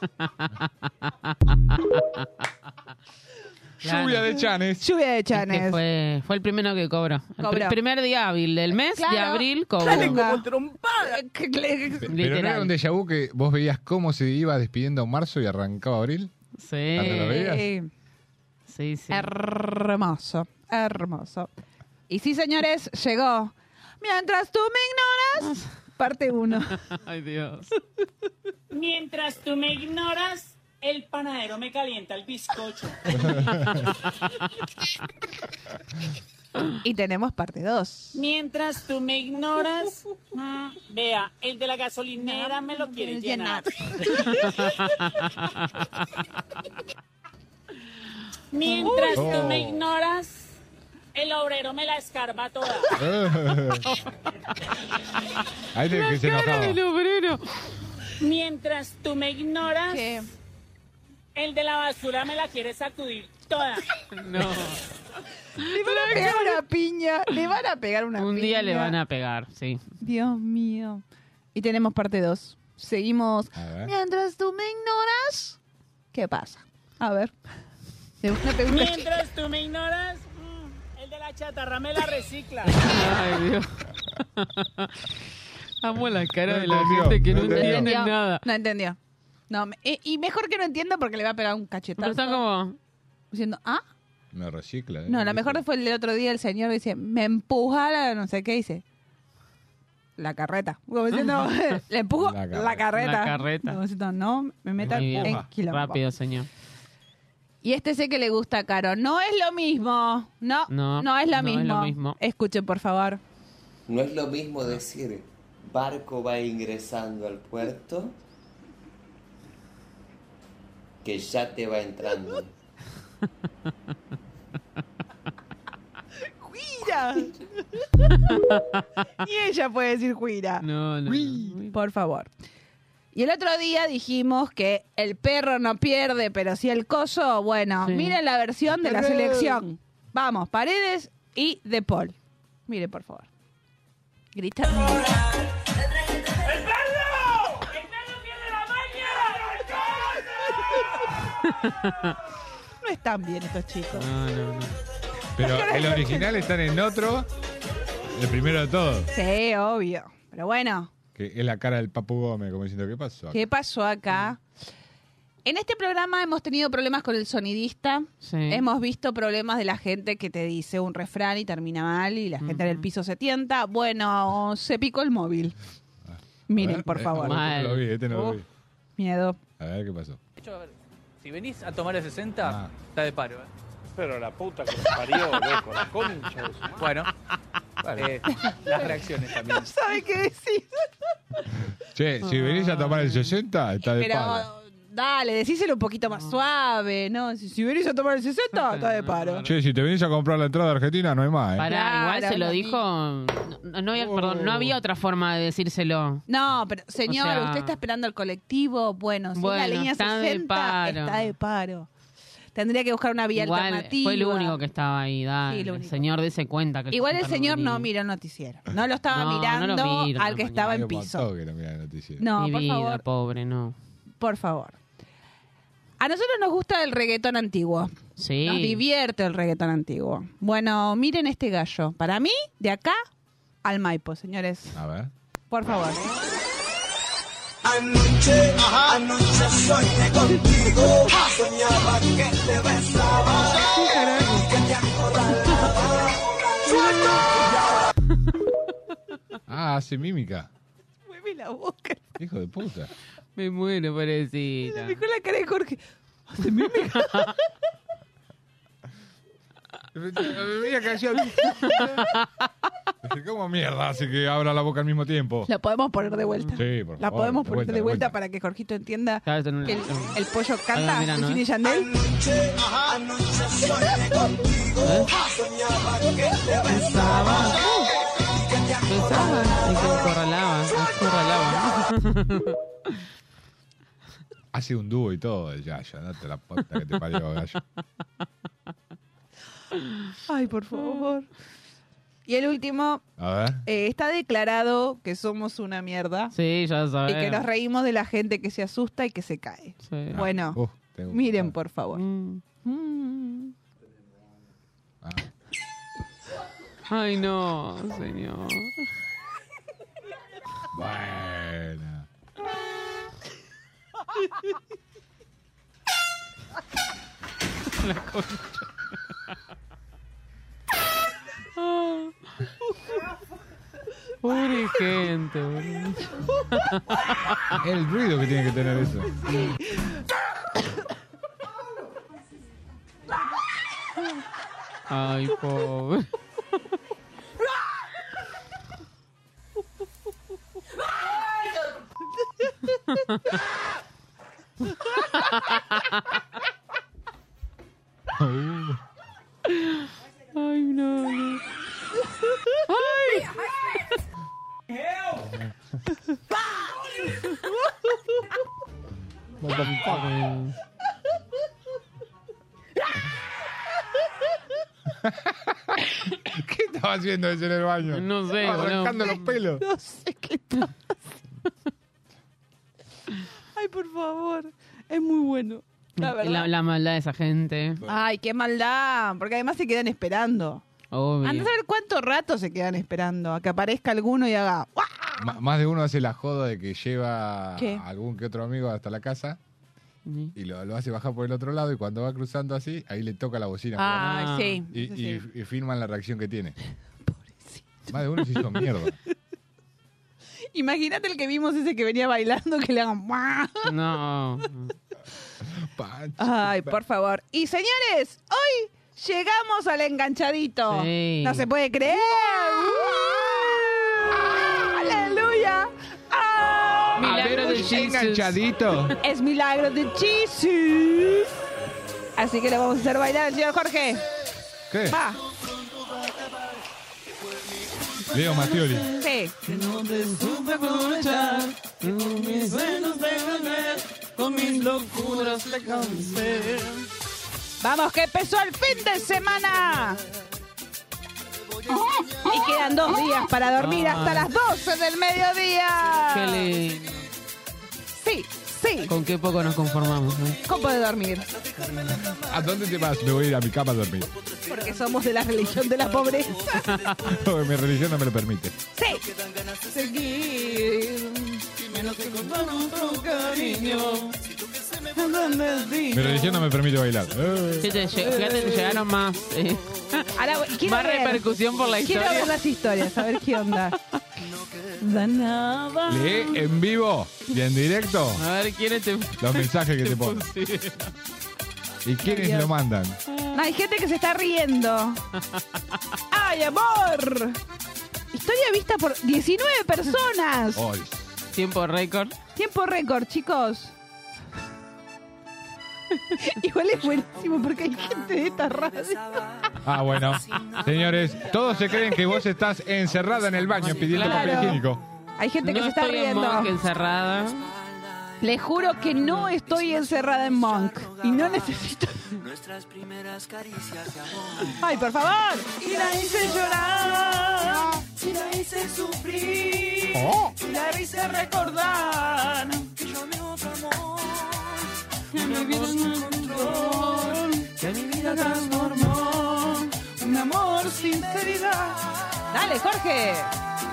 Claro.
Lluvia de chanes.
Lluvia de
Es que fue, fue el primero que cobró. El
Cobró.
pr- primer día hábil del mes de
Claro. Eh,
abril cobró.
Dale como
trompada.
Pe- Pero no era un déjà vu que vos veías cómo se iba despidiendo marzo y arrancaba abril.
Sí.
¿Tanto lo veías?
Eh,
Sí, sí.
Hermoso, hermoso. Y sí, señores, llegó. Mientras tú me ignoras, parte 1.
Ay, Dios.
Mientras tú me ignoras, el panadero me calienta el bizcocho.
Y tenemos parte 2.
Mientras tú me ignoras, mm, vea, el de la gasolinera me lo quiere llenar. Mientras tú
Oh.
me ignoras, el obrero me la escarba toda.
Ah, Ahí te, que se enojaba.
obrero.
Mientras tú me ignoras, el de la basura me la quiere sacudir toda.
No.
Le van a pegar una piña. Le van a pegar una
Un
piña.
día le van a pegar, sí.
Dios mío. Y tenemos parte 2. Seguimos. Mientras tú me ignoras, ¿qué pasa? A ver. De una pregunta
Mientras tú me ignoras, mm, el de la chatarra me la recicla.
Ay, Dios. Amo la cara
No
de la
entendió,
gente que no
no entendió.
entiende
No,
nada.
No entendió. No, me- eh, y mejor que no entienda porque le va a pegar un cachetazo.
Pero está como...
Diciendo, ah,
Me recicla. ¿eh?
no, la mejor fue el del otro día, el señor dice, me empuja la no sé qué, dice, la carreta. Como diciendo, le empujo la, carreta.
La carreta.
Como diciendo, no, me metan
Muy bien.
en quilombo.
Rápido, señor.
Y este sé que le gusta a Caro. No es lo mismo. No, no,
No,
es, lo
no es
mismo.
lo mismo.
Escuchen, por favor.
No es lo mismo decir barco va ingresando al puerto que ya te va entrando.
¡Juira! Ni ella puede decir juira.
No, no.
Por favor. Y el otro día dijimos que el perro no pierde, pero sí el coso. Bueno,
Sí.
miren la versión de la
Arre.
selección. Vamos, Paredes y De Paul. Mire, por favor. Grita. No están bien estos chicos.
No, no, no.
Pero el original está en otro. El primero de todos.
Sí, obvio. Pero bueno,
Que es la cara del Papu Gómez, como diciendo, ¿qué pasó? acá?
¿Qué pasó acá? En este programa hemos tenido problemas con el sonidista.
Sí.
Hemos visto problemas de la gente que te dice un refrán y termina mal y la gente en el piso se tienta. Bueno, se picó el móvil. Miren, por
Eh,
favor. Oh,
este no lo vi, este no lo vi.
Miedo.
A ver qué pasó.
De hecho, a ver, si venís a tomar el 60,
Ah.
está de paro. ¿eh?
Pero la puta que nos parió, loco, la concha. de su madre.
Bueno, eh, las reacciones también.
¿Sabe qué decir?
Che, si venís a tomar el 60, está de
Ah. Pero
palo.
Dale, decíselo un poquito más suave, ¿no? Si, si venís a tomar el 60, está de paro.
Che, si te venís a comprar la entrada de Argentina, no hay más, ¿eh?
Pará, igual
Claro,
se lo
no.
dijo. No, no había, perdón, no
Oh.
había otra forma de decírselo.
No, pero señor,
O sea-
usted está esperando al colectivo. Bueno, si
Bueno,
la línea
está de
60
paro.
está de paro. Tendría que buscar una vía
Igual
alternativa.
fue el único que estaba ahí. dale,
Sí, el
el
único.
señor dice cuenta que.
Igual el
juntaron
señor no
ahí.
miró el noticiero. No lo estaba
No, no
mirando
lo mira,
al que estaba en
Hay un
piso.
montón que no miran la noticia.
No,
Mi
por
vida,
favor.
pobre, no.
Por favor. A nosotros nos gusta el reggaetón antiguo.
Sí.
Nos divierte el reggaetón antiguo. Bueno, miren este gallo. Para mí, de acá al Maipo, señores.
A ver.
Por favor.
Anoche, anoche soñé contigo. Soñaba que te besaba. Que te acorralaba.
Ah, hace mímica.
Mueve la boca.
Hijo de puta.
Me muero, pobrecita.
Con la cara de Jorge.
¿Cómo mierda hace que abra la boca al mismo tiempo?
La podemos poner de vuelta.
Sí, por favor.
La podemos poner de vuelta, para que Jorgito entienda
Claro, esto no-
que el, el pollo canta
Ah, mira, ¿no?
Wisin y Yandel.
Anoche soñé contigo.
¿Eh?
Soñaba que te besaba. Que te
Pensaba y que acorralaba, acorralaba.
Hace un dúo y todo el Yaya. Date la puta que te parió, gallo.
Ah, Ay, por favor. Ah. Y el último,
A ver.
eh, está declarado que somos una mierda
Sí, ya
y
sabes.
que nos reímos de la gente que se asusta y que se cae.
Sí.
Bueno,
Uh, tengo-
miren, por favor.
Mm.
Mm.
Ah,
Ay, no, señor.
Bueno.
La concha. Pobre gente, boludo.
El ruido que tiene que tener eso.
Ay, pobre. Ay, no. no. Ay.
¿Qué estaba haciendo ese en el baño?
No sé,
Estaba
boludo.
Arrancando los pelos.
No sé qué está Ay, por favor. Es muy bueno.
Mm.
La verdad.
La, la maldad de esa gente.
Ay, qué maldad. Porque además se quedan esperando.
Obvio.
Andá a saber cuánto rato se quedan esperando a que aparezca alguno y haga. "Uah".
M- más de uno hace la joda de que lleva
¿Qué?
a algún que otro amigo hasta la casa y lo, lo hace bajar por el otro lado y cuando va cruzando así, ahí le toca la bocina.
Ay,
Ah.
sí,
Y,
eso
y- y filman la reacción que tiene. Más de uno se hizo mierda.
Imagínate el que vimos ese que venía bailando que le hagan. "Uah".
No.
Ay, por favor. Y señores, hoy llegamos al enganchadito.
Sí.
No se puede creer. ¡Ah! Aleluya. ¡Ah!
Milagro de Jesus.
Enganchadito.
Es milagro de Jesus. Así que le vamos a hacer bailar al señor Jorge.
¿Qué?
Va.
Leo Mattioli.
Sí.
Con mis senos de beber, con mis locuras te cansé.
Vamos, que empezó el fin de semana. Y quedan dos días para dormir hasta
Ay.
las 12 del mediodía.
Qué lindo.
Sí, sí.
Con qué poco nos conformamos. ¿no?
¿Cómo puede dormir?
¿A dónde te vas? Me voy a ir a mi cama a dormir.
Porque somos de la religión de la pobreza.
Porque mi religión no me lo permite.
Sí.
Seguir, que no te contaron otro cariño.
Mi religión no me permite bailar. Eh.
Sí, te lle- fíjate, te llegaron más. eh,
Ahora, quiero
más
ver.
repercusión por la historia.
Quiero ver las historias, a ver qué onda. Danaba.
Lee en vivo y en directo
A ver quiénes te.
los mensajes que te ponen. ¿Y quiénes lo mandan?
No, hay gente que se está riendo. ¡Ay, amor! Historia vista por 19 personas.
Hoy.
Tiempo récord.
Tiempo récord, chicos. Igual es buenísimo porque hay gente de esta radio.
Ah, bueno. Señores, todos se creen que vos estás encerrada en el baño pidiendo
Claro.
papel higiénico.
Hay gente que
No
se está
estoy en
riendo.
Monk encerrada.
Les juro que no estoy encerrada en Monk. Y no necesito.
Nuestras primeras caricias de amor.
¡Ay, por favor!
Y la hice llorar, si la hice sufrir,
Oh.
si la hice recordar que yo me otro amor, que me vino sin control, que mi vida transformó, un amor sinceridad.
Dale, Jorge.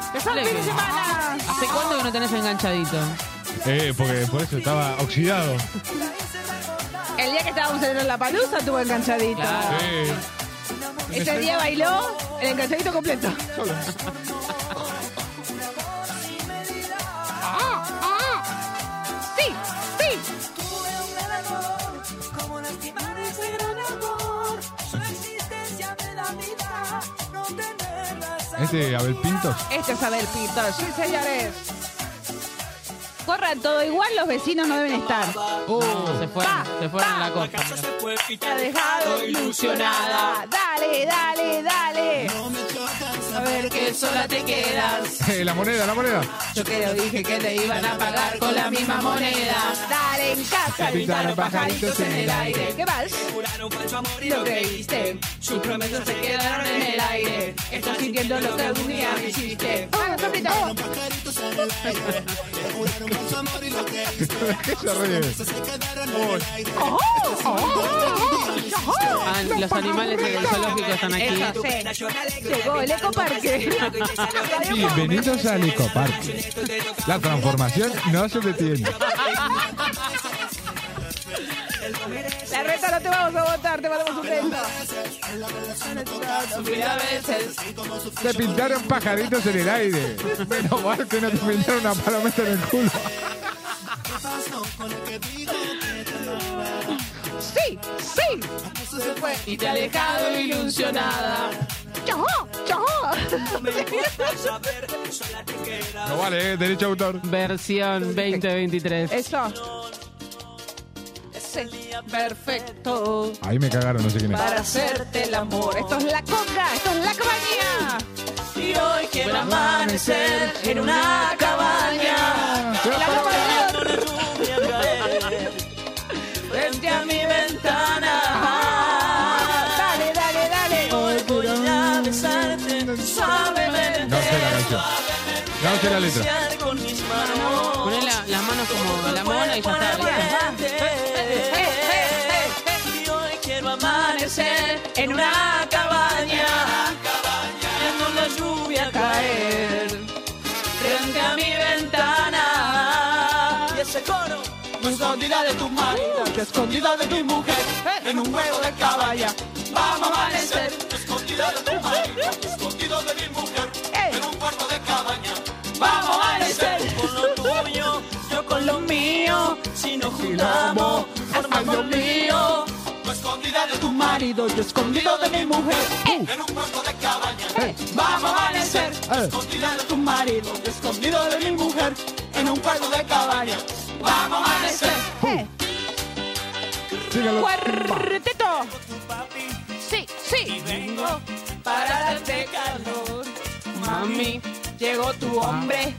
¡Empezó el
Dale,
fin de
que-
semana!
¿Hace cuánto que no tenés enganchadito?
Eh, porque por eso estaba oxidado.
El día que estábamos en la palusa tuvo enganchadito.
Eh,
Ese día bailó el enganchadito completo. Ah, ah. Sí, sí.
Tuve un gran amor, como lastimar ese gran amor, su existencia me da vida, no tenerla
Este Abel Pintos.
Este es Abel Pintos, sí señores. Corran todo igual, los vecinos no deben estar.
Se fueron, se fueron a la costa.
Te ha dejado ilusionada. Dale, dale, dale. A ver que sola te quedas.
Eh, la moneda, la moneda.
Yo te lo dije que te iban a pagar con la misma moneda. Dale en casa,
Gritaron pajaritos en el aire.
¿Qué más?
Juraron falso amor y lo creíste. Sus promesas se quedaron en el aire. Estás sintiendo lo que algún día me hiciste.
Vamos, Pablito.
Juraron pajaritos en el aire. Juraron falso amor y lo creíste.
¿Qué se ríe?
Oh,
Ah, los animales en el zoológico están aquí.
Eso sí. Llegó el ecoparque.
Bienvenidos al Ecoparque. La transformación no se detiene.
La reta no te vamos a votar, te mandamos un beso.
Sufrir a veces.
Te pintaron pajaritos en el aire. Menos mal que no te pintaron una palometa en el culo.
¿Qué pasó con el que dijo que te amaba?
Sí, sí.
Eso se fue
Y te ha dejado ilusionada. Chao, chao.
No vale, eh, derecho a autor.
Versión 2023.
Eso. Sí, perfecto.
Ahí me cagaron, no sé quién es.
Para hacerte el amor. Esto es la conga, esto es la compañía.
Y hoy quiero amanecer en una cabaña.
La loma
Bailando la lluvia bebé, frente a mi ventana.
Ah, Dale, dale, dale.
Hoy voy a besarte suavemente.
No sé la canción. No sé la letra.
Acariciar con mis manos.
Poné la- las manos como la mona y ya está. listo.
Y hoy quiero amanecer en una cabaña, viendo la lluvia caer frente a mi ventana. Y ese coro, no escondida de tu marido, escondida de tu mujer, en un huevo de caballa. Vamos a amanecer, escondida de tu marido, escondido de mi mujer, en un cuarto de cabaña. Vamos a amanecer con lo tuyo, yo con lo mío, si nos juntamos, formando lo mío. Tú escondida de tu marido, yo escondido de mi mujer,
Eh.
en un cuarto de cabaña. Vamos a amanecer, escondida de tu marido, yo escondido de mi mujer, en un cuarto de cabaña. Vamos a amanecer.
Eh.
Uh.
Sígalo.
Cuarteto. Sí, sí.
Vengo para darte calor, mami. Llegó tu hombre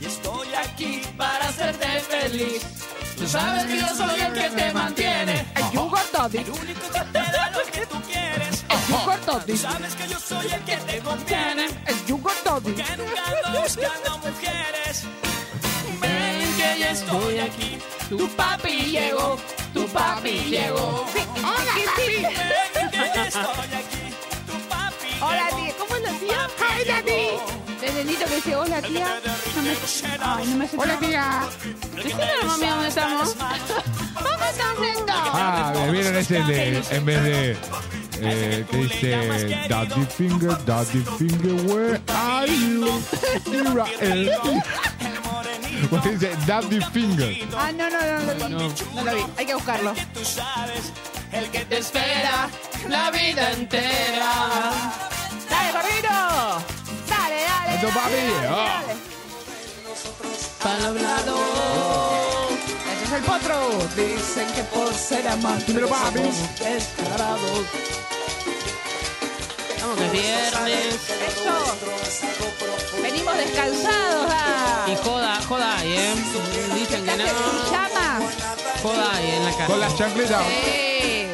y estoy aquí para hacerte feliz. Tú sabes que yo soy el que te mantiene,
El yugo toddy.
único que te da lo que tú quieres.
El yugo
Tú
toddy.
sabes que yo soy el que te contiene,
El yugo toddy.
que nunca ando buscando mujeres. Ven que ya estoy aquí, tu papi llegó, tu papi llegó.
Sí, sí, sí.
Ven que ya estoy aquí, tu papi llegó.
Hola, tía. ¿Cómo es la tía? Ay, la tía. El nenito que dice hola, tía. No me... Ay, no me hace- Hola, tía.
Decime a la mami dónde estamos.
Vamos a un
Ah, me vieron ese de. En vez de. Eh, que dice. Daddy finger, daddy finger, where are you? Here I am. Porque dice daddy finger.
Ah, no, no, no, no lo vi. No lo vi. Hay que buscarlo.
Tú sabes, el que te espera la vida entera.
¡Dale, Corvino! ¡Dale, dale!
Eso, papi.
dale, dale,
Ah.
dale.
Para hablado,
Eso es
es el potro.
Dicen que por ser amantes
Dímelo, papi.
somos descarados.
Vamos que es viernes.
Venimos descansados. ah.
Y joda, joda ahí, ¿eh? Dicen que no.
Llama.
Joda ahí en la cara.
Con las chancletas.
Sí.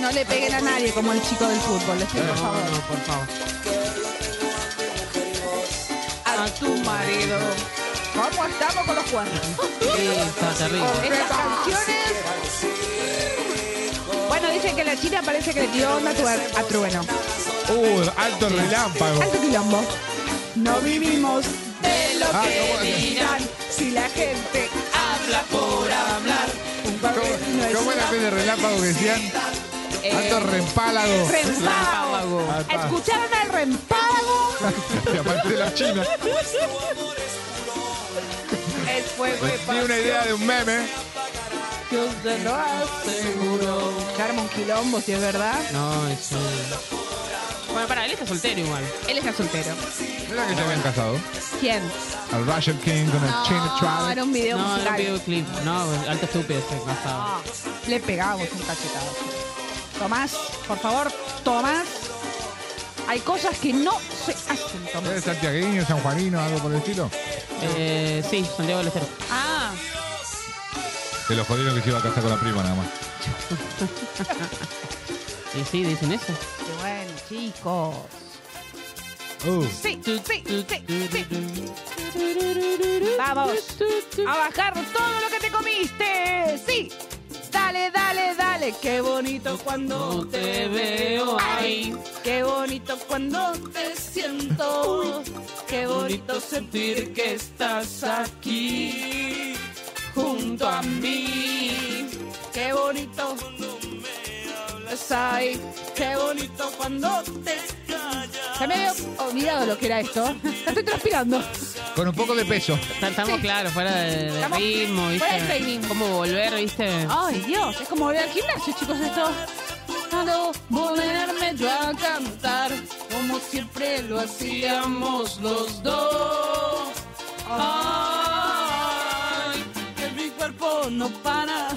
No le peguen a nadie como el chico del fútbol, les pido por favor.
No, por favor.
A tu marido. ¿Cómo estamos con los cuernos?
Eh,
Está terrible.
Estas canciones. Bueno, dicen que la China parece que le tiró onda a tu- a Trueno.
Uh, alto relámpago.
Alto quilombo. No vivimos de lo
Ah,
que
¿cómo es?
dirán si la gente habla por hablar. Un
¿Cómo, cómo era vez de relámpago que decían?
Eh,
Alto rempálago.
Rempálago.
Ah, está.
¿Escucharon al rempálago?
Y aparte de la China.
Es fuego y
Tiene una idea de un meme.
Yo te lo aseguro. Carmen Quilombo, si es verdad.
No, eso. Bueno, para, él está soltero igual.
Él está soltero.
¿Era que se habían casado?
¿Quién?
Al Roger King con el China
No,
Travis.
era un video
No, no
musical. Ah.
pido el clip. No, alto estúpido este casado.
Le pegamos un cachetado. Tomás, por favor, Tomás. Hay cosas que no se hacen, Tomás.
¿Eres santiagueño, sanjuanino, algo por el estilo?
Eh, sí, Santiago del Estero.
Ah,
Que lo jodieron que se iba a casar con la prima nada más.
Y sí, dicen eso.
qué bueno, chicos.
Uh,
Sí, sí, sí, sí. Vamos a bajar todo lo que te comiste. Sí. Dale, dale, dale. Qué bonito cuando te veo ahí. Qué bonito cuando te siento. Qué bonito sentir que estás aquí junto a mí. Qué bonito es ahí. Qué bonito cuando te Ya me había olvidado lo que era esto. Estoy transpirando.
con un poco de peso.
Está- Estamos
Sí.
claros, fuera de, de
Estamos
ritmo, ¿viste?
fuera de training.
¿Cómo volver, viste?
Ay, Dios, es como volver al gimnasio, chicos, esto. Quiero volverme yo a cantar como siempre lo hacíamos los dos. Ay, que mi cuerpo no para.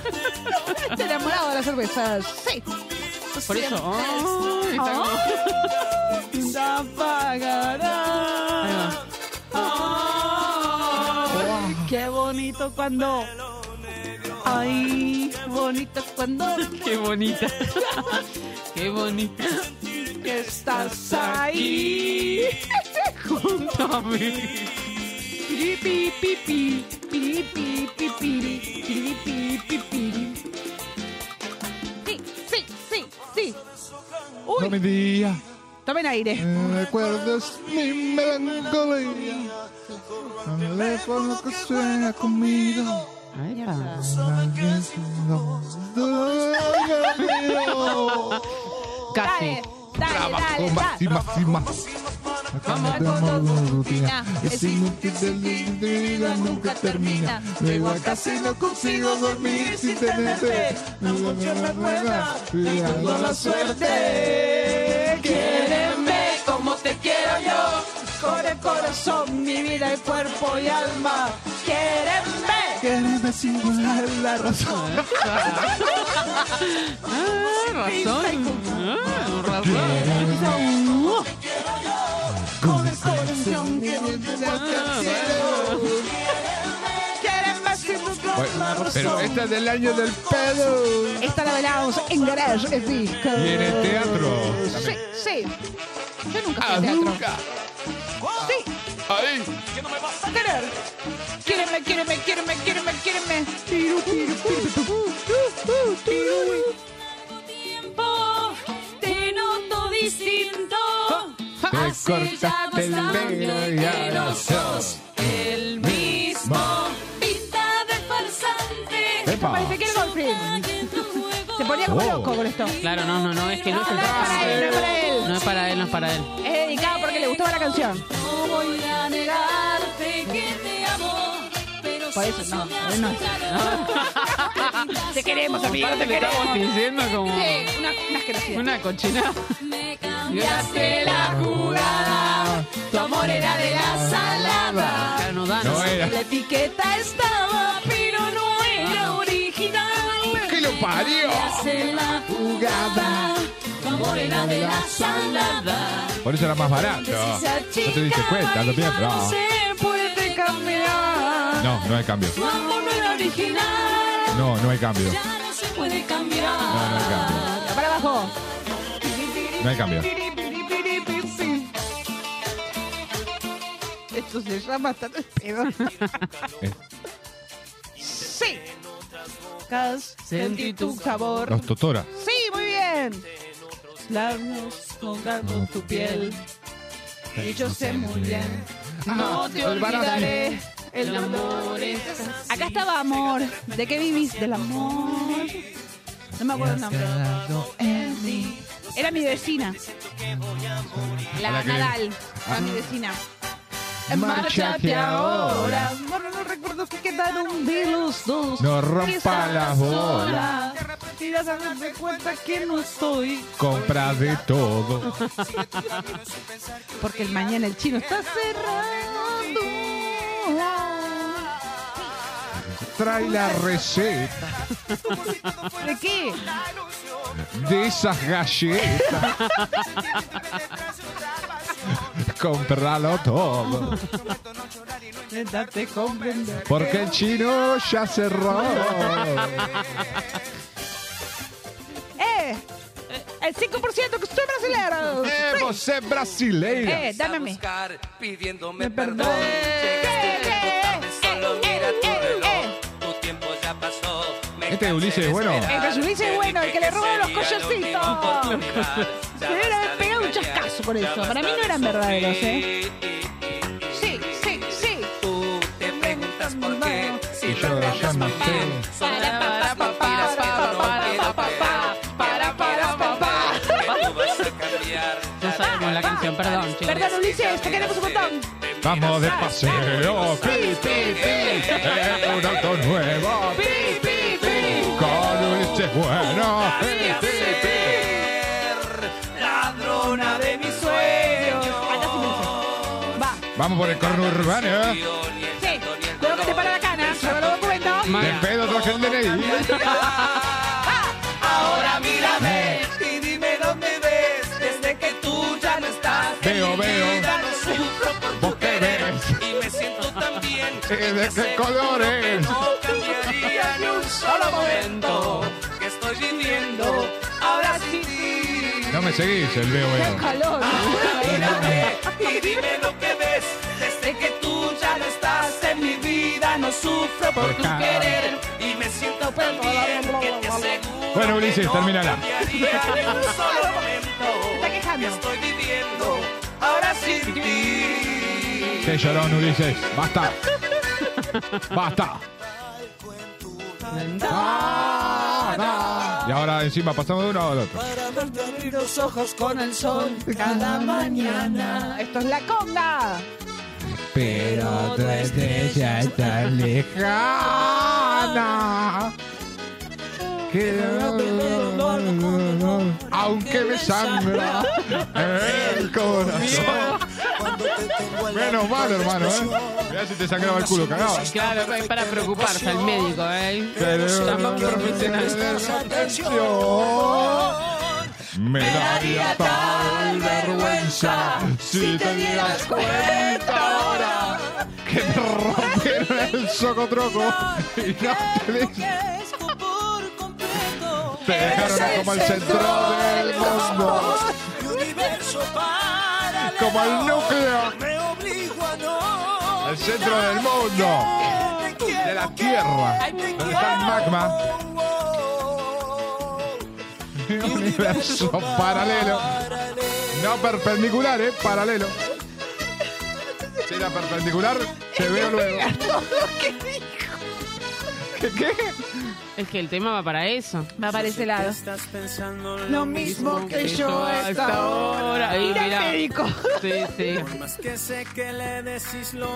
Te enamorado de las cervezas. Sí.
Por eso. ay, está como-
Ay, se apagará.
Ahí va.
Ay, qué bonito cuando. Ay, bonito cuando
Qué bonita. Qué bonita.
que estás ahí.
Junto a mí.
Piripi, pipi, piripi, pipiri, piripi, pipiri. Sí, sí, sí, sí.
No
Uy,
me digas.
tomen aire.
Recuerdas mi melancolía. Con el teléfono que suena conmigo.
Ahí está. Casi.
Dale,
Trabajo
dale,
más
dale.
y más y más. Acá no tenemos una rutina. Es inútil de vida nunca termina. Llego a casa y no consigo dormir sin tenerte. La noche me buena, tengo la suerte.
Quiéreme como te quiero yo, con el corazón, mi vida y cuerpo y alma. Quiéreme.
Quererme sin dar la razón.
Ah, razón. Ah, razón. Ah,
Con el corazón que no te
Ah,
gusta el cielo. Quiéreme sin dudar la
Bueno, pero
razón.
esta es del año del pedo.
Esta la bailamos en Garage Disco.
Y en el teatro.
Sí, sí. Yo nunca fui al teatro. Sí.
Ah, Ahí.
a querer. Quíreme, quíreme, quíreme, quíreme, quíreme. Tiru, tiru, tiru, tu, tu, tu, tiru.
Te noto distinto.
Te cortaste el pelo y ahora sos
el
mismo.
Pinta de farsante.
Epa.
Parece que el golpe. Se ponía como
Oh.
loco con esto.
Claro, no, no, no, es que no es el
No, no es para él, no es para él.
No es para él, no es para
Oh.
él.
Es dedicado porque le gustaba la canción.
No voy a negarte que te amo. Pero
Por eso, no, por él no. Te queremos, amigo,
Aparte
te
le
queremos.
estamos diciendo como
Sí, una, una asquerosidad.
una cochina.
Me
cambiaste la jugada. Tu amor era de la salada.
Ya no dan.
No era.
La etiqueta estaba, pero no
Ah.
era original.
¡Que lo parió!
Cambiaste la jugada. Tu amor era de la salada.
Por eso era más barato. No te diste cuenta, lo piensas,
No
no.
se puede cambiar.
No, no hay cambio.
Tu amor no era original.
No, no hay cambio.
Ya no se puede cambiar.
No, no hay cambio.
Para abajo.
No hay cambio.
Esto se llama estar al pedo.
Eh,
Sí. Cas, sentí tu sabor.
Los Totora.
Sí, muy bien. Labios tocando tu piel. Y yo sé muy bien. No te olvidaré. El amor es así. Acá estaba amor. ¿De qué vivís? Del amor. No me acuerdo el nombre. En mí. Era mi vecina. La
Hola, Karen.
Nadal. Era
Ah.
mi vecina.
Márchate ahora.
Bueno, no recuerdo que quedaron de los dos.
No rompa
Quizás
las bolas.
sola. De repetidas a darme cuenta que no estoy.
Compra de todo.
Porque el mañana el chino está cerrando.
Trae la receta
¿De qué?
de esas galletas. Compralo todo.
Intentate comprender.
Porque el chino ya cerró.
¡Eh! El 5% que soy brasileño.
¡Eh, vos es brasileira!
Eh, dame a mí.
Pidiéndome perdón.
Eh,
Solo mira tu reloj. Tu tiempo ya pasó.
Este de Ulises es bueno.
El que Ulises es bueno, el que le roba los collocitos. Se deben haber pegado un chascazo por eso. Para mí no eran verdaderos, ¿eh? Sí, sí, sí. Tú te preguntas por qué.
Y yo ya no sé.
Para, para, para, para, para, para, para, para,
No sabemos la canción, perdón, chicos.
Perdón, Ulises, te queremos un montón.
Vamos de paseo. Pi, pi, pi. En un auto nuevo.
Pi, pi, pi.
Con Ulises bueno.
Ladrona de mis sueños.
Va,
Vamos por el corno urbano. ¿eh?
sí. Cuidado que te para la cana. Se me lo documento.
De pedo traje el DNI.
Ahora mírame y dime dónde ves. Desde que tú ya no estás.
Veo,
en mi
veo.
vida no sufro por
¿Vos qué ves?
ti. Me siento tan bien.
Eh, ¿De qué colores?
No cambiaría ni un solo momento que estoy viviendo ahora sin ti.
No me seguís, el veo, veo.
calor!
Mírame y dime lo que ves. Desde que tú ya no estás en mi vida, no sufro por,
Por
tu
ca-
querer. Y me siento tan bien que te aseguro
Bueno, Ulises, termínala.
que ni un solo momento
Está quejando.
que estoy viviendo ahora sin ti.
Qué llorón, Ulises. Basta. Basta. Y ahora encima pasamos de uno al otro.
Para verte abrir los ojos con el sol cada
mañana. Esto es la conga.
Pero tu estrella es tan lejana. Que aunque me sangra el corazón. Menos mal, hermano, ¿eh? Mirá si te sangraba el culo, cagaba.
Claro, es para preocuparse al médico, ¿eh? Está más profesional.
Me daría tal vergüenza si te dieras cuenta ahora que me rompieron el socotroco y no te des- Te dejaron como el centro del mundo, como el núcleo, el centro del mundo, Oh. de la tierra, donde está el magma. Universo paralelo, no perpendicular, ¿eh? Paralelo. Si era perpendicular, te veo luego. ¿Qué? qué?
Es que el tema va para eso.
Va para ese lado. Lo mismo que yo a esta hora.
Ahí,
Mira,
mirá.
médico.
Sí, sí.
Nos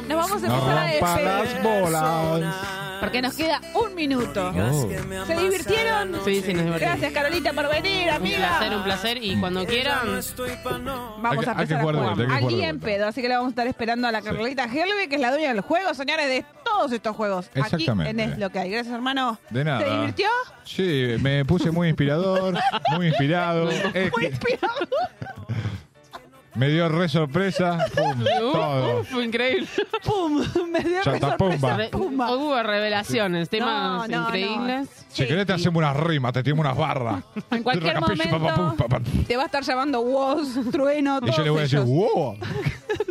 vamos a empezar a
Rompa
despedir.
las bolas.
Porque nos queda un minuto.
Oh.
¿Se divirtieron?
Sí, sí, nos divertimos.
Gracias, Carolita, por venir,
Un
amiga.
placer, un placer. Y cuando quieran.
Vamos a empezar a jugar.
jugar.
Al día en pedo, así que le vamos a estar esperando a la Carolita Helve, que es la dueña de los juegos, señores, de todos estos juegos. Aquí en
Exactamente.
Es lo que hay. Gracias, hermano.
De nada.
¿Se divirtió?
Sí, me puse muy inspirador, muy inspirado. Eh, me dio re sorpresa. Pum, todo.
Uf, increíble.
¡Pum! Me dio
Chata, sorpresa, pumba.
Hubo revelaciones, temas
No, no, no.
increíbles.
Si querés te hacemos unas rimas, te tiramos unas barras.
En cualquier
Racapichi, pa, pa,
momento
pum, pa, pa.
te va a estar llamando Woz, Trueno,
Y yo le voy a
todos
decir,
ellos.
wow.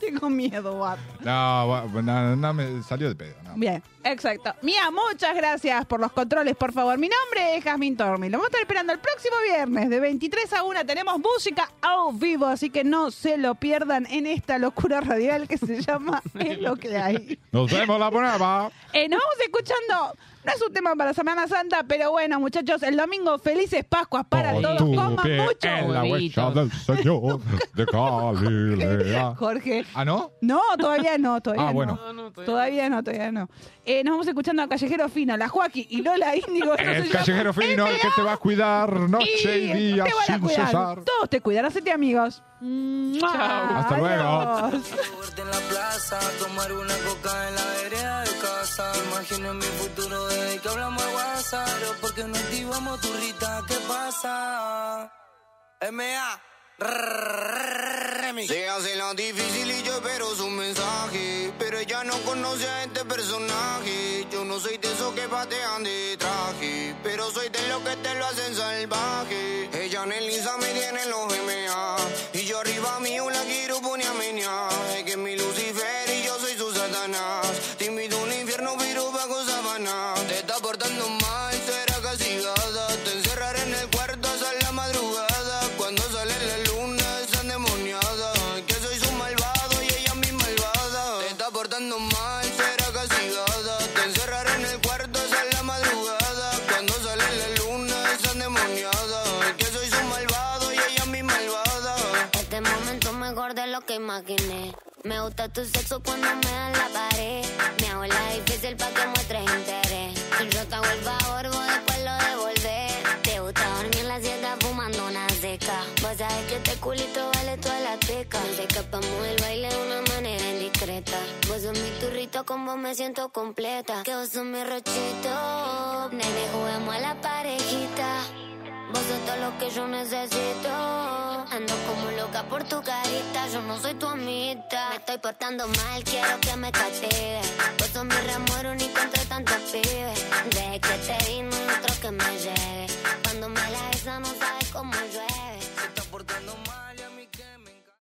Tengo miedo, guap.
No, va- no, no, me salió de pedo. no.
Bien, exacto. Mía, muchas gracias por los controles, por favor. Mi nombre es Jasmine Tormi. Lo vamos a estar esperando el próximo viernes de 23 a 1. Tenemos música a vivo, así que no se lo pierdan en esta locura radial que se llama Es lo que hay.
Nos vemos la prueba.
Eh, nos vamos escuchando. No es un tema para Semana Santa, pero bueno, muchachos, el domingo felices Pascuas para
Con
todos.
tu
Coman
pie En la huella
mucho.
del Señor de Galilea.
Jorge.
¿Ah, no?
No, todavía no, todavía
Ah,
no.
bueno.
todavía, no, todavía no. Eh, nos vamos escuchando a Callejero Fino, la Joaquín y Lola Índigo. Esto se
El
llama
callejero fino, el que te va a cuidar noche y
Y
día
te van a
sin
cuidar.
cesar.
Todos te cuidan, hacete amigos.
Hasta luego.
en la plaza, tomar una coca en la vereda de casa. Imagino mi futuro desde que hablamos de WhatsApp, pero porque no activamos tu rita, ¿qué pasa? M.A. Se hace la difícil y yo espero su mensaje Pero ella no conoce a este personaje Yo no soy de esos que patean de traje Pero soy de los que te lo hacen salvaje Ella en el Insta me tiene en los M.A. Y yo arriba mío la quiero poner a menear Es que es mi Lucifer y yo soy su Satanás Te invito a un infierno pero bajo sabana Te está portando mal, será castigada Te encerraré en el cuarto hasta la madrugada Cuando sale la luna es endemoniada Que soy su malvado y ella mi malvada Te está portando mal, será castigada Te encerraré en el cuarto hasta la madrugada Cuando sale la luna es endemoniada Que soy su malvado y ella mi malvada
Este momento mejor de lo que imaginé. Me gusta tu sexo cuando me dan la pared. Me hago la difícil pa' que muestres interés. Yo te hago el favor, vos después lo devolver. Te gusta dormir en la siesta fumando una seca. Vos sabés que este culito vale toda la teca. Nos escapamos del baile de una manera indiscreta. Vos sos mi turrito, con vos me siento completa. Que vos sos mi rochito. Nene, juguemos a la parejita. Vos sos todo lo que yo necesito. Ando como loca por tu carita, yo no soy tu amita. Me estoy portando mal, quiero que me castigue. Vos sos mi remuero, ni contra tantos pibes. Desde que te vi, no hay otro que me llegue.